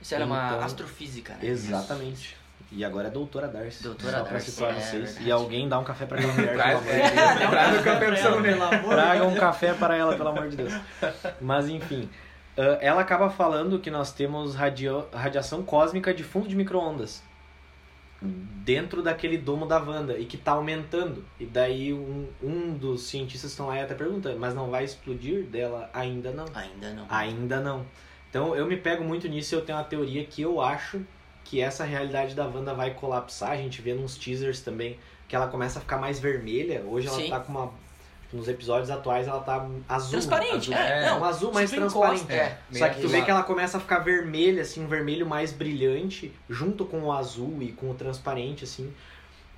Speaker 1: Isso ela é uma
Speaker 2: Então-
Speaker 1: astrofísica, né?
Speaker 2: Exatamente. E agora é doutora Darcy.
Speaker 1: Doutora
Speaker 2: Só pra
Speaker 1: Darcy,
Speaker 2: situar
Speaker 1: é
Speaker 2: vocês.
Speaker 1: verdade.
Speaker 2: E alguém dá um café pra aquela mulher. pelo
Speaker 4: Traz,
Speaker 2: amor de
Speaker 4: é,
Speaker 2: Deus.
Speaker 4: traz o campeão nela.
Speaker 2: Traga um café para ela, pelo amor de Deus. Mas enfim, ah, ela acaba falando que nós temos radio- radiação cósmica de fundo de micro-ondas dentro daquele domo da Wanda e que tá aumentando. E daí um, um dos cientistas que estão lá e até pergunta, mas não vai explodir dela? Ainda
Speaker 4: um-
Speaker 2: não.
Speaker 1: Ainda não.
Speaker 4: Ah,
Speaker 2: Ainda não. Então eu me pego muito nisso e eu tenho uma teoria que eu acho que essa realidade da Wanda vai colapsar. A gente vê nos teasers também que ela começa a ficar mais vermelha. Hoje ela
Speaker 1: Sim.
Speaker 2: tá com uma. tipo, nos episódios atuais ela tá azul.
Speaker 1: Transparente,
Speaker 2: azul.
Speaker 1: é,
Speaker 2: É,
Speaker 1: não.
Speaker 2: um azul mais
Speaker 1: se tu
Speaker 2: transparente.
Speaker 1: encosta, é.
Speaker 2: Só que tu vê que ela começa a ficar vermelha, assim, um vermelho mais brilhante, junto com o azul e com o transparente, assim.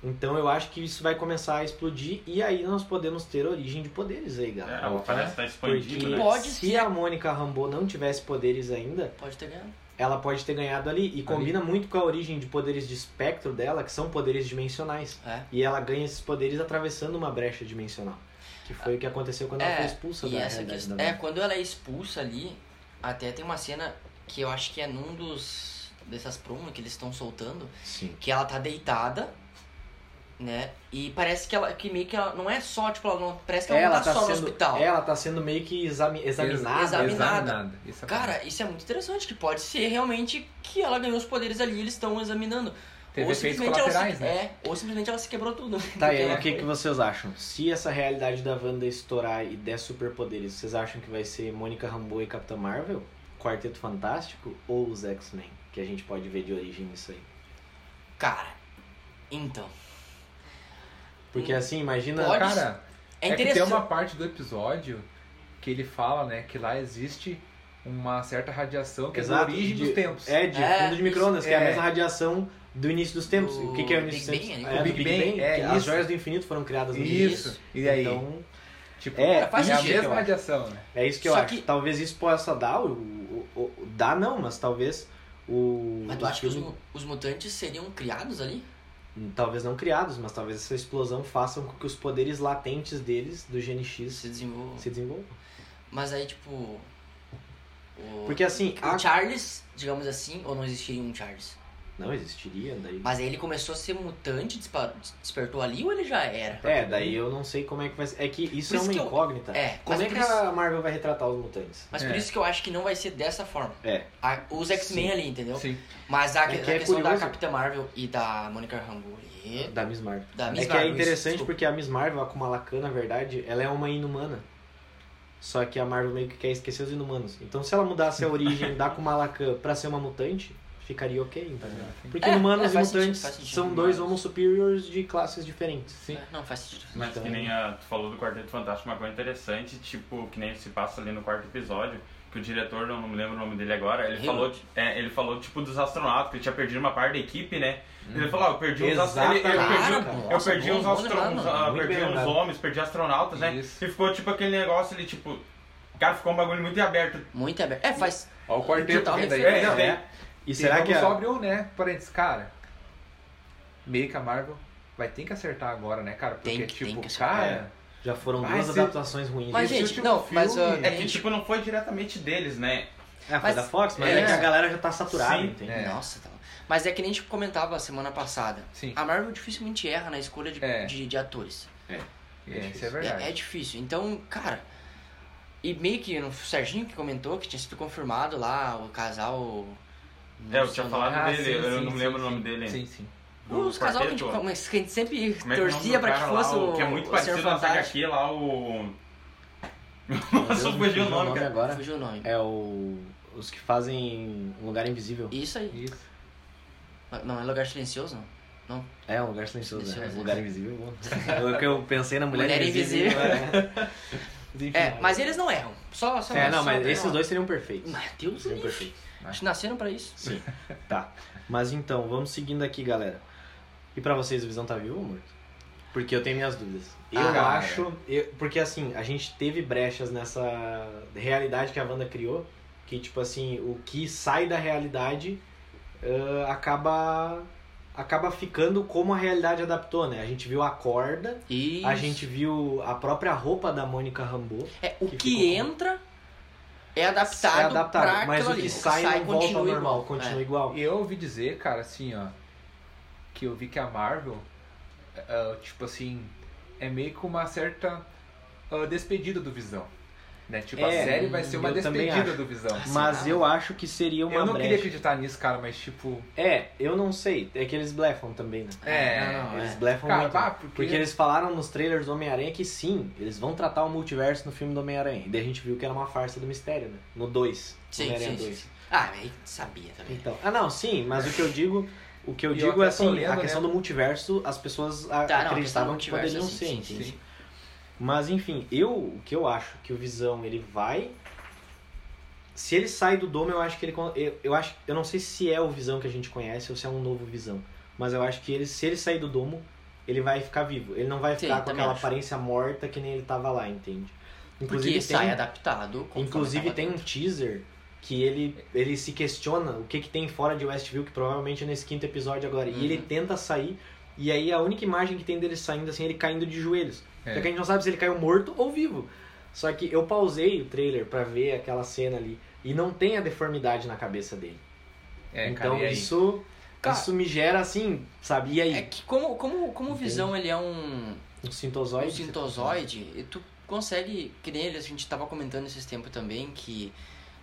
Speaker 2: Então eu acho que isso vai começar a explodir e aí nós podemos ter origem de poderes aí,
Speaker 3: É,
Speaker 2: galera.
Speaker 3: ela parece estar
Speaker 2: Porque
Speaker 3: expandindo, né?
Speaker 1: Pode
Speaker 2: se
Speaker 1: ser.
Speaker 2: a Mônica Rambeau não tivesse poderes
Speaker 4: é.
Speaker 2: ainda,
Speaker 1: Pode ter ganhado.
Speaker 2: ela pode ter ganhado ali. E combina muito com a origem de poderes de espectro dela, que são poderes dimensionais.
Speaker 1: É.
Speaker 2: E ela ganha esses poderes atravessando uma brecha dimensional. Que foi o que aconteceu quando ela
Speaker 1: É,
Speaker 2: foi expulsa
Speaker 1: E
Speaker 2: da
Speaker 1: essa
Speaker 2: realidade
Speaker 1: questão.
Speaker 2: da
Speaker 1: É,
Speaker 2: Wanda.
Speaker 1: quando ela é expulsa ali, até tem uma cena que eu acho que é num dos. dessas promos que eles estão soltando,
Speaker 2: Sim.
Speaker 1: que ela tá deitada, né? E parece que ela. que meio que ela. não é só, tipo, ela não. parece que ela,
Speaker 2: Ela
Speaker 1: não tá,
Speaker 2: tá,
Speaker 1: só no
Speaker 2: sendo,
Speaker 1: hospital.
Speaker 2: ela tá sendo meio que exami- examinada. né?
Speaker 1: Examinada.
Speaker 4: Isso é
Speaker 1: Cara, isso é muito interessante, que pode ser realmente que ela ganhou os poderes ali e eles estão examinando.
Speaker 4: Teve
Speaker 1: ou
Speaker 4: efeitos
Speaker 1: simplesmente ela
Speaker 4: colaterais,
Speaker 1: se,
Speaker 4: né?
Speaker 1: é, ou simplesmente ela se quebrou tudo.
Speaker 2: Tá, e
Speaker 1: Porque
Speaker 2: aí,
Speaker 1: ela-
Speaker 2: o que, que vocês acham? Se essa realidade da Wanda estourar e der superpoderes, vocês acham que vai ser Mônica Rambeau e Capitã Marvel? Quarteto Fantástico ou os X-Men? Que a gente pode ver de origem isso aí.
Speaker 1: Cara, então.
Speaker 2: Porque assim, imagina.
Speaker 1: Hum, Pode
Speaker 4: Então, cara,
Speaker 1: É
Speaker 4: é que tem
Speaker 1: interessante.
Speaker 4: uma parte do episódio que ele fala, né, que lá existe uma certa radiação que é
Speaker 2: Exato,
Speaker 4: da origem
Speaker 2: de-
Speaker 4: dos tempos.
Speaker 2: É, de
Speaker 1: É,
Speaker 2: fundo de micro-ondas,
Speaker 4: isso,
Speaker 2: que é a
Speaker 4: é.
Speaker 2: mesma radiação do início dos tempos.
Speaker 1: Do
Speaker 2: o que, que é o
Speaker 1: Big
Speaker 2: início dos
Speaker 1: Bang,
Speaker 2: tempos?
Speaker 1: né?
Speaker 2: É,
Speaker 4: O
Speaker 2: do
Speaker 4: Big Bang,
Speaker 2: que
Speaker 4: é
Speaker 2: As
Speaker 4: isso.
Speaker 2: joias do infinito foram criadas no
Speaker 4: Isso.
Speaker 2: início.
Speaker 4: E aí?
Speaker 2: Então,
Speaker 4: tipo,
Speaker 2: é,
Speaker 1: Cara, faz
Speaker 4: é a
Speaker 1: sentido,
Speaker 4: mesma
Speaker 2: eu acho.
Speaker 4: radiação, né?
Speaker 2: é isso que eu
Speaker 1: Só
Speaker 2: acho.
Speaker 1: que-
Speaker 2: Talvez isso possa dar, o, o- o- dá não, mas talvez o.
Speaker 1: Mas tu
Speaker 2: os
Speaker 1: acha que os,
Speaker 2: filmes-
Speaker 1: mu- os mutantes seriam criados ali?
Speaker 2: Talvez não criados, mas talvez essa explosão faça com que os poderes latentes deles, do GNX,
Speaker 1: Se desenvolvam.
Speaker 2: se desenvolvam.
Speaker 1: Mas aí, tipo. O,
Speaker 2: Porque assim,
Speaker 1: o
Speaker 2: a...
Speaker 1: Charles, digamos assim, ou não existiria um Charles?
Speaker 2: não existiria daí.
Speaker 1: Mas aí ele começou a ser mutante, disparou, despertou ali ou ele já era?
Speaker 2: É, daí eu não sei como é que vai ser. É que isso
Speaker 1: Por isso
Speaker 2: é uma
Speaker 1: que eu-
Speaker 2: incógnita.
Speaker 1: É,
Speaker 2: Como
Speaker 1: mas
Speaker 2: é
Speaker 1: por
Speaker 2: que
Speaker 1: isso-
Speaker 2: a Marvel vai retratar os mutantes?
Speaker 1: Mas por
Speaker 4: É.
Speaker 1: isso que eu acho que não vai ser dessa forma.
Speaker 2: É.
Speaker 1: A- os X-Men ali, entendeu?
Speaker 4: Sim.
Speaker 1: Mas a,
Speaker 2: É que
Speaker 1: a
Speaker 2: é
Speaker 1: questão da
Speaker 2: curioso.
Speaker 1: Capitã Marvel e da Monica Rambeau e
Speaker 2: Da Miss Marvel.
Speaker 1: da
Speaker 2: É
Speaker 1: Miss
Speaker 2: que é
Speaker 1: Marvel,
Speaker 2: interessante
Speaker 1: desculpa.
Speaker 2: porque a Miss Marvel, a Kumalaka, na verdade, ela é uma inumana. Só que a Marvel meio que quer esquecer os inumanos. Então se ela mudasse a origem da Kumalaka pra ser uma mutante, ficaria ok, entendeu? Porque
Speaker 1: É,
Speaker 2: humanos
Speaker 1: é,
Speaker 2: e
Speaker 1: faz sentido,
Speaker 2: mutantes
Speaker 1: faz sentido.
Speaker 2: são dois homo superiors de classes diferentes.
Speaker 4: Sim.
Speaker 1: É, Não, faz sentido.
Speaker 3: Mas
Speaker 2: Então-
Speaker 3: que nem a, tu falou do Quarteto Fantástico, uma coisa interessante, tipo, que nem se passa ali no quarto episódio, que o diretor, eu não me lembro o nome dele agora, ele
Speaker 1: Hayward.
Speaker 3: falou, de- é, ele falou, tipo, dos astronautas, que ele tinha perdido uma parte da equipe, né? Ele falou, ah, eu perdi uns astronautas. Eu
Speaker 2: Exatamente,
Speaker 3: perdi, um
Speaker 2: cara.
Speaker 3: eu
Speaker 1: Nossa,
Speaker 3: perdi
Speaker 1: bom,
Speaker 3: uns,
Speaker 1: bom
Speaker 3: astro-
Speaker 1: lembrado,
Speaker 3: uns,
Speaker 1: mano.
Speaker 3: ah,
Speaker 2: Muito
Speaker 3: perdi
Speaker 2: bem
Speaker 3: uns
Speaker 2: lembrado.
Speaker 3: homens, perdi astronautas, né?
Speaker 4: Isso.
Speaker 3: E ficou tipo aquele negócio ali, tipo. Cara, ficou um bagulho muito em aberto.
Speaker 1: Muito aberto. É, faz.
Speaker 4: Ó o quarteto
Speaker 1: Total
Speaker 4: vindo aí.
Speaker 1: referência.
Speaker 4: Não,
Speaker 2: É. E
Speaker 4: E
Speaker 2: será que a-
Speaker 4: só abre um, né? Parênteses, cara. Meio que a Marvel vai ter que acertar agora, né, cara? Porque,
Speaker 1: Tem que- tem
Speaker 4: tipo,
Speaker 1: que acertar.
Speaker 4: cara.
Speaker 2: já foram
Speaker 4: Vai
Speaker 2: duas
Speaker 4: ser-
Speaker 2: adaptações ruins?
Speaker 1: Mas,
Speaker 4: Esse
Speaker 1: gente,
Speaker 4: último
Speaker 1: não, mas.
Speaker 4: filme
Speaker 1: ah,
Speaker 4: é
Speaker 1: a
Speaker 3: É que,
Speaker 1: gente-
Speaker 3: tipo, não foi diretamente deles, né?
Speaker 2: É, foi
Speaker 1: Mas-
Speaker 2: da Fox, mas
Speaker 4: é.
Speaker 2: é. que a galera já tá saturada,
Speaker 3: Sim,
Speaker 2: entende?
Speaker 4: É.
Speaker 1: Nossa, tá... mas é que nem a gente comentava semana passada.
Speaker 4: Sim.
Speaker 1: A Marvel dificilmente erra na escolha de,
Speaker 4: É.
Speaker 1: de, de atores.
Speaker 4: É, isso
Speaker 2: difícil.
Speaker 4: é verdade.
Speaker 1: É, é difícil. Então, cara. E meio que o Serginho que comentou que tinha sido confirmado lá o casal.
Speaker 3: É, eu tinha falado
Speaker 4: Ah,
Speaker 3: dele,
Speaker 4: sim,
Speaker 3: eu não
Speaker 4: sim,
Speaker 3: me
Speaker 4: sim,
Speaker 3: lembro o
Speaker 4: sim.
Speaker 3: nome dele.
Speaker 4: Sim, sim.
Speaker 3: Do
Speaker 1: Os casal que a gente,
Speaker 3: quarteto.
Speaker 1: mas que a gente sempre
Speaker 3: Como é que é o nome
Speaker 1: torcia
Speaker 3: do
Speaker 1: pra que
Speaker 3: cara lá,
Speaker 1: fosse
Speaker 3: o
Speaker 1: o.
Speaker 3: que é muito
Speaker 1: o
Speaker 3: parecido
Speaker 1: Senhor
Speaker 3: nossa
Speaker 1: Fantástico.
Speaker 3: HQ lá, o.
Speaker 2: Meu Deus,
Speaker 3: Nossa,
Speaker 2: me
Speaker 3: fugiu
Speaker 2: fugiu
Speaker 3: o nome, cara.
Speaker 2: agora.
Speaker 1: Fugiu o nome.
Speaker 2: É o... Os que fazem Um Lugar Invisível.
Speaker 1: Isso aí.
Speaker 4: Isso.
Speaker 1: Não, é lugar silencioso, não? Não?
Speaker 2: É, um lugar silencioso. né?
Speaker 1: Silencioso.
Speaker 2: Lugar invisível. é bom. Eu, que eu pensei na mulher,
Speaker 1: Mulher
Speaker 2: invisível. né?
Speaker 4: Enfim,
Speaker 1: É, mas eles não erram. Só, só
Speaker 2: É, não,
Speaker 1: só- é
Speaker 2: mas esses dois seriam perfeitos.
Speaker 1: Mas Deus
Speaker 2: seriam
Speaker 1: livre.
Speaker 2: perfeitos.
Speaker 1: Acho que nasceram pra isso.
Speaker 2: Sim. Tá. Mas então, vamos seguindo aqui, galera. E pra vocês, o Visão tá vivo ou morto? Porque eu tenho minhas dúvidas. Eu
Speaker 4: Ah,
Speaker 2: acho. eu- porque assim, a gente teve brechas nessa realidade que a Wanda criou. Que tipo assim, o que sai da realidade ah, acaba. acaba ficando como a realidade adaptou, né? A gente viu a corda,
Speaker 1: Isso.
Speaker 2: a gente viu a própria roupa da Mônica Rambeau.
Speaker 1: É, o que,
Speaker 2: que ficou-
Speaker 1: entra é adaptado,
Speaker 2: é adaptado,
Speaker 1: pra
Speaker 2: mas o
Speaker 1: aquilo ali.
Speaker 2: que sai, não volta ao
Speaker 1: continua
Speaker 2: normal,
Speaker 1: igual. é.
Speaker 2: continua igual.
Speaker 4: eu ouvi dizer, cara, assim, ó, que eu vi que a Marvel, ah, tipo assim, é meio que uma certa ah, despedida do Visão. Né? Tipo, a
Speaker 2: É,
Speaker 4: série vai ser uma
Speaker 2: eu também
Speaker 4: despedida
Speaker 2: acho.
Speaker 4: do Visão.
Speaker 1: é
Speaker 2: Mas eu acho que seria uma
Speaker 4: Eu não
Speaker 2: brecha.
Speaker 4: queria acreditar nisso, cara, mas tipo.
Speaker 2: É, eu não sei. É que eles blefam também, né?
Speaker 4: É,
Speaker 1: não, não,
Speaker 2: Eles
Speaker 1: é.
Speaker 2: blefam
Speaker 4: Cara,
Speaker 2: muito. né?
Speaker 4: bah, porque-
Speaker 2: Porque eles falaram nos trailers do Homem-Aranha que sim, eles vão tratar o multiverso no filme do Homem-Aranha. E daí a gente viu que era uma farsa do mistério, né? No 2.
Speaker 1: Sim,
Speaker 2: Homem-Aranha
Speaker 1: sim, sim,
Speaker 2: 2.
Speaker 1: sim. Ah, aí sabia também.
Speaker 2: Então. Ah, não, sim, mas o que eu digo. O que eu
Speaker 4: E eu
Speaker 2: digo
Speaker 4: até
Speaker 2: é assim,
Speaker 4: tô lendo,
Speaker 2: a questão
Speaker 4: né?
Speaker 2: do multiverso, as pessoas a-
Speaker 1: Tá, não, a questão
Speaker 2: acreditavam
Speaker 1: do
Speaker 2: que
Speaker 1: multiverso,
Speaker 2: poderiam
Speaker 1: sim,
Speaker 2: ser,
Speaker 1: sim,
Speaker 2: entende?
Speaker 4: sim.
Speaker 2: Mas enfim, eu o que eu acho que o Visão ele vai se ele sai do domo, eu acho que ele con- eu, eu acho, eu não sei se é o Visão que a gente conhece ou se é um novo Visão, mas eu acho que ele se ele sair do domo, ele vai ficar vivo. Ele não vai
Speaker 1: Sim,
Speaker 2: ficar com
Speaker 1: também
Speaker 2: aquela
Speaker 1: acho.
Speaker 2: aparência morta que nem ele tava lá, entende?
Speaker 1: Porque
Speaker 2: tem-
Speaker 1: sai adaptado. conforme
Speaker 2: Inclusive
Speaker 1: tava
Speaker 2: tem um
Speaker 1: dentro.
Speaker 2: teaser que ele, ele se questiona o que, que tem fora de Westview, que provavelmente é nesse quinto episódio agora.
Speaker 1: Uhum.
Speaker 2: E ele tenta sair, e aí a única imagem que tem dele saindo assim, é ele caindo de joelhos.
Speaker 4: É.
Speaker 2: Só que a gente não sabe se ele caiu morto ou vivo. Só que eu pausei o trailer pra ver aquela cena ali e não tem a deformidade na cabeça dele.
Speaker 4: É,
Speaker 2: então
Speaker 4: cara, e aí?
Speaker 2: isso
Speaker 1: Cara-
Speaker 2: isso me gera assim, sabe? E aí,
Speaker 1: É que como, como, como o
Speaker 2: Entendi.
Speaker 1: Visão ele é um,
Speaker 2: um
Speaker 1: um
Speaker 2: sintozoide?
Speaker 1: sintozoide, e tu consegue, que nem ele, a gente tava comentando esses tempos também, que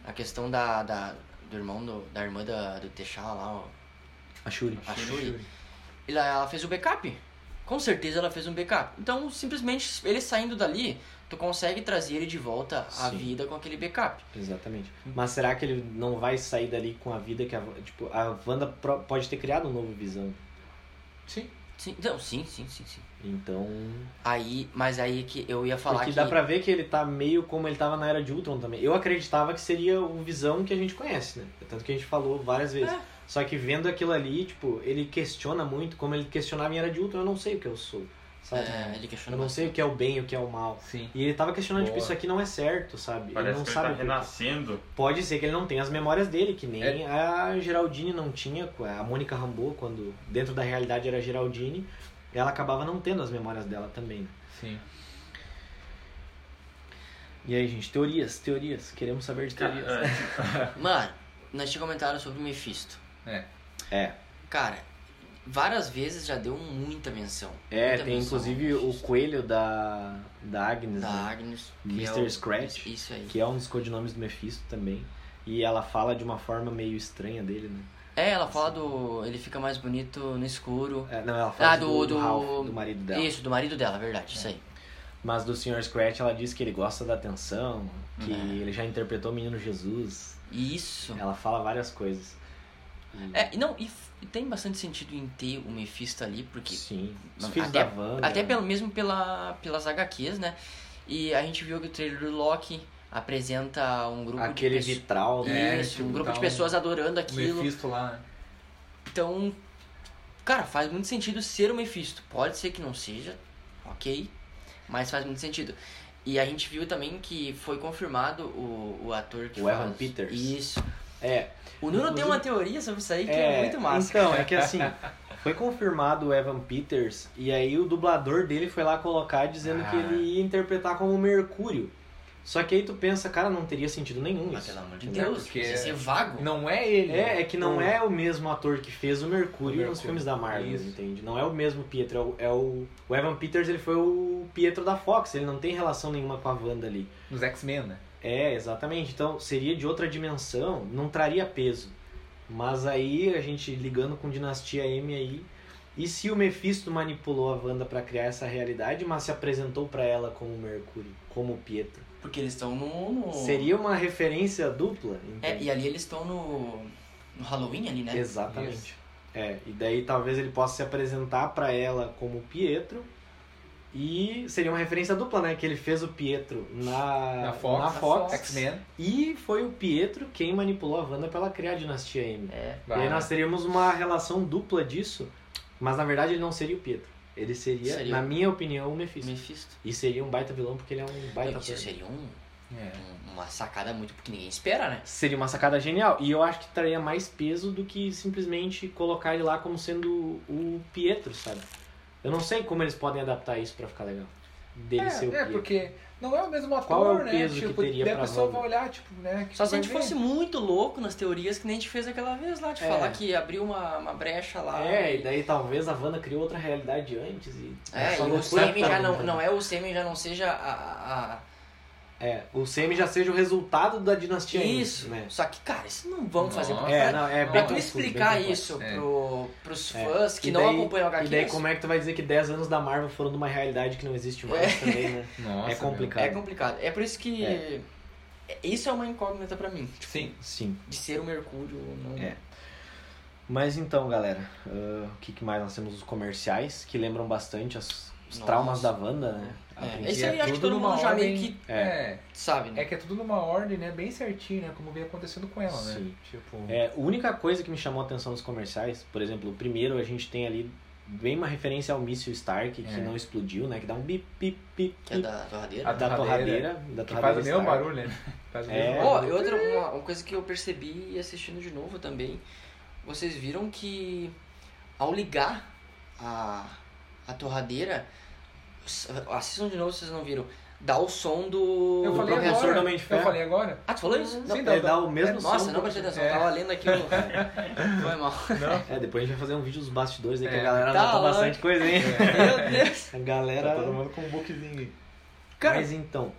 Speaker 1: a questão da, da- do irmão, do- da irmã da, do T'Challa lá, ó,
Speaker 2: A Shuri.
Speaker 1: a Shuri, ela, ela fez o backup. Com certeza ela fez um backup. Então, simplesmente, ele saindo dali, tu consegue trazer ele de volta à
Speaker 2: Sim.
Speaker 1: vida com aquele backup.
Speaker 2: Exatamente.
Speaker 1: Uhum.
Speaker 2: Mas será que ele não vai sair dali com a vida que a, tipo, a Wanda pro- pode ter criado um novo Visão?
Speaker 4: Sim.
Speaker 1: Sim, não, sim, sim, sim, sim.
Speaker 2: Então,
Speaker 1: Aí, mas aí que eu ia falar
Speaker 2: porque
Speaker 1: que...
Speaker 2: dá pra ver que ele tá meio como ele tava na era de Ultron também. Eu acreditava que seria o Visão que a gente conhece, né? Tanto que a gente falou várias vezes.
Speaker 1: É.
Speaker 2: Só que vendo aquilo ali, tipo, ele questiona muito, como ele questionava em era de Ultron, eu não sei o que eu sou, sabe?
Speaker 1: É, ele
Speaker 2: eu
Speaker 1: questiona
Speaker 2: não sei o que é o bem e o que é o mal.
Speaker 4: Sim.
Speaker 2: E ele tava questionando, tipo,
Speaker 4: Boa.
Speaker 2: isso aqui não é certo, sabe? ele
Speaker 3: Parece
Speaker 2: não
Speaker 3: que
Speaker 2: sabe é
Speaker 3: ele tá
Speaker 2: por quê.
Speaker 3: renascendo.
Speaker 2: Pode ser que ele não tenha as memórias dele, que nem
Speaker 1: É.
Speaker 2: a Geraldine não tinha, a Mônica Rambeau, quando dentro da realidade era a Geraldine, ela acabava não tendo as memórias dela também.
Speaker 4: Sim.
Speaker 2: E aí, gente, teorias, teorias, queremos saber de
Speaker 3: Cara,
Speaker 2: teorias.
Speaker 3: é,
Speaker 1: Mano, nós te comentaram sobre o Mephisto.
Speaker 4: É.
Speaker 2: É.
Speaker 1: Cara, várias vezes já deu muita menção.
Speaker 2: É,
Speaker 1: Muita
Speaker 2: tem
Speaker 1: menção
Speaker 2: inclusive
Speaker 1: ao
Speaker 2: o
Speaker 1: Mephisto.
Speaker 2: coelho da, da Agnes,
Speaker 1: Da
Speaker 2: né?
Speaker 1: Agnes. que
Speaker 2: Mr.
Speaker 1: é o-
Speaker 2: Scratch,
Speaker 1: Isso aí.
Speaker 2: que é um dos codinomes do Mephisto também. E ela fala de uma forma meio estranha dele, né?
Speaker 1: É, ela fala do... Ele fica mais bonito no escuro.
Speaker 2: É, não, ela fala
Speaker 1: Ah,
Speaker 2: do,
Speaker 1: do-
Speaker 2: do
Speaker 1: do-
Speaker 2: Ralph, do marido dela.
Speaker 1: Isso, do marido dela, verdade,
Speaker 2: É.
Speaker 1: isso aí.
Speaker 2: Mas do Sr. Scratch ela diz que ele gosta da atenção, que
Speaker 1: Uhum.
Speaker 2: ele já interpretou o Menino Jesus.
Speaker 1: Isso.
Speaker 2: Ela fala várias coisas.
Speaker 1: É, e não, e, f- e tem bastante sentido em ter o Mephisto ali, porque
Speaker 2: Sim. Os
Speaker 1: Não,
Speaker 2: filhos
Speaker 1: até-
Speaker 2: da Wanda.
Speaker 1: até pelo mesmo pela, pelas HQs, né? E a gente viu que o trailer do Loki apresenta um grupo de
Speaker 2: Aquele
Speaker 1: pessoas.
Speaker 2: vitral, né?
Speaker 4: É,
Speaker 1: Isso, um
Speaker 4: tipo,
Speaker 1: grupo
Speaker 4: dá
Speaker 1: de
Speaker 4: um-
Speaker 1: pessoas adorando
Speaker 4: O
Speaker 1: aquilo.
Speaker 4: Mephisto lá, né?
Speaker 1: Então, cara, faz muito sentido ser o Mephisto. Pode ser que não seja, ok, mas faz muito sentido. E a gente viu também que foi confirmado o, o ator que
Speaker 2: O
Speaker 1: faz...
Speaker 2: Evan Peters.
Speaker 1: Isso.
Speaker 2: É.
Speaker 1: O Nuno tem
Speaker 2: Inclusive-
Speaker 1: uma teoria sobre isso aí que é, muito massa.
Speaker 2: Então, é que assim, foi confirmado o Evan Peters e aí o dublador dele foi lá colocar dizendo que
Speaker 4: Ah.
Speaker 2: ele ia interpretar como Mercúrio. Só que aí tu pensa, cara, não teria sentido nenhum
Speaker 1: Mas
Speaker 2: isso.
Speaker 1: pelo amor de
Speaker 2: entendeu?
Speaker 1: Deus,
Speaker 4: porque-
Speaker 1: você ser vago.
Speaker 4: Não é ele.
Speaker 2: É, é que não
Speaker 4: O-
Speaker 2: é o mesmo ator que fez o Mercúrio,
Speaker 4: O Mercúrio.
Speaker 2: nos filmes da Marvel,
Speaker 4: Isso.
Speaker 2: entende? Não é o mesmo Pietro, é o, é o... o Evan Peters, ele foi o Pietro da Fox, ele não tem relação nenhuma com a Wanda ali.
Speaker 4: Nos X-Men, né?
Speaker 2: É, exatamente. Então, seria de outra dimensão, não traria peso. Mas aí, a gente ligando com Dinastia M aí, e se o Mephisto manipulou a Wanda pra criar essa realidade, mas se apresentou pra ela como Mercúrio, como Pietro?
Speaker 1: Porque eles estão no, no-
Speaker 2: Seria uma referência dupla,
Speaker 1: Oh.
Speaker 2: então?
Speaker 1: É,
Speaker 2: entende?
Speaker 1: e ali eles estão no. no Halloween ali, né?
Speaker 2: Exatamente.
Speaker 4: Isso.
Speaker 2: É, e daí talvez ele possa se apresentar pra ela como Pietro. E seria uma referência dupla, né? Que ele fez o Pietro na,
Speaker 4: Na Fox,
Speaker 2: na Fox.
Speaker 4: X-Men.
Speaker 2: E foi o Pietro quem manipulou a Wanda pra ela criar a Dinastia M.
Speaker 1: É.
Speaker 2: E aí
Speaker 4: Vai.
Speaker 2: nós teríamos uma relação dupla disso, mas na verdade ele não seria o Pietro. Ele seria,
Speaker 1: Seria
Speaker 2: na
Speaker 1: o-
Speaker 2: minha opinião, o Mephisto.
Speaker 1: Mephisto.
Speaker 2: E seria um baita vilão porque ele é um baita
Speaker 1: Isso
Speaker 2: ator.
Speaker 1: seria um-
Speaker 4: É.
Speaker 1: um- uma sacada muito porque ninguém espera, né?
Speaker 2: Seria uma sacada genial. E eu acho que traria mais peso do que simplesmente colocar ele lá como sendo o Pietro, sabe? Eu não sei como eles podem adaptar isso pra ficar legal. Dele ser o
Speaker 4: É, é,
Speaker 2: Pietro.
Speaker 4: porque não é o mesmo ator,
Speaker 2: Qual é o
Speaker 4: né?
Speaker 2: peso que
Speaker 4: tipo,
Speaker 2: teria
Speaker 4: daí a
Speaker 2: pra
Speaker 4: pessoa
Speaker 2: Wanda?
Speaker 4: vai olhar, tipo, né? que
Speaker 1: Só se a
Speaker 4: vai
Speaker 1: gente
Speaker 4: ver.
Speaker 1: fosse muito louco nas teorias que nem a gente fez aquela vez lá, de
Speaker 2: É.
Speaker 1: falar que abriu uma, uma brecha lá.
Speaker 2: É,
Speaker 1: e
Speaker 2: e daí talvez a Wanda criou outra realidade antes e...
Speaker 1: É,
Speaker 2: Só
Speaker 1: e o
Speaker 2: loucura
Speaker 1: sêmen já
Speaker 2: pra
Speaker 1: não,
Speaker 2: Wanda.
Speaker 1: não é o sêmen já não seja a- a- a
Speaker 2: É, o Semi já seja o resultado da dinastia M,
Speaker 1: Isso.
Speaker 2: né?
Speaker 1: Só que, cara, isso não vamos fazer.
Speaker 4: Nossa.
Speaker 1: Pra,
Speaker 2: É, não, é
Speaker 4: Pra
Speaker 1: pra
Speaker 2: bem
Speaker 1: tu
Speaker 2: confuso, bem
Speaker 1: explicar
Speaker 2: complexo.
Speaker 1: isso
Speaker 4: É.
Speaker 1: pro, pros
Speaker 2: É.
Speaker 1: fãs que
Speaker 2: E
Speaker 1: não
Speaker 2: daí-
Speaker 1: acompanham o HQ.
Speaker 2: E daí
Speaker 1: isso
Speaker 2: como é que tu vai dizer que 10 anos da Marvel foram numa realidade que não existe mais também, né?
Speaker 4: Nossa,
Speaker 2: é complicado.
Speaker 1: É complicado. É por isso que. Isso é uma incógnita pra mim.
Speaker 4: meu. Sim.
Speaker 2: Sim.
Speaker 1: De ser o Mercúrio ou não.
Speaker 2: É. Mas então, galera, ah, o que, que mais nós temos? Os comerciais, que lembram bastante as- os
Speaker 1: Nossa.
Speaker 2: traumas da Wanda, né? A
Speaker 1: É,
Speaker 2: princípio.
Speaker 1: Isso aí
Speaker 4: é
Speaker 1: acho que
Speaker 4: tudo
Speaker 1: todo
Speaker 4: numa
Speaker 1: mundo já meio
Speaker 4: ordem-
Speaker 1: que
Speaker 2: É.
Speaker 4: É.
Speaker 1: sabe, né?
Speaker 4: É que é tudo numa ordem, né? Bem certinho, né? Como vem acontecendo com ela, né?
Speaker 2: Sim.
Speaker 4: Tipo.
Speaker 2: É, a única coisa que me chamou a atenção dos comerciais, por exemplo, o primeiro a gente tem ali bem uma referência ao míssil Stark, que
Speaker 4: É.
Speaker 2: não explodiu, né? Que dá um bip, bip, bip,
Speaker 1: Que é
Speaker 2: bip
Speaker 1: da
Speaker 4: A
Speaker 1: torradeira.
Speaker 2: da
Speaker 4: torradeira,
Speaker 2: torradeira. Da torradeira
Speaker 4: Que faz o mesmo
Speaker 2: Stark.
Speaker 4: barulho, né? Faz o
Speaker 2: É.
Speaker 4: mesmo
Speaker 1: Ó,
Speaker 4: barulho.
Speaker 1: e outra uma, uma coisa que eu percebi assistindo de novo também. Vocês viram que ao ligar a, a torradeira. s- Assistam de novo se vocês não viram. Dá o som do.
Speaker 4: Eu
Speaker 2: do
Speaker 4: falei
Speaker 2: professor
Speaker 4: agora.
Speaker 2: do Homem de
Speaker 4: Eu
Speaker 2: Ferro.
Speaker 4: falei agora?
Speaker 1: Ah, tu falou isso?
Speaker 4: Sim,
Speaker 1: Não.
Speaker 2: Ele dá o mesmo
Speaker 4: é,
Speaker 2: som.
Speaker 1: Nossa, não prestei atenção,
Speaker 4: É.
Speaker 1: eu tava lendo aqui no. Foi mal.
Speaker 4: Não.
Speaker 2: É, depois a gente vai fazer um vídeo dos bastidores aí que
Speaker 4: É.
Speaker 2: a galera
Speaker 1: Tá
Speaker 2: nota
Speaker 1: lá.
Speaker 2: bastante coisa, hein?
Speaker 1: Meu Deus.
Speaker 2: A galera.
Speaker 4: mundo com um bookzinho.
Speaker 1: Cara,
Speaker 2: Tá Mas então,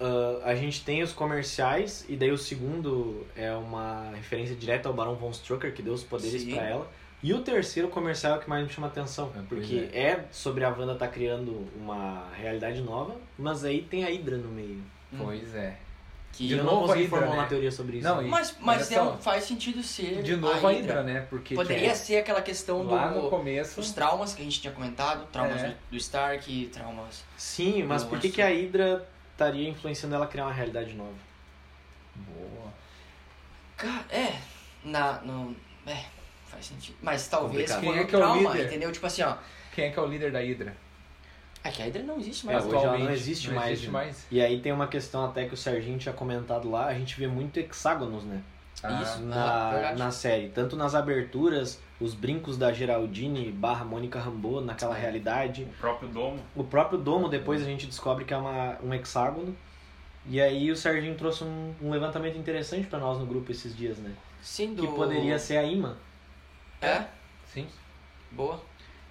Speaker 2: ah, a gente tem os comerciais, e daí o segundo é uma referência direta ao Barão Von Strucker, que deu os poderes
Speaker 1: Sim.
Speaker 2: pra ela. E o terceiro comercial é o que mais me chama atenção,
Speaker 4: Ah, pois
Speaker 2: porque é. sobre a Wanda tá criando uma realidade nova, mas aí tem a Hydra no meio.
Speaker 4: Pois é.
Speaker 1: que-
Speaker 4: De
Speaker 2: eu
Speaker 4: novo
Speaker 2: não
Speaker 4: a
Speaker 2: consegui
Speaker 4: Hydra,
Speaker 2: formar
Speaker 4: né?
Speaker 2: uma teoria sobre isso.
Speaker 4: Não, e-
Speaker 1: Mas, mas
Speaker 4: Olha
Speaker 1: é
Speaker 4: só.
Speaker 1: um- faz sentido ser.
Speaker 4: De novo
Speaker 1: a
Speaker 4: a
Speaker 1: Hydra.
Speaker 4: Hydra, né? Porque
Speaker 1: Poderia
Speaker 4: tipo,
Speaker 1: ser aquela questão do.
Speaker 4: lá no começo.
Speaker 1: Os traumas que a gente tinha comentado, traumas
Speaker 4: É.
Speaker 1: do, do Stark, traumas.
Speaker 2: Sim, mas
Speaker 1: Não,
Speaker 2: por que,
Speaker 1: acho-
Speaker 2: que a Hydra estaria influenciando ela a criar uma realidade nova?
Speaker 4: Boa.
Speaker 1: Cara, é. Na, no, é, faz sentido. Mas talvez foi
Speaker 2: Complicado.
Speaker 4: Quem é
Speaker 1: um
Speaker 4: que é o
Speaker 1: trauma,
Speaker 4: líder?
Speaker 1: entendeu? Tipo assim, ó.
Speaker 4: Quem é que é o líder da Hydra?
Speaker 1: É que a Hydra não existe
Speaker 2: É,
Speaker 1: mais.
Speaker 2: hoje ela
Speaker 4: Atualmente,
Speaker 2: não existe mais,
Speaker 4: existe
Speaker 2: né?
Speaker 4: mais.
Speaker 2: E aí tem uma questão até que o Serginho tinha comentado lá, a gente vê muito hexágonos, né?
Speaker 1: Isso. Ah,
Speaker 2: na,
Speaker 1: verdade.
Speaker 2: na série. Tanto nas aberturas, os brincos da Geraldine barra Mônica Rambeau naquela realidade.
Speaker 3: O próprio domo.
Speaker 2: O próprio domo, depois a gente descobre que é uma, um hexágono. E aí o Serginho trouxe um, um levantamento interessante pra nós no grupo esses dias, né?
Speaker 4: É.
Speaker 1: Sim, do.
Speaker 2: Que poderia ser a imã.
Speaker 1: É,
Speaker 4: Sim.
Speaker 1: boa.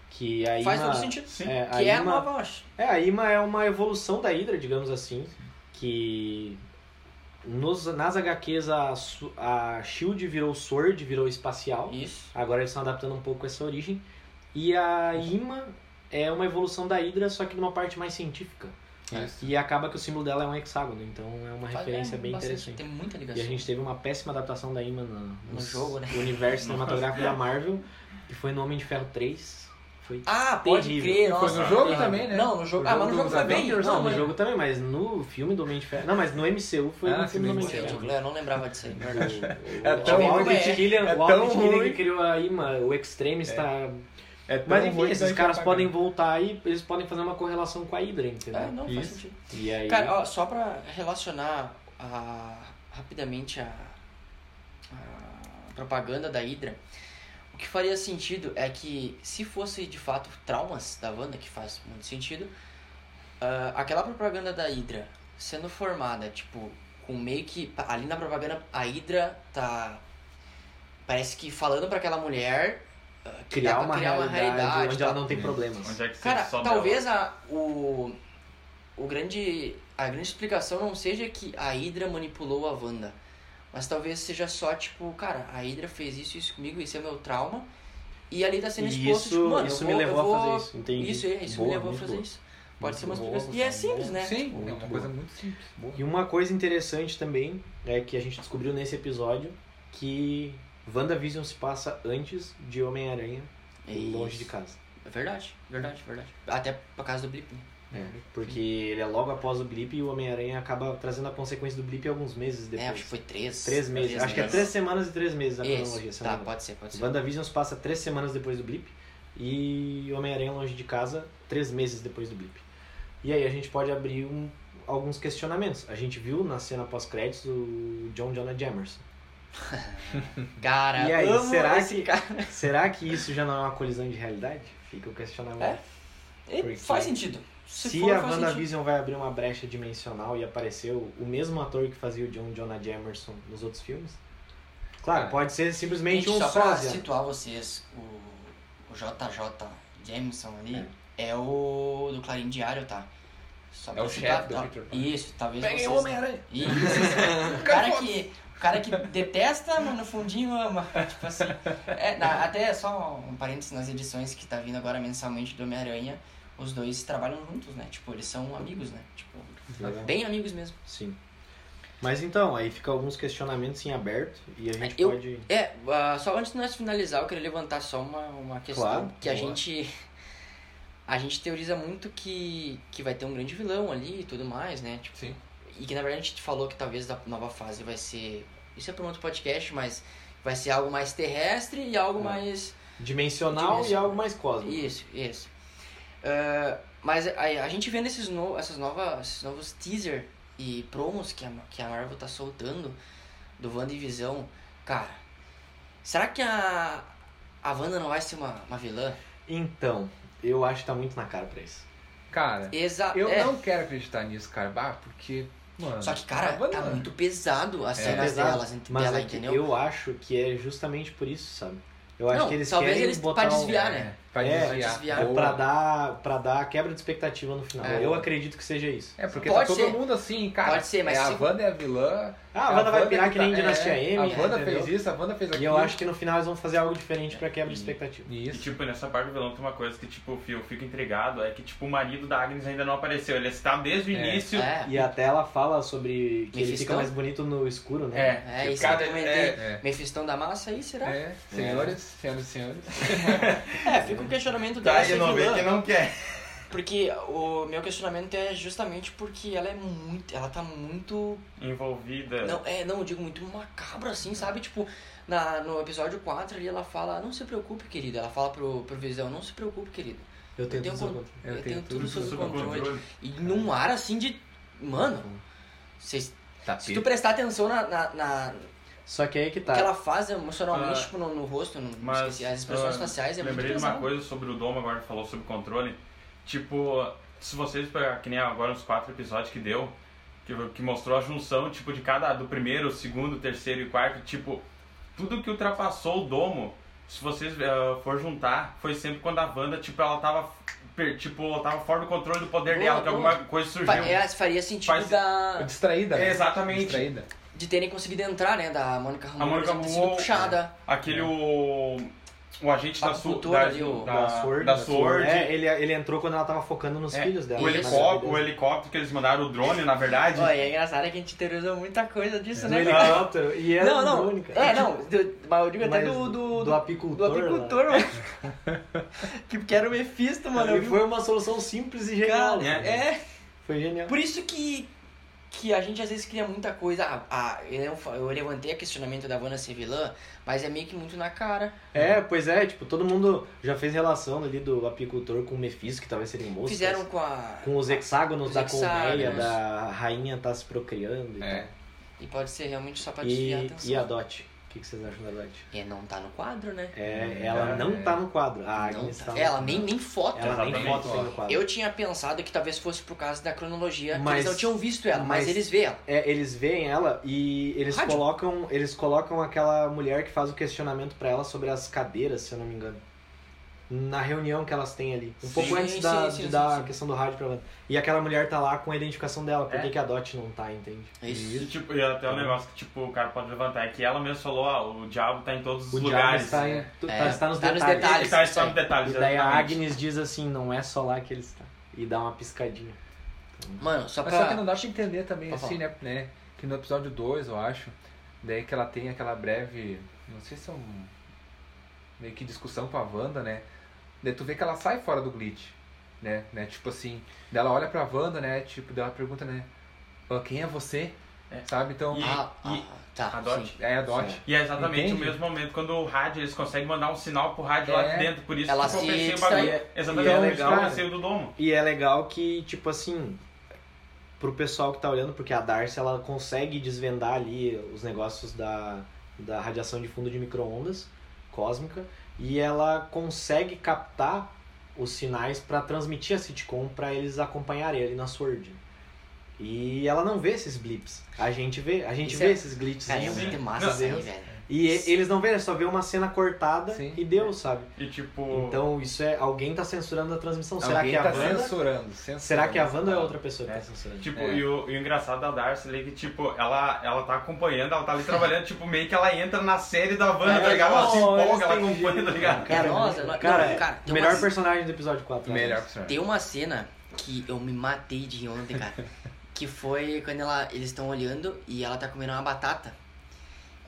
Speaker 2: Que a
Speaker 1: Faz
Speaker 2: Ima-
Speaker 1: todo sentido.
Speaker 3: Sim.
Speaker 2: É, a
Speaker 1: Que é a
Speaker 2: Ima-
Speaker 1: nova, eu acho.
Speaker 2: É, a Ima é uma evolução da Hydra, digamos assim, que nos, nas HQs a, Su- a Shield virou Sword, virou espacial.
Speaker 1: Isso.
Speaker 2: Agora eles estão adaptando um pouco essa origem. E a Ima é uma evolução da Hydra, só que numa parte mais científica.
Speaker 4: É, Isso.
Speaker 2: E acaba que o símbolo dela é um hexágono, então é uma
Speaker 1: É. Faz-
Speaker 2: referência
Speaker 1: é,
Speaker 2: bem
Speaker 1: bastante,
Speaker 2: interessante.
Speaker 1: Tem muita
Speaker 2: E
Speaker 1: ligação.
Speaker 2: a gente teve uma péssima adaptação da Ima no,
Speaker 1: No jogo, né?
Speaker 2: universo cinematográfico da Marvel, que foi no Homem de Ferro 3. Foi
Speaker 1: Ah, pode
Speaker 2: Terrível.
Speaker 1: crer,
Speaker 4: Foi
Speaker 1: nossa.
Speaker 4: no jogo
Speaker 1: terrível.
Speaker 4: também, né?
Speaker 1: Não, no jogo.
Speaker 4: No
Speaker 1: ah,
Speaker 4: jogo
Speaker 1: mas no jogo
Speaker 4: dos
Speaker 1: foi bem.
Speaker 4: Avengers, né?
Speaker 2: Não,
Speaker 1: Não,
Speaker 2: no
Speaker 1: mas-
Speaker 2: jogo também, mas no filme do Homem de Ferro. Não, mas no MCU foi
Speaker 4: Ah,
Speaker 2: no filme do
Speaker 4: sim,
Speaker 2: Homem
Speaker 4: sim,
Speaker 2: de
Speaker 1: Eu
Speaker 2: Ferro.
Speaker 1: não- Eu não lembrava disso aí, verdade.
Speaker 2: O,
Speaker 4: É
Speaker 2: o,
Speaker 4: tão
Speaker 2: o Albert
Speaker 1: ruim.
Speaker 2: Killian,
Speaker 4: É
Speaker 2: o Albert
Speaker 4: tão
Speaker 2: Killian
Speaker 4: ruim.
Speaker 2: que criou a Ima, o Extreme está
Speaker 4: É tão
Speaker 2: Mas enfim,
Speaker 4: ruim que
Speaker 2: esses
Speaker 4: nós
Speaker 2: caras
Speaker 4: apagamos.
Speaker 2: podem voltar e eles podem fazer uma correlação com a Hydra, entendeu?
Speaker 1: Ah, não, faz
Speaker 4: Isso.
Speaker 1: sentido.
Speaker 2: E aí.
Speaker 1: Cara, ó, só pra relacionar a- rapidamente a, a propaganda da Hydra, o que faria sentido é que se fosse de fato traumas da Wanda, que faz muito sentido, ah, aquela propaganda da Hydra sendo formada, tipo, com meio que. Ali na propaganda a Hydra tá. Parece que falando pra aquela mulher. ah, que dá
Speaker 2: criar
Speaker 1: pra
Speaker 2: uma realidade, onde
Speaker 1: tá?
Speaker 2: ela não tem
Speaker 4: É.
Speaker 2: problemas.
Speaker 3: Onde é que
Speaker 1: Cara,
Speaker 3: você só
Speaker 1: talvez a, o, o grande, a grande explicação não seja que a Hydra manipulou a Wanda. Mas talvez seja só, tipo, cara, a Hydra fez isso, isso comigo, esse é meu trauma. E ali tá sendo
Speaker 2: E
Speaker 1: exposto, tipo,
Speaker 2: isso,
Speaker 1: mano,
Speaker 2: isso
Speaker 1: eu
Speaker 2: me
Speaker 1: vou-
Speaker 2: levou
Speaker 1: eu
Speaker 2: a
Speaker 1: vou-
Speaker 2: fazer isso, entendi.
Speaker 1: Isso, é, isso
Speaker 2: Boa,
Speaker 1: me levou a
Speaker 2: muito
Speaker 1: fazer
Speaker 2: boa.
Speaker 1: isso. Pode ser uma
Speaker 2: boa,
Speaker 1: explicação. E é
Speaker 2: muito
Speaker 1: simples, né?
Speaker 4: Sim,
Speaker 2: Muito
Speaker 4: é uma
Speaker 2: boa.
Speaker 4: coisa muito simples. Boa.
Speaker 2: E uma coisa interessante também é que a gente descobriu nesse episódio que WandaVision se passa antes de Homem-Aranha,
Speaker 1: É
Speaker 2: longe
Speaker 1: isso.
Speaker 2: de casa.
Speaker 1: É verdade, verdade, verdade. Até por causa do blip. né?
Speaker 2: É, porque ele é logo após o blip e o Homem-Aranha acaba trazendo a consequência do blip alguns meses depois.
Speaker 1: É, acho que foi três.
Speaker 2: Três meses. acho que é três semanas e três meses a cronologia.
Speaker 1: Isso,
Speaker 2: se eu não
Speaker 1: tá,
Speaker 2: me engano.
Speaker 1: pode ser, pode ser.
Speaker 2: WandaVision se passa três semanas depois do blip e Homem-Aranha Longe de Casa três meses depois do blip. E aí a gente pode abrir um- alguns questionamentos. A gente viu na cena pós-créditos o John Jonah Jamerson.
Speaker 1: Cara,
Speaker 2: E aí,
Speaker 1: amo
Speaker 2: será
Speaker 1: esse
Speaker 2: que-
Speaker 1: cara.
Speaker 2: Será que isso já não é uma colisão de realidade? Fica o questionamento.
Speaker 1: É, Ele
Speaker 2: Porque
Speaker 1: faz sentido. Se,
Speaker 2: Se,
Speaker 1: for,
Speaker 2: a
Speaker 1: faz sentido.
Speaker 2: WandaVision vai abrir uma brecha dimensional e aparecer o, o mesmo ator que fazia o John Jonah Jamerson nos outros filmes? Claro,
Speaker 4: É.
Speaker 2: pode ser simplesmente
Speaker 1: Gente,
Speaker 2: um
Speaker 1: só pra
Speaker 2: sósia.
Speaker 1: situar vocês, o, o JJ Jameson ali é. o do Clarim Diário, tá? Só pra
Speaker 4: É o
Speaker 1: situar,
Speaker 4: chefe do
Speaker 1: tá?
Speaker 4: Peter Pan.
Speaker 1: Isso, talvez
Speaker 4: Peguei o
Speaker 1: vocês...
Speaker 4: Homem-Aranha.
Speaker 1: Isso. O cara que, o cara que detesta, mas no fundinho ama. Tipo assim. É, na- até só um parênteses nas edições que tá vindo agora mensalmente do Homem-Aranha, os dois trabalham juntos, né? Tipo, eles são amigos, né? Tipo,
Speaker 2: Legal.
Speaker 1: bem amigos mesmo.
Speaker 2: Sim. Mas então, aí fica alguns questionamentos em aberto e a gente
Speaker 1: Eu-
Speaker 2: pode.
Speaker 1: É, ah, só antes de nós finalizar, eu queria levantar só uma, uma questão
Speaker 2: Claro,
Speaker 1: que a
Speaker 2: boa.
Speaker 1: gente a gente teoriza muito que, que vai ter um grande vilão ali e tudo mais, né? Tipo,
Speaker 4: Sim.
Speaker 1: e que na verdade a gente falou que talvez da nova fase vai ser isso é para um outro podcast, mas vai ser algo mais terrestre e algo
Speaker 2: É.
Speaker 1: mais
Speaker 2: Dimensional e
Speaker 1: Dimensional.
Speaker 2: algo mais cósmico.
Speaker 1: isso, isso. Ah, mas a, a gente vendo esses, no, essas novas, esses novos teaser e promos que a, que a Marvel tá soltando do Wanda e Visão, cara, será que a, a Wanda não vai ser uma, uma vilã?
Speaker 2: Então, eu acho que tá muito na cara pra isso.
Speaker 4: Cara,
Speaker 1: Exa
Speaker 4: eu
Speaker 1: é.
Speaker 4: não quero acreditar nisso, cara. Bah, porque. Mano.
Speaker 1: Só que, cara,
Speaker 4: a Wanda-
Speaker 1: tá muito pesado as cenas
Speaker 2: Apesar-
Speaker 1: delas, entre
Speaker 2: É. mas
Speaker 1: dela,
Speaker 2: é que
Speaker 1: entendeu?
Speaker 2: eu acho que é justamente por isso, sabe? Eu acho
Speaker 1: Não,
Speaker 2: que eles
Speaker 1: talvez
Speaker 2: querem
Speaker 1: eles-
Speaker 2: botar
Speaker 1: pra
Speaker 2: um-
Speaker 1: desviar, né?
Speaker 4: É, pra
Speaker 2: É,
Speaker 4: desviar.
Speaker 1: desviar.
Speaker 2: É
Speaker 4: Boa.
Speaker 2: pra dar, pra dar quebra de expectativa no final.
Speaker 1: É.
Speaker 2: Eu acredito que seja isso.
Speaker 4: É, porque
Speaker 1: Pode
Speaker 4: tá todo
Speaker 1: ser.
Speaker 4: mundo assim, cara.
Speaker 1: Pode ser, mas
Speaker 4: é,
Speaker 1: se-
Speaker 4: A Wanda é a vilã.
Speaker 2: Ah, a Wanda vai pirar que nem
Speaker 4: é,
Speaker 2: Dinastia M.
Speaker 4: A Wanda
Speaker 2: entendeu?
Speaker 4: fez isso, a Wanda fez
Speaker 2: E
Speaker 4: aquilo.
Speaker 2: eu acho que no final eles vão fazer algo diferente pra quebra de
Speaker 3: E-
Speaker 2: expectativa.
Speaker 3: E
Speaker 4: Isso.
Speaker 3: tipo, nessa parte do vilão tem uma coisa que tipo, eu fico intrigado, é que tipo, o marido da Agnes ainda não apareceu. Ele está desde o
Speaker 4: É.
Speaker 3: início.
Speaker 1: É,
Speaker 2: E até ela fala sobre que ele
Speaker 1: Mephisto?
Speaker 2: fica mais bonito no escuro, né?
Speaker 3: É,
Speaker 1: É,
Speaker 3: tipo,
Speaker 1: isso
Speaker 3: cada-
Speaker 1: eu comentei.
Speaker 3: é,
Speaker 4: É.
Speaker 1: Mefistão da massa aí, será? É,
Speaker 4: É, senhores, senhoras e senhores.
Speaker 1: fica o questionamento dela
Speaker 3: Tá,
Speaker 1: ser
Speaker 3: e não vê
Speaker 1: vilã.
Speaker 3: que não quer.
Speaker 1: Porque o meu questionamento é justamente porque ela é muito. Ela tá muito.
Speaker 3: Envolvida.
Speaker 1: Não, é, não, eu digo muito macabra, assim, sabe? Tipo, na, no episódio 4 ali ela fala, não se preocupe, querido. Ela fala pro, pro Visão, não se preocupe, querido.
Speaker 2: Eu
Speaker 1: tenho
Speaker 2: tenho
Speaker 1: tudo sob
Speaker 4: Eu
Speaker 1: Eu tenho,
Speaker 4: tenho
Speaker 1: tudo
Speaker 4: tudo
Speaker 1: sob
Speaker 3: Sob
Speaker 1: controle.
Speaker 3: controle.
Speaker 1: E num ar assim de. Mano, cês-
Speaker 4: Tá
Speaker 1: se tu prestar atenção na, na, na-
Speaker 2: Só que aí que
Speaker 1: que
Speaker 2: tá.
Speaker 1: ela faz emocionalmente,
Speaker 3: Ah,
Speaker 1: tipo, no, no rosto, no,
Speaker 3: mas,
Speaker 1: esqueci, as expressões
Speaker 3: ah,
Speaker 1: faciais é muito
Speaker 3: Lembrei de uma
Speaker 1: pesado.
Speaker 3: coisa sobre o Dom agora que falou sobre controle. Tipo, se vocês pegar que nem agora os quatro episódios que deu, que, que mostrou a junção, tipo, de cada do primeiro, segundo, terceiro e quarto, tipo, tudo que ultrapassou o domo, se vocês eh, for juntar, foi sempre quando a Wanda, tipo, ela tava. per- Tipo, ela tava fora do controle do poder
Speaker 1: Boa,
Speaker 3: dela, que
Speaker 1: boa.
Speaker 3: alguma coisa surgiu.
Speaker 1: Fa- é, faria sentido
Speaker 3: Faz-
Speaker 1: da.
Speaker 4: Distraída. né?
Speaker 3: Exatamente.
Speaker 4: Distraída.
Speaker 1: de terem conseguido entrar, né? Da Mônica Rambeau,
Speaker 3: Mônica
Speaker 1: por exemplo, ter sido
Speaker 3: Rambeau,
Speaker 1: puxada.
Speaker 3: Aquele o. O agente da,
Speaker 1: Papo
Speaker 3: Su-
Speaker 1: Futuro
Speaker 3: da,
Speaker 1: ali, o-
Speaker 3: da, da Sword. né?
Speaker 2: É, ele, ele entrou quando ela tava focando nos
Speaker 3: É,
Speaker 2: filhos dela. né?
Speaker 3: o,
Speaker 1: Isso.
Speaker 3: helicóptero, o helicóptero que eles mandaram, o drone, na verdade.
Speaker 1: Ó, e é engraçado é que a gente teorizou muita coisa disso,
Speaker 2: No
Speaker 1: né? cara?
Speaker 2: helicóptero. E era
Speaker 1: não, não.
Speaker 2: Mônica.
Speaker 1: É, não. Do, mas eu digo até
Speaker 2: Mas
Speaker 1: do, do,
Speaker 2: do
Speaker 1: do
Speaker 2: apicultor. né?
Speaker 1: apicultor, mano. que, que era o Mephisto, mano.
Speaker 2: Mano,
Speaker 1: Eu
Speaker 2: e
Speaker 1: vi
Speaker 2: foi uma solução simples e
Speaker 1: o
Speaker 2: genial.
Speaker 1: cara.
Speaker 3: né?
Speaker 1: É.
Speaker 2: Foi genial.
Speaker 1: Por isso que, que a gente às vezes cria muita coisa. Ah, ah, eu, fa- eu levantei o questionamento da Vanna ser vilã, mas é meio que muito na cara.
Speaker 2: É, pois é, tipo, todo mundo já fez relação ali do apicultor com o Mephisto, que talvez seriam moscas.
Speaker 1: Fizeram com a.
Speaker 2: com os hexágonos
Speaker 1: Os
Speaker 2: da colmeia,
Speaker 1: hexágonos.
Speaker 2: da rainha tá se procriando e
Speaker 4: É.
Speaker 2: tal.
Speaker 1: E pode ser realmente só pra desviar a
Speaker 2: E,
Speaker 1: atenção.
Speaker 2: e a Dot. O que, que vocês acham da Dot?
Speaker 1: E não tá no quadro, né?
Speaker 2: É, ela não tá no quadro. A
Speaker 1: não
Speaker 2: Agnes
Speaker 1: tá.
Speaker 2: tá. no
Speaker 1: Ela
Speaker 2: quadro.
Speaker 1: nem, nem foto.
Speaker 2: Ela nem
Speaker 3: Exatamente.
Speaker 2: foto tem no quadro.
Speaker 1: Eu tinha pensado que talvez fosse por causa da cronologia, que
Speaker 2: Mas-
Speaker 1: eles não tinham visto ela, mas,
Speaker 2: mas-
Speaker 1: eles vê ela.
Speaker 2: É, eles veem ela e eles
Speaker 1: Rádio.
Speaker 2: colocam eles colocam aquela mulher que faz o questionamento pra ela sobre as cadeiras, se eu não me engano. Na reunião que elas têm ali. Um
Speaker 1: Sim,
Speaker 2: pouco antes da,
Speaker 1: sim,
Speaker 2: de
Speaker 1: sim,
Speaker 2: dar
Speaker 1: sim,
Speaker 2: a
Speaker 1: sim.
Speaker 2: questão do rádio pra ela. E aquela mulher tá lá com a identificação dela. Por
Speaker 3: É.
Speaker 2: que, que a Dot não tá, entende?
Speaker 3: E, tipo, e até um negócio que tipo, o cara pode levantar é que ela mesmo falou, ah, o diabo tá em todos os
Speaker 2: O diabo
Speaker 3: lugares. né?
Speaker 2: está, em,
Speaker 4: é.
Speaker 2: tá,
Speaker 1: É,
Speaker 2: está nos
Speaker 1: tá nos
Speaker 2: detalhes.
Speaker 1: detalhes.
Speaker 3: Ele tá
Speaker 1: isso
Speaker 3: só
Speaker 1: aí.
Speaker 3: no detalhe,
Speaker 2: E daí a
Speaker 3: exatamente.
Speaker 2: Agnes diz assim, não é só lá que ele está. E dá uma piscadinha.
Speaker 1: Mano, só
Speaker 4: Mas
Speaker 1: pra.
Speaker 4: só que não dá pra entender também,
Speaker 1: Pra
Speaker 4: assim, né, né? Que no episódio 2, eu acho, Daí que ela tem aquela breve. Não sei se é um. Meio que discussão com a Wanda, né? Daí tu vê que ela sai fora do glitch, né? né? Tipo assim, daí ela olha pra Wanda, né? Tipo, daí ela pergunta, né? "Ah, Quem é você?
Speaker 3: É.
Speaker 4: Sabe? Então.
Speaker 3: E-
Speaker 1: Ah,
Speaker 3: e-
Speaker 1: ah, tá.
Speaker 3: a Dot?
Speaker 1: sim.
Speaker 4: É a Dot.
Speaker 3: E é exatamente
Speaker 4: Entende?
Speaker 3: o mesmo momento quando o rádio, eles conseguem mandar um sinal pro rádio lá
Speaker 4: É.
Speaker 3: dentro, por isso
Speaker 1: Ela
Speaker 3: que eu
Speaker 1: se
Speaker 3: comecei o
Speaker 1: distrai-
Speaker 3: bagulho. Exatamente,
Speaker 2: E é
Speaker 3: por isso que
Speaker 2: legal,
Speaker 3: eu
Speaker 2: né?
Speaker 3: comecei o do domo.
Speaker 2: E é legal que, tipo assim, pro pessoal que tá olhando, porque a Darcy ela consegue desvendar ali os negócios da, da radiação de fundo de micro-ondas cósmica e ela consegue captar os sinais pra transmitir a sitcom pra eles acompanharem ali na Sword. E ela não vê esses blips. A gente vê, a gente
Speaker 1: Isso
Speaker 2: vê
Speaker 1: é-
Speaker 2: esses glitches.
Speaker 1: Cara, é
Speaker 3: Sim.
Speaker 1: muito massa isso é. aí,
Speaker 2: Deus.
Speaker 1: velho.
Speaker 2: E e- eles não vê, eles só vê uma cena cortada
Speaker 4: Sim.
Speaker 2: e deu, sabe?
Speaker 3: E tipo.
Speaker 2: Então isso é alguém tá censurando a transmissão. Será
Speaker 4: Alguém
Speaker 2: que é a
Speaker 4: tá
Speaker 2: Wanda?
Speaker 4: censurando, censurando.
Speaker 2: Será que a Wanda é outra pessoa que
Speaker 3: É.
Speaker 2: tá censurando?
Speaker 3: Tipo,
Speaker 4: É.
Speaker 3: e, o, e o engraçado da Darcy ali que, tipo, ela, ela tá acompanhando, ela tá ali trabalhando, tipo, meio que ela entra na série da Wanda,
Speaker 2: É,
Speaker 3: tá ligado? Ela se
Speaker 2: nossa,
Speaker 3: empolga, ela
Speaker 2: entendi.
Speaker 3: acompanha, tá ligado?
Speaker 1: É nós, é nós.
Speaker 2: Cara,
Speaker 1: Não, cara, tem
Speaker 2: melhor
Speaker 1: umas-
Speaker 2: personagem do episódio 4. né?
Speaker 4: Melhor personagem.
Speaker 1: Tem uma cena que eu me matei de rir ontem, cara. que foi quando ela, eles estão olhando e ela tá comendo uma batata.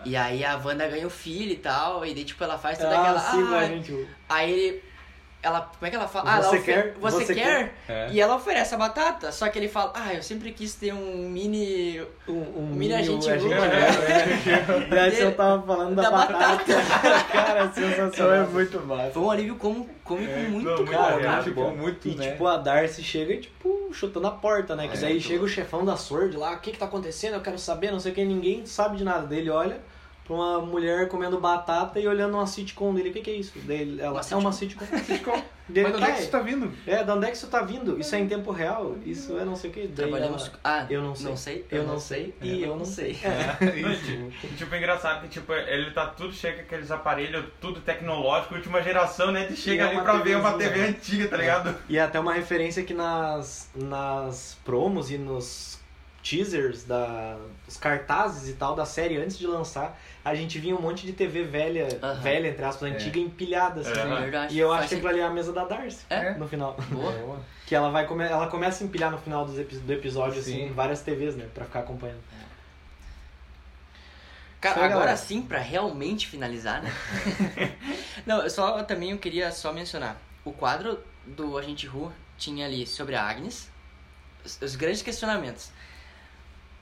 Speaker 1: E aí a Wanda ganha o filho e tal, e daí tipo ela faz toda
Speaker 2: Ah,
Speaker 1: aquela.
Speaker 2: sim,
Speaker 1: "Ah",
Speaker 2: a gente...
Speaker 1: aí ele. Ela. Como é que ela fala? Ah,
Speaker 2: Você
Speaker 1: ela
Speaker 2: quer?
Speaker 1: Você,
Speaker 2: Você
Speaker 1: quer?
Speaker 4: É.
Speaker 1: E ela oferece a batata. Só que ele fala, ah, eu sempre quis ter um mini.
Speaker 2: Um, um
Speaker 1: Humilha a
Speaker 2: mini-
Speaker 1: gente
Speaker 2: a gente
Speaker 1: boa.
Speaker 2: é. E aí
Speaker 1: Ele-
Speaker 2: eu tava falando da,
Speaker 1: da
Speaker 2: batata. cara,
Speaker 4: Então
Speaker 2: sensacional.
Speaker 4: é muito massa.
Speaker 1: Foi um alívio como, cômico muito,
Speaker 3: não, muito
Speaker 1: cara.
Speaker 3: real.
Speaker 4: Cara,
Speaker 2: muito
Speaker 4: tipo,
Speaker 2: bom.
Speaker 4: muito,
Speaker 2: E
Speaker 4: né?
Speaker 2: tipo, a Darcy chega, tipo, chutando a porta, né? Que
Speaker 4: É,
Speaker 2: daí
Speaker 4: muito
Speaker 2: chega o chefão da Sword lá, o que que tá acontecendo? Eu quero saber, não sei o que, ninguém sabe de nada. Daí ele olha pra uma mulher comendo batata e olhando uma sitcom dele. O que que é isso? Daí ele-
Speaker 1: Uma
Speaker 2: ela, é uma sitcom. Daí
Speaker 4: Mas
Speaker 2: ele,
Speaker 4: onde é
Speaker 2: "Tá,
Speaker 4: que isso tá vindo?
Speaker 2: É, de onde é que isso tá vindo? Isso é em tempo real? Isso é não sei o que. Daí
Speaker 1: Trabalhamos.
Speaker 2: ela-
Speaker 1: Ah,
Speaker 2: eu não sei.
Speaker 1: Não sei,
Speaker 2: Eu não sei. É.
Speaker 1: E eu não sei.
Speaker 4: Isso.
Speaker 3: E, tipo, é engraçado que, tipo, ele tá tudo cheio com aqueles aparelhos, tudo tecnológico, última geração, né? Ele chega
Speaker 2: é
Speaker 3: ali
Speaker 2: uma
Speaker 3: pra ver uma
Speaker 2: TV
Speaker 3: TV
Speaker 2: azul,
Speaker 3: antiga, tá ligado?
Speaker 2: E é até uma referência que nas, nas promos e nos teasers, da, os cartazes e tal da série antes de lançar, a gente vinha um monte de TV velha,
Speaker 1: Aham.
Speaker 2: velha, entre aspas, antiga, empilhada, assim.
Speaker 3: É.
Speaker 2: né?
Speaker 1: Verdade.
Speaker 2: E eu
Speaker 1: Faz
Speaker 2: acho que aquilo ali é a mesa da Darcy.
Speaker 1: É?
Speaker 2: No final.
Speaker 1: Boa.
Speaker 4: Boa.
Speaker 2: Que ela vai come... ela começa a empilhar no final dos epi- do episódio, assim,
Speaker 4: Sim.
Speaker 2: em várias TVs, né? Pra ficar acompanhando.
Speaker 1: Cara,
Speaker 2: Foi,
Speaker 1: agora
Speaker 2: galera.
Speaker 1: sim, pra realmente finalizar, né? Não, eu só eu também eu queria só mencionar. O quadro do Agente Who tinha ali sobre a Agnes os, os grandes questionamentos.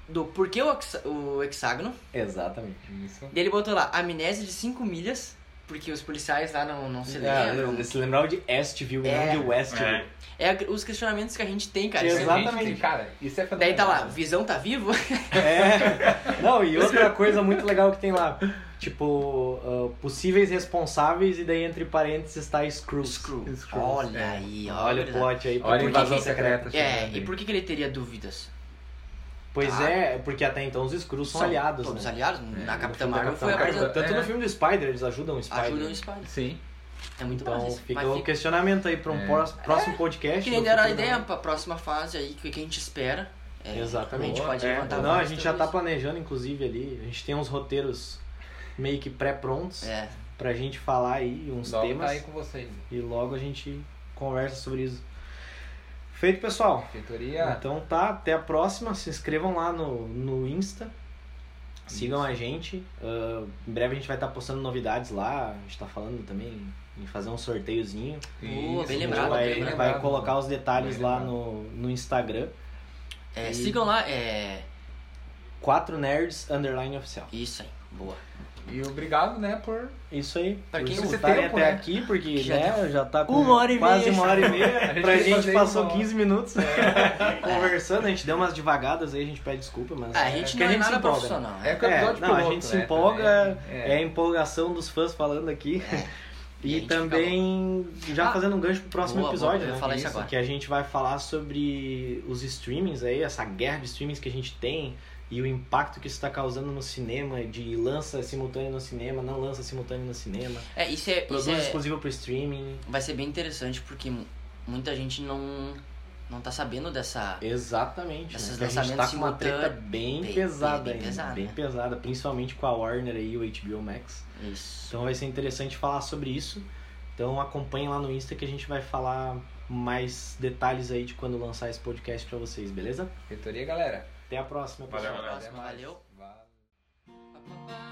Speaker 1: Do porquê o, hexa- o hexágono.
Speaker 2: Exatamente.
Speaker 4: Isso. é
Speaker 1: Daí ele botou lá, amnésia de 5 milhas, porque os policiais lá não, não se lembram.
Speaker 2: É, se lembrava de Estville e
Speaker 1: É.
Speaker 2: não de Westville.
Speaker 3: É.
Speaker 1: É a- os questionamentos que a gente tem, cara.
Speaker 2: Exato.
Speaker 1: Sempre-
Speaker 2: Exatamente.
Speaker 4: Gente, cara, isso é
Speaker 1: Daí tá
Speaker 4: fenomenal.
Speaker 1: lá, visão tá vivo?
Speaker 2: É. Não, e outra coisa muito legal que tem lá. Tipo, ah, possíveis responsáveis e daí entre parênteses está Screws.
Speaker 1: Screw.
Speaker 4: Screws,
Speaker 1: Olha
Speaker 4: é.
Speaker 1: aí,
Speaker 2: Olha o
Speaker 1: gurizada.
Speaker 2: plot aí.
Speaker 4: Olha a
Speaker 1: Por que
Speaker 4: invasão
Speaker 1: que-
Speaker 4: secreta.
Speaker 1: É,
Speaker 4: chegando
Speaker 1: e
Speaker 4: aí.
Speaker 1: por que, que ele teria dúvidas?
Speaker 2: Pois
Speaker 1: Ah.
Speaker 2: é, porque até então os Screws são,
Speaker 1: São
Speaker 2: aliados,
Speaker 1: Todos
Speaker 2: né?
Speaker 1: aliados? Na
Speaker 2: No
Speaker 1: Capitã
Speaker 2: filme da
Speaker 1: Marvel foi
Speaker 4: Marvel.
Speaker 1: apresentado.
Speaker 2: Capitã- Tanto
Speaker 4: É.
Speaker 2: no filme do Spider, eles ajudam o Spider.
Speaker 1: Ajudam o Spider.
Speaker 4: Sim.
Speaker 1: É muito
Speaker 2: então
Speaker 1: bom.
Speaker 2: fica o questionamento aí para um
Speaker 4: É.
Speaker 2: prós- próximo podcast.
Speaker 1: Que nem
Speaker 2: do
Speaker 1: deram a
Speaker 2: futuro,
Speaker 1: ideia
Speaker 2: né?
Speaker 1: pra próxima fase aí, que, que a gente espera. É,
Speaker 2: Exatamente.
Speaker 1: A gente
Speaker 4: Boa,
Speaker 1: pode
Speaker 4: é.
Speaker 1: levantar
Speaker 2: Não, a
Speaker 1: mais
Speaker 2: gente
Speaker 1: tudo
Speaker 2: já tá
Speaker 1: isso.
Speaker 2: planejando, inclusive, ali. A gente tem uns roteiros meio que pré-prontos
Speaker 1: É,
Speaker 2: pra gente falar aí uns
Speaker 4: Logo
Speaker 2: temas.
Speaker 4: tá aí com vocês.
Speaker 2: E logo a gente conversa sobre isso. Feito, pessoal.
Speaker 4: Feitoria.
Speaker 2: Então tá, até a próxima. Se inscrevam lá no, no Insta. Sigam a gente. Ah, em breve a gente vai estar postando novidades lá. A gente tá falando também em fazer um sorteiozinho.
Speaker 1: Boa, bem
Speaker 4: Isso,
Speaker 2: a gente
Speaker 1: lembrado,
Speaker 2: vai,
Speaker 1: bem
Speaker 2: vai
Speaker 4: lembrado.
Speaker 2: colocar os detalhes
Speaker 4: Bem
Speaker 2: lá
Speaker 4: lembrado.
Speaker 2: no, no Instagram.
Speaker 1: É,
Speaker 2: E-
Speaker 1: Sigam lá, é.
Speaker 2: 4 Nerds Underline Oficial.
Speaker 1: Isso aí, boa.
Speaker 4: E obrigado, né, por.
Speaker 2: Isso aí.
Speaker 1: Pra quem
Speaker 2: Por
Speaker 4: esse
Speaker 2: escutarem
Speaker 4: tempo,
Speaker 2: até
Speaker 4: né?
Speaker 2: aqui, porque
Speaker 1: Já
Speaker 2: né, já tá com
Speaker 1: Uma hora e
Speaker 2: quase
Speaker 1: meia.
Speaker 2: uma hora e
Speaker 4: A
Speaker 2: meia.
Speaker 4: gente
Speaker 2: pra
Speaker 4: quer
Speaker 2: gente
Speaker 4: fazer
Speaker 2: passou
Speaker 4: uma hora.
Speaker 2: 15 minutos conversando. A gente deu umas devagadas aí, a gente pede desculpa, mas.
Speaker 1: É. a gente
Speaker 2: que
Speaker 1: não
Speaker 2: a
Speaker 1: é
Speaker 2: gente se
Speaker 1: nada
Speaker 2: empolga. né?
Speaker 1: profissional.
Speaker 4: É
Speaker 1: É.
Speaker 4: que o
Speaker 2: É,
Speaker 4: episódio
Speaker 2: não, a
Speaker 4: piloto,
Speaker 2: gente se
Speaker 4: né,
Speaker 2: empolga,
Speaker 4: também.
Speaker 2: É a empolgação dos fãs falando aqui.
Speaker 1: E É. a
Speaker 2: E
Speaker 1: gente
Speaker 2: também já
Speaker 1: Ah,
Speaker 2: fazendo um gancho pro próximo
Speaker 1: boa, boa,
Speaker 2: episódio,
Speaker 1: eu ia
Speaker 2: né?
Speaker 1: falar isso agora.
Speaker 2: Que a gente vai falar sobre os streamings aí, essa guerra de streamings que a gente tem e o impacto que isso está causando no cinema, de lança simultâneo no cinema, não lança simultâneo no cinema,
Speaker 1: É, isso é. Isso
Speaker 2: produto
Speaker 1: é
Speaker 2: exclusivo pro streaming.
Speaker 1: vai ser bem interessante porque mu- muita gente não. Não tá sabendo dessa.
Speaker 2: Exatamente.
Speaker 1: Esses
Speaker 2: né? Que A gente tá
Speaker 1: lançamentos
Speaker 2: com uma treta
Speaker 1: simultâneos,
Speaker 2: bem,
Speaker 1: bem-
Speaker 2: pesada
Speaker 1: bem
Speaker 2: ainda,
Speaker 1: pesada.
Speaker 2: bem pesada, principalmente com a Warner aí, o HBO Max.
Speaker 1: Isso.
Speaker 2: Então vai ser interessante falar sobre isso. Então acompanhem lá no Insta que a gente vai falar mais detalhes aí de quando lançar esse podcast pra vocês, beleza?
Speaker 4: Feitoria, galera.
Speaker 2: Até a próxima,
Speaker 3: Valeu,
Speaker 2: pessoal.
Speaker 3: galera.
Speaker 1: Próxima, valeu.
Speaker 4: Valeu.
Speaker 1: papá.